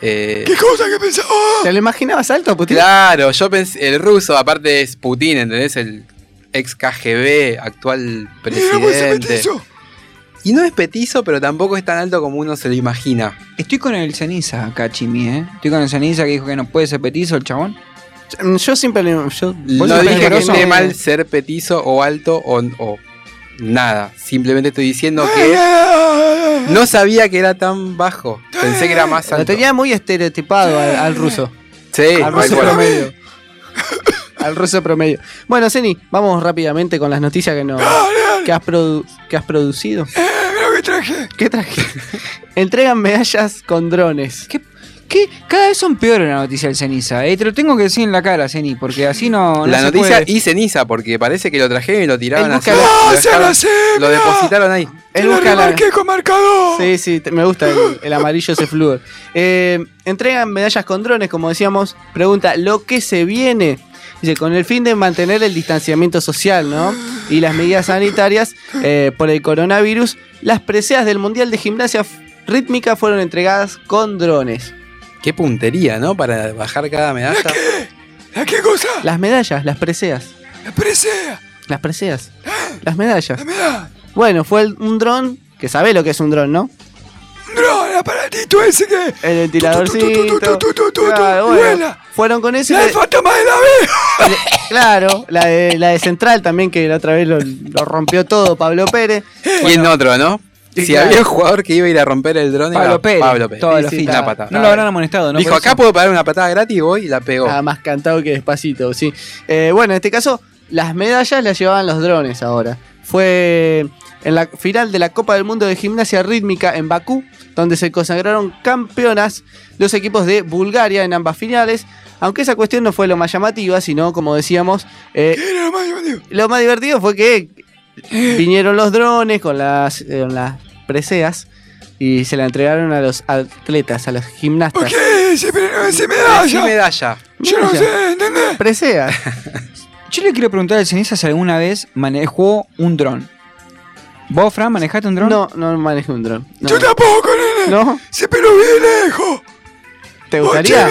Speaker 14: eh,
Speaker 3: ¿Qué cosa que pensaba?
Speaker 6: ¿Te lo imaginabas alto, Putin?
Speaker 14: Claro, yo pensé, el ruso aparte es Putin, ¿entendés? El ex KGB, actual
Speaker 3: ¿Cómo Ah, se mete
Speaker 14: presidente.
Speaker 3: eso?
Speaker 14: Y no es petizo, pero tampoco es tan alto como uno se lo imagina.
Speaker 1: Estoy con el ceniza acá, Chimi, eh. Estoy con el ceniza que dijo que no puede ser petizo el chabón.
Speaker 6: Yo- Yo siempre le. Yo,
Speaker 1: ¿Vos
Speaker 14: No
Speaker 1: sos
Speaker 14: dije que
Speaker 1: peligroso?
Speaker 14: esté mal ser petizo o alto o, o nada. Simplemente estoy diciendo
Speaker 3: Ay,
Speaker 14: que
Speaker 3: ay, ay, ay.
Speaker 14: no sabía que era tan bajo. Pensé que era más
Speaker 6: lo
Speaker 14: alto.
Speaker 6: tenía muy estereotipado al, al ruso.
Speaker 14: Sí,
Speaker 6: al
Speaker 14: tal
Speaker 6: ruso
Speaker 14: cual.
Speaker 6: promedio. al ruso promedio. Bueno, Zeni, vamos rápidamente con las noticias que nos. Que has, produ- que has producido.
Speaker 3: Eh, Mirá lo que traje.
Speaker 6: ¿Qué traje? Entregan medallas con drones.
Speaker 1: ¿Qué? Cada vez son peores las noticias del ceniza, eh. Te lo tengo que decir en la cara, Ceni, porque así no. no
Speaker 14: La
Speaker 1: se
Speaker 14: noticia
Speaker 1: puede.
Speaker 14: y ceniza, porque parece que lo trajeron y lo tiraron
Speaker 6: Él
Speaker 14: así.
Speaker 6: busca la-
Speaker 14: lo
Speaker 3: ¡No, se
Speaker 14: dejaron-
Speaker 3: lo sé,
Speaker 14: lo
Speaker 3: mirá!
Speaker 14: depositaron ahí.
Speaker 3: Te
Speaker 6: Él
Speaker 3: lo
Speaker 6: busca la-
Speaker 3: remarqué con marcador.
Speaker 6: Sí, sí, te- me gusta el, el amarillo ese flúor. Eh, entregan medallas con drones, como decíamos. Pregunta, ¿lo que se viene? Dice, con el fin de mantener el distanciamiento social, ¿no? Y las medidas sanitarias eh, por el coronavirus, las preseas del Mundial de Gimnasia F- Rítmica fueron entregadas con drones.
Speaker 14: Qué puntería, ¿no? Para bajar cada medalla.
Speaker 3: ¿La qué cosa?
Speaker 6: Las medallas, las preseas.
Speaker 3: La presea.
Speaker 6: Las preseas. Las medallas.
Speaker 3: Mirá,
Speaker 6: Bueno, fue el- un dron, que sabe lo que es un dron, ¿no?
Speaker 3: un dron, el aparatito ese que...
Speaker 6: El ventiladorcito.
Speaker 3: Tu, tu, tu, tu, tu, tu, tu, tu,
Speaker 6: Claro, bueno,
Speaker 3: vuela.
Speaker 6: fueron con eso. y
Speaker 3: ¡La
Speaker 14: Eh,
Speaker 6: le-
Speaker 3: del fantasma de la B!
Speaker 6: Claro, la de, la de Central también, que la otra vez lo, lo rompió todo Pablo Pérez.
Speaker 14: Y en otro, ¿no?
Speaker 6: Sí,
Speaker 14: Si
Speaker 6: claro.
Speaker 14: había un jugador que iba a ir a romper el dron, era
Speaker 1: Pablo Pérez.
Speaker 14: Pablo Pérez.
Speaker 1: Todos los
Speaker 6: Sí,
Speaker 1: fines.
Speaker 14: Una patada.
Speaker 1: No lo habrán amonestado, ¿no?
Speaker 14: Dijo,
Speaker 1: Por eso.
Speaker 14: acá puedo pagar una patada gratis y voy y la
Speaker 3: Ah,
Speaker 14: pegó.
Speaker 6: Nada más cantado que despacito, sí. Eh, bueno, en este caso, las medallas las llevaban los drones ahora. Fue en la final de la Copa del Mundo de Gimnasia Rítmica en Bakú, donde se consagraron campeonas los equipos de Bulgaria en ambas finales. Aunque esa cuestión no fue lo más llamativa, sino, como decíamos, eh,
Speaker 11: lo más divertido?
Speaker 6: lo más divertido fue que vinieron los drones con las, eh, con las preseas y se la entregaron a los atletas, a los gimnastas.
Speaker 11: eh, Se, me- se medalla.
Speaker 14: Sí, medalla.
Speaker 11: Yo no sé, ¿entendés?
Speaker 6: Presea.
Speaker 1: Yo le quiero preguntar al Ceniza si alguna vez manejó un dron. ¿Vos, Fran, manejaste un dron?
Speaker 6: No, no manejé un dron. No.
Speaker 11: Yo tampoco, nene.
Speaker 6: ¿No?
Speaker 11: Siempre lo vi de lejos. ¡Oh,
Speaker 6: ¿Te gustaría?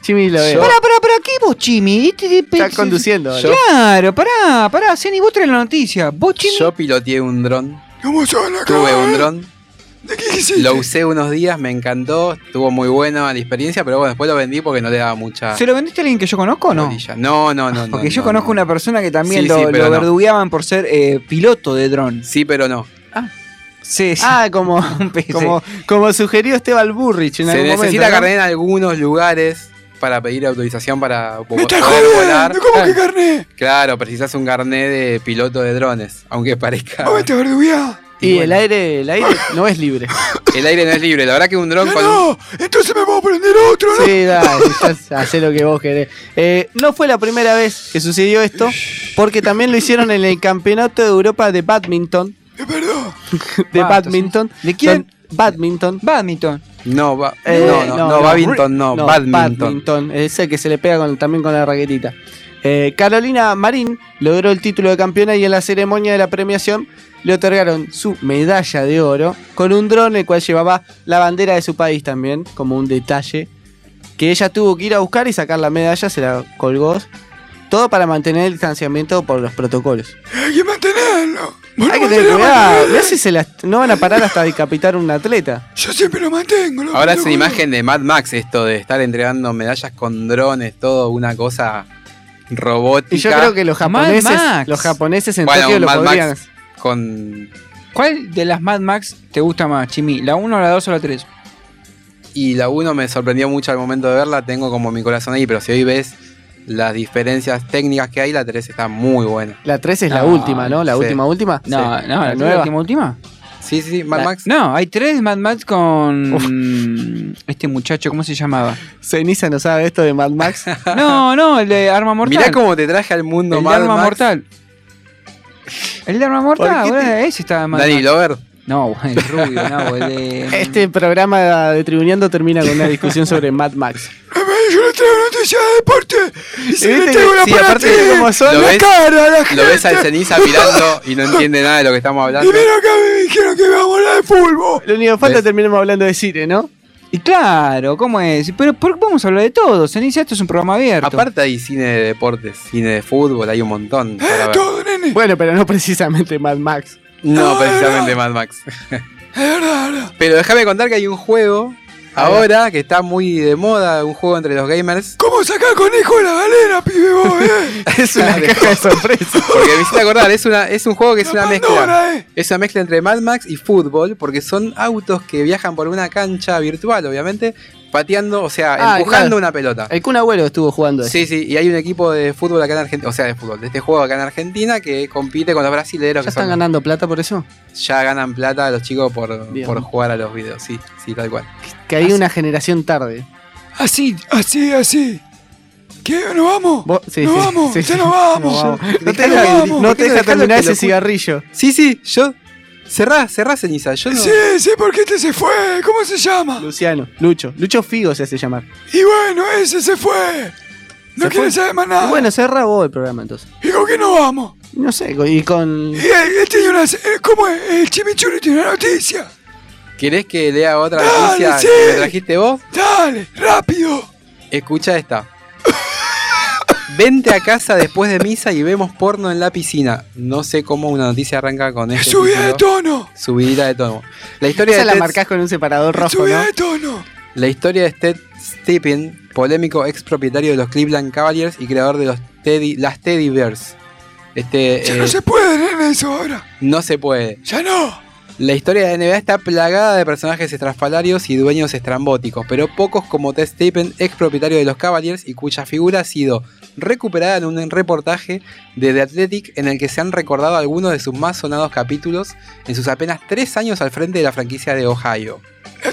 Speaker 6: Chimi lo ve.
Speaker 1: Pará, pará, pará, ¿qué vos, Chimi? Este Está
Speaker 6: Estás conduciendo, ¿no?
Speaker 1: Claro, pará, pará, Ceni, vos traes la noticia. Vos, Chimi.
Speaker 14: Yo piloteé un dron.
Speaker 11: ¿Cómo son acá? eh?
Speaker 14: Tuve un dron.
Speaker 11: ¿De qué hiciste?
Speaker 14: Lo usé unos días, me encantó. Estuvo muy buena la experiencia, pero bueno, después lo vendí porque no le daba mucha.
Speaker 1: ¿Se lo vendiste a alguien que yo conozco o no?
Speaker 14: brilla. No, no, no. no,
Speaker 1: Porque yo
Speaker 14: no,
Speaker 1: conozco
Speaker 14: no.
Speaker 1: una persona que también
Speaker 14: Sí,
Speaker 1: lo,
Speaker 14: sí, pero
Speaker 1: lo
Speaker 14: no.
Speaker 1: verdugueaban por ser eh, piloto de dron.
Speaker 14: Sí, pero no.
Speaker 1: Sí, sí.
Speaker 6: Ah, como, como, como sugirió Esteban Burrich en
Speaker 14: Se
Speaker 6: algún momento.
Speaker 14: necesita
Speaker 6: ¿no?
Speaker 14: carnet en algunos lugares para pedir autorización para vo-
Speaker 11: ¡Me estás
Speaker 14: poder volar.
Speaker 11: jodiendo! ¿Cómo que carné?
Speaker 14: Claro, precisas un carnet de piloto de drones, aunque parezca.
Speaker 11: ¿Cómo te verdugueás?
Speaker 6: Y el aire, el aire no es libre.
Speaker 14: El aire no es libre, la verdad que un dron
Speaker 11: No,
Speaker 14: con.
Speaker 11: no, entonces me voy a prender otro, ¿no?
Speaker 6: Sí, dale, ya hacé lo que vos querés. Eh, no fue la primera vez que sucedió esto, porque también lo hicieron en el Campeonato de Europa de Badminton.
Speaker 11: Es verdad.
Speaker 6: De
Speaker 1: Basta,
Speaker 6: Badminton.
Speaker 1: sí. ¿De quién?
Speaker 6: Don- Badminton.
Speaker 1: Badminton.
Speaker 14: No, va-
Speaker 6: Eh,
Speaker 14: no, no, no, Babington, no, Badminton.
Speaker 6: Badminton, ese que se le pega con- también con la raquetita. Eh, Carolina Marín logró el título de campeona y en la ceremonia de la premiación le otorgaron su medalla de oro con un dron el cual llevaba la bandera de su país también, como un detalle que ella tuvo que ir a buscar y sacar la medalla, se la colgó. Todo para mantener el distanciamiento por los protocolos.
Speaker 11: Hay que mantenerlo. Vos no
Speaker 6: Hay que tener
Speaker 11: mantenés,
Speaker 6: cuidado,
Speaker 11: mantenés.
Speaker 6: mirá si se las- no van a parar hasta decapitar a un atleta.
Speaker 11: Yo siempre lo mantengo. Lo
Speaker 14: Ahora es
Speaker 11: mantengo,
Speaker 14: una
Speaker 11: boludo.
Speaker 14: imagen de Mad Max esto de estar entregando medallas con drones, todo una cosa robótica.
Speaker 6: Y yo creo que los japoneses,
Speaker 1: Max.
Speaker 6: los japoneses en
Speaker 14: Bueno,
Speaker 6: Tokio lo
Speaker 14: Mad Max
Speaker 6: podrían.
Speaker 14: con
Speaker 1: ¿Cuál de las Mad Max te gusta más, Chimi? ¿La 1, la 2 o la 3?
Speaker 14: y la 1 me sorprendió mucho al momento de verla, tengo como mi corazón ahí, pero si hoy ves las diferencias técnicas que hay, la 3 está muy buena.
Speaker 6: La 3 es la
Speaker 1: No,
Speaker 6: última, ¿no? La
Speaker 14: sí.
Speaker 6: última, última.
Speaker 1: No, no,
Speaker 14: Sí.
Speaker 6: ¿La
Speaker 1: la, nueva.
Speaker 6: nueva?
Speaker 1: última, última.
Speaker 14: Sí, sí, sí, Mad
Speaker 6: La-
Speaker 14: Max.
Speaker 1: No, hay tres Mad Max con este muchacho, ¿cómo se llamaba?
Speaker 6: Ceniza no sabe esto de Mad Max.
Speaker 1: No, no, el de Arma Mortal.
Speaker 14: Mirá cómo te traje al mundo
Speaker 1: el de
Speaker 14: Mad
Speaker 1: Arma
Speaker 14: Max.
Speaker 1: Mortal. El de Arma Mortal,
Speaker 6: qué
Speaker 1: boludo,
Speaker 6: te-
Speaker 1: ese estaba Mad
Speaker 14: Danny
Speaker 1: Max.
Speaker 14: Glover.
Speaker 1: No, el rubio, no, el de...
Speaker 6: este programa de Tribuneando termina con una discusión sobre Mad Max.
Speaker 11: A ver, Yo le traigo noticias de deporte. Y si
Speaker 6: ¿Viste
Speaker 11: le
Speaker 6: que-
Speaker 11: traigo una
Speaker 14: sí,
Speaker 11: para
Speaker 14: aparte,
Speaker 11: ti,
Speaker 14: como son, lo
Speaker 11: la
Speaker 14: ves-
Speaker 11: cara, la gente.
Speaker 14: Lo ves al ceniza mirando y no entiende nada de lo que estamos
Speaker 11: Y
Speaker 14: hablando.
Speaker 11: mira acá me dijeron que vamos a hablar de fútbol.
Speaker 6: Lo único que falta
Speaker 14: ¿Ves?
Speaker 6: terminemos hablando de cine, ¿no?
Speaker 1: Y claro, ¿cómo es? Pero ¿por qué vamos a hablar de todo? Ceniza, esto es un programa abierto.
Speaker 14: Aparte hay cine de deportes, cine de fútbol, hay un montón. para
Speaker 11: Era
Speaker 14: ver.
Speaker 11: todo, nene.
Speaker 6: Bueno, pero no precisamente Mad Max.
Speaker 14: No, precisamente Mad Max.
Speaker 11: Es verdad, es verdad.
Speaker 14: Pero déjame contar que hay un juego ahora que está muy de moda, un juego entre los gamers.
Speaker 11: ¿Cómo sacar conejo de la galera, pibe vos, eh?
Speaker 14: Es una caja de sorpresa. Porque me hiciste acordar, es, una, es un juego que es una mezcla.
Speaker 11: Pandora, eh.
Speaker 14: Es una mezcla entre Mad Max y fútbol, porque son autos que viajan por una cancha virtual, obviamente, pateando, o sea,
Speaker 6: Ah,
Speaker 14: empujando
Speaker 6: claro.
Speaker 14: una pelota.
Speaker 6: El Kun Agüero estuvo jugando eso.
Speaker 14: Sí, sí, y hay un equipo de fútbol acá en Argentina, o sea, de fútbol, de este juego acá en Argentina que compite con los brasileños
Speaker 6: ¿Ya
Speaker 14: que
Speaker 6: están
Speaker 14: son-
Speaker 6: ganando plata por eso?
Speaker 14: ya ganan plata los chicos por,
Speaker 6: Bien.
Speaker 14: por jugar a los videos, sí, sí, tal cual.
Speaker 6: Que hay una generación tarde.
Speaker 11: Así, así, así. ¿Qué? ¿Nos vamos?
Speaker 6: Vos- sí,
Speaker 11: nos
Speaker 6: sí,
Speaker 11: vamos,
Speaker 6: sí.
Speaker 11: ya nos vamos.
Speaker 6: Nos vamos. No te
Speaker 14: Dejalo
Speaker 6: deja-
Speaker 11: que-
Speaker 6: no
Speaker 14: ¿por
Speaker 6: te
Speaker 14: qué
Speaker 6: deja
Speaker 14: dejalo
Speaker 6: terminar
Speaker 14: que
Speaker 6: ese
Speaker 14: lo cu-
Speaker 6: cigarrillo.
Speaker 14: Sí, sí, yo. Cerrá, cerrá ceniza. Yo no.
Speaker 11: Sí, sí, porque este se fue. ¿Cómo se llama?
Speaker 6: Luciano, Lucho. Lucho Figo se hace llamar.
Speaker 11: Y bueno, ese se fue. No
Speaker 6: Se
Speaker 11: quiere
Speaker 6: fue.
Speaker 11: saber más
Speaker 6: Y
Speaker 11: nada.
Speaker 6: bueno, cerra vos el programa entonces.
Speaker 11: ¿Y con qué nos vamos?
Speaker 6: No sé, y con.
Speaker 11: Y él, él tiene una. eh, ¿Cómo es? El chimichurri tiene una noticia.
Speaker 14: ¿Querés que lea otra
Speaker 11: Dale,
Speaker 14: noticia
Speaker 11: sí.
Speaker 14: que me trajiste vos?
Speaker 11: Dale, rápido.
Speaker 14: Escucha esta. Vente a casa después de misa y vemos porno en la piscina. No sé cómo una noticia arranca con este
Speaker 11: Subida de
Speaker 14: título.
Speaker 11: tono.
Speaker 14: Subida de tono. La historia
Speaker 6: Esa
Speaker 14: de
Speaker 6: la
Speaker 14: Ted-
Speaker 6: marcás con un separador rojo,
Speaker 11: Subida
Speaker 6: ¿no?
Speaker 11: de tono.
Speaker 14: La historia de Ted Stephen, polémico ex propietario de los Cleveland Cavaliers y creador de los Teddy, las Teddy Bears. Este,
Speaker 11: Ya
Speaker 14: eh,
Speaker 11: no se puede nene, eso ahora.
Speaker 14: no se puede.
Speaker 11: Ya no.
Speaker 14: La historia de la NBA está plagada de personajes estrafalarios y dueños estrambóticos, pero pocos como Ted Stephen, ex propietario de los Cavaliers y cuya figura ha sido recuperada en un reportaje de The Athletic en el que se han recordado algunos de sus más sonados capítulos en sus apenas tres años al frente de la franquicia de Ohio.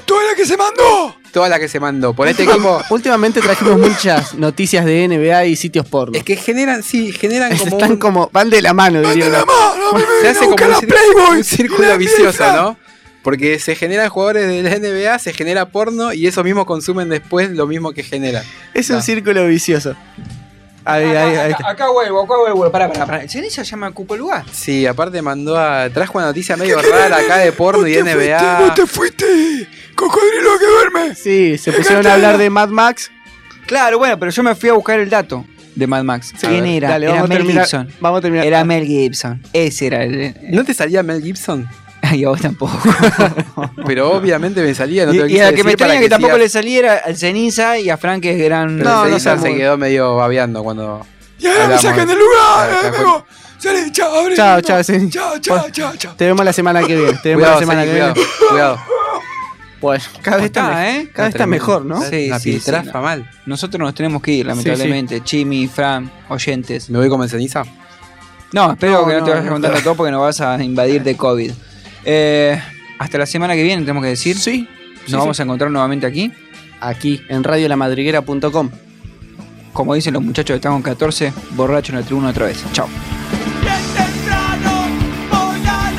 Speaker 7: ¡Toda la que se mandó!
Speaker 14: Toda la que se mandó. Por este equipo.
Speaker 6: Últimamente trajimos muchas noticias de NBA y sitios porno.
Speaker 14: Es que generan, sí, generan
Speaker 6: como. Están como. Van de la mano, diría. yo.
Speaker 14: se hace como un, cir- un círculo vicioso, ¿no? Porque se generan jugadores de la NBA, se genera porno y esos mismos consumen después lo mismo que generan.
Speaker 6: Es un círculo vicioso. Ahí, ahí, ahí está.
Speaker 1: Ah, Acá, acá vuelvo, acá vuelvo. Pará, pará, pará. ¿Ceniza ya me ocupó el lugar?
Speaker 14: Sí, aparte mandó a. trajo una noticia medio rara acá de porno y NBA.
Speaker 7: te fuiste! ¡Cocodrilo que duerme!
Speaker 6: Sí, se pusieron a hablar de Mad Max.
Speaker 1: Claro, bueno, pero yo me fui a buscar el dato de Mad Max.
Speaker 6: Sí.
Speaker 1: ¿Quién
Speaker 6: A ver,
Speaker 1: era?
Speaker 6: dale,
Speaker 1: era
Speaker 6: vamos a
Speaker 1: Mel
Speaker 6: terminar-
Speaker 1: Gibson.
Speaker 6: Vamos a terminar.
Speaker 1: Era Mel Gibson. Ese era el.
Speaker 14: ¿No te salía Mel Gibson?
Speaker 1: Y a vos tampoco.
Speaker 14: Pero obviamente me salía, no te lo
Speaker 1: y, y
Speaker 14: quise
Speaker 1: a la que
Speaker 14: decir
Speaker 1: me
Speaker 14: para
Speaker 1: extraña que, tampoco
Speaker 14: sigas.
Speaker 1: le saliera al Ceniza y a Frank que es gran.
Speaker 14: Pero el Ceniza se quedó medio babeando cuando.
Speaker 7: ¡Y
Speaker 11: Eh,
Speaker 7: ahora me
Speaker 14: hablamos. Ah,
Speaker 7: sacan del
Speaker 14: Claro,
Speaker 7: lugar! ¡Eh,
Speaker 14: claro.
Speaker 7: me voy! ¡Salí, chao, abre!
Speaker 6: Chao,
Speaker 7: no.
Speaker 6: chao, Ceniza.
Speaker 7: Chao, chao, chao, chao.
Speaker 6: Te vemos la semana que viene. Te vemos
Speaker 14: Cuidado,
Speaker 6: la semana
Speaker 14: Sani,
Speaker 6: que viene.
Speaker 14: cuidado, cuidado.
Speaker 6: Bueno, cada vez está,
Speaker 1: Ah,
Speaker 6: me-
Speaker 1: ¿eh?
Speaker 6: cada vez está mejor, ¿no?
Speaker 1: Sí,
Speaker 14: La
Speaker 1: sí, sí,
Speaker 14: piltrafa
Speaker 1: no.
Speaker 14: mal.
Speaker 1: Nosotros nos tenemos que ir, lamentablemente. Chimi, Fran, oyentes.
Speaker 14: ¿Me voy con el Ceniza?
Speaker 1: No, espero
Speaker 6: No,
Speaker 1: que no, te
Speaker 6: no,
Speaker 1: vayas
Speaker 6: no.
Speaker 1: contando todo porque nos vas a invadir de COVID. Eh, hasta la semana que viene, tenemos que decir. Sí. Nos
Speaker 6: sí,
Speaker 1: vamos
Speaker 6: sí.
Speaker 1: a encontrar nuevamente aquí.
Speaker 6: Aquí, en radiolamadriguera.com.
Speaker 1: Como dicen los muchachos de Tango 14, borracho en la tribuna otra vez. Chao.
Speaker 17: Ana,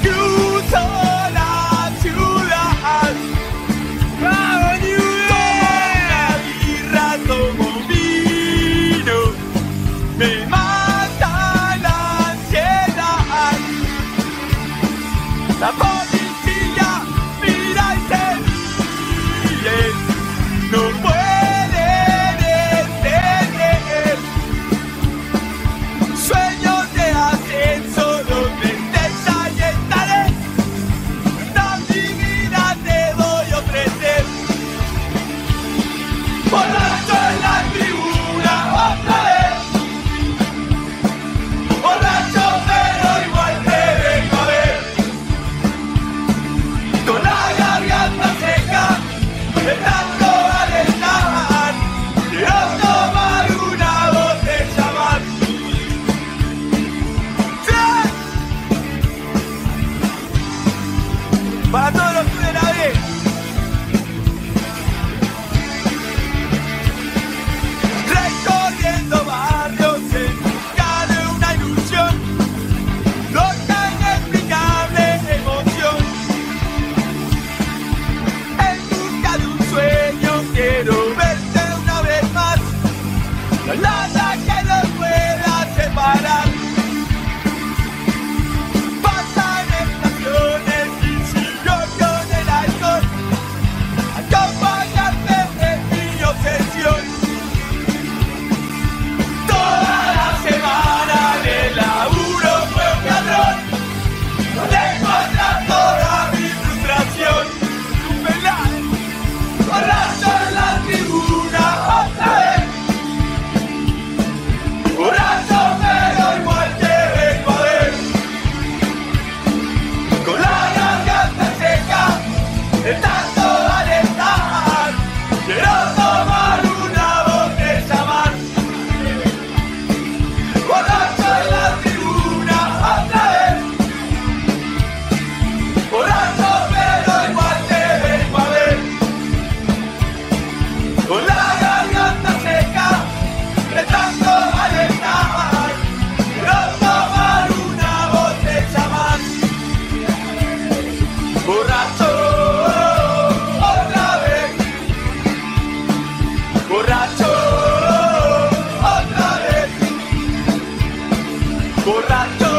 Speaker 17: Cruzo la ciudad, tomo una birra, tomo vino, me mata la ansiedad. La policía mira y se ríe, no puede detener. Sueños de ascenso donde te salientaré Una vida te voy a ofrecer Borracho en la tribuna otra vez Borracho pero igual te vengo a ver Con la garganta seca De tanto alentar Quiero tomar una botella más ¡Tres! Para todos los que de la B. Recorriendo barrios en busca de una ilusión, loca inexplicable emoción. En busca de un sueño quiero verte una vez más, no hay nada que nos pueda separar. Pasan estaciones y sigo con el alcohol Acompañarte en mi obsesión Toda la semana de laburo fue un ladrón No dejo atrás toda mi frustración Un penal Borracho en la tribuna otra vez Borracho pero igual te vengo a ver con la garganta seca de tanto alentar quiero tomar una botella más borracho en la tribuna otra vez borracho pero igual te vengo a ver con la garganta seca de tanto alentar quiero tomar una botella más Borracho, otra vez. Borracho, otra vez. Borracho.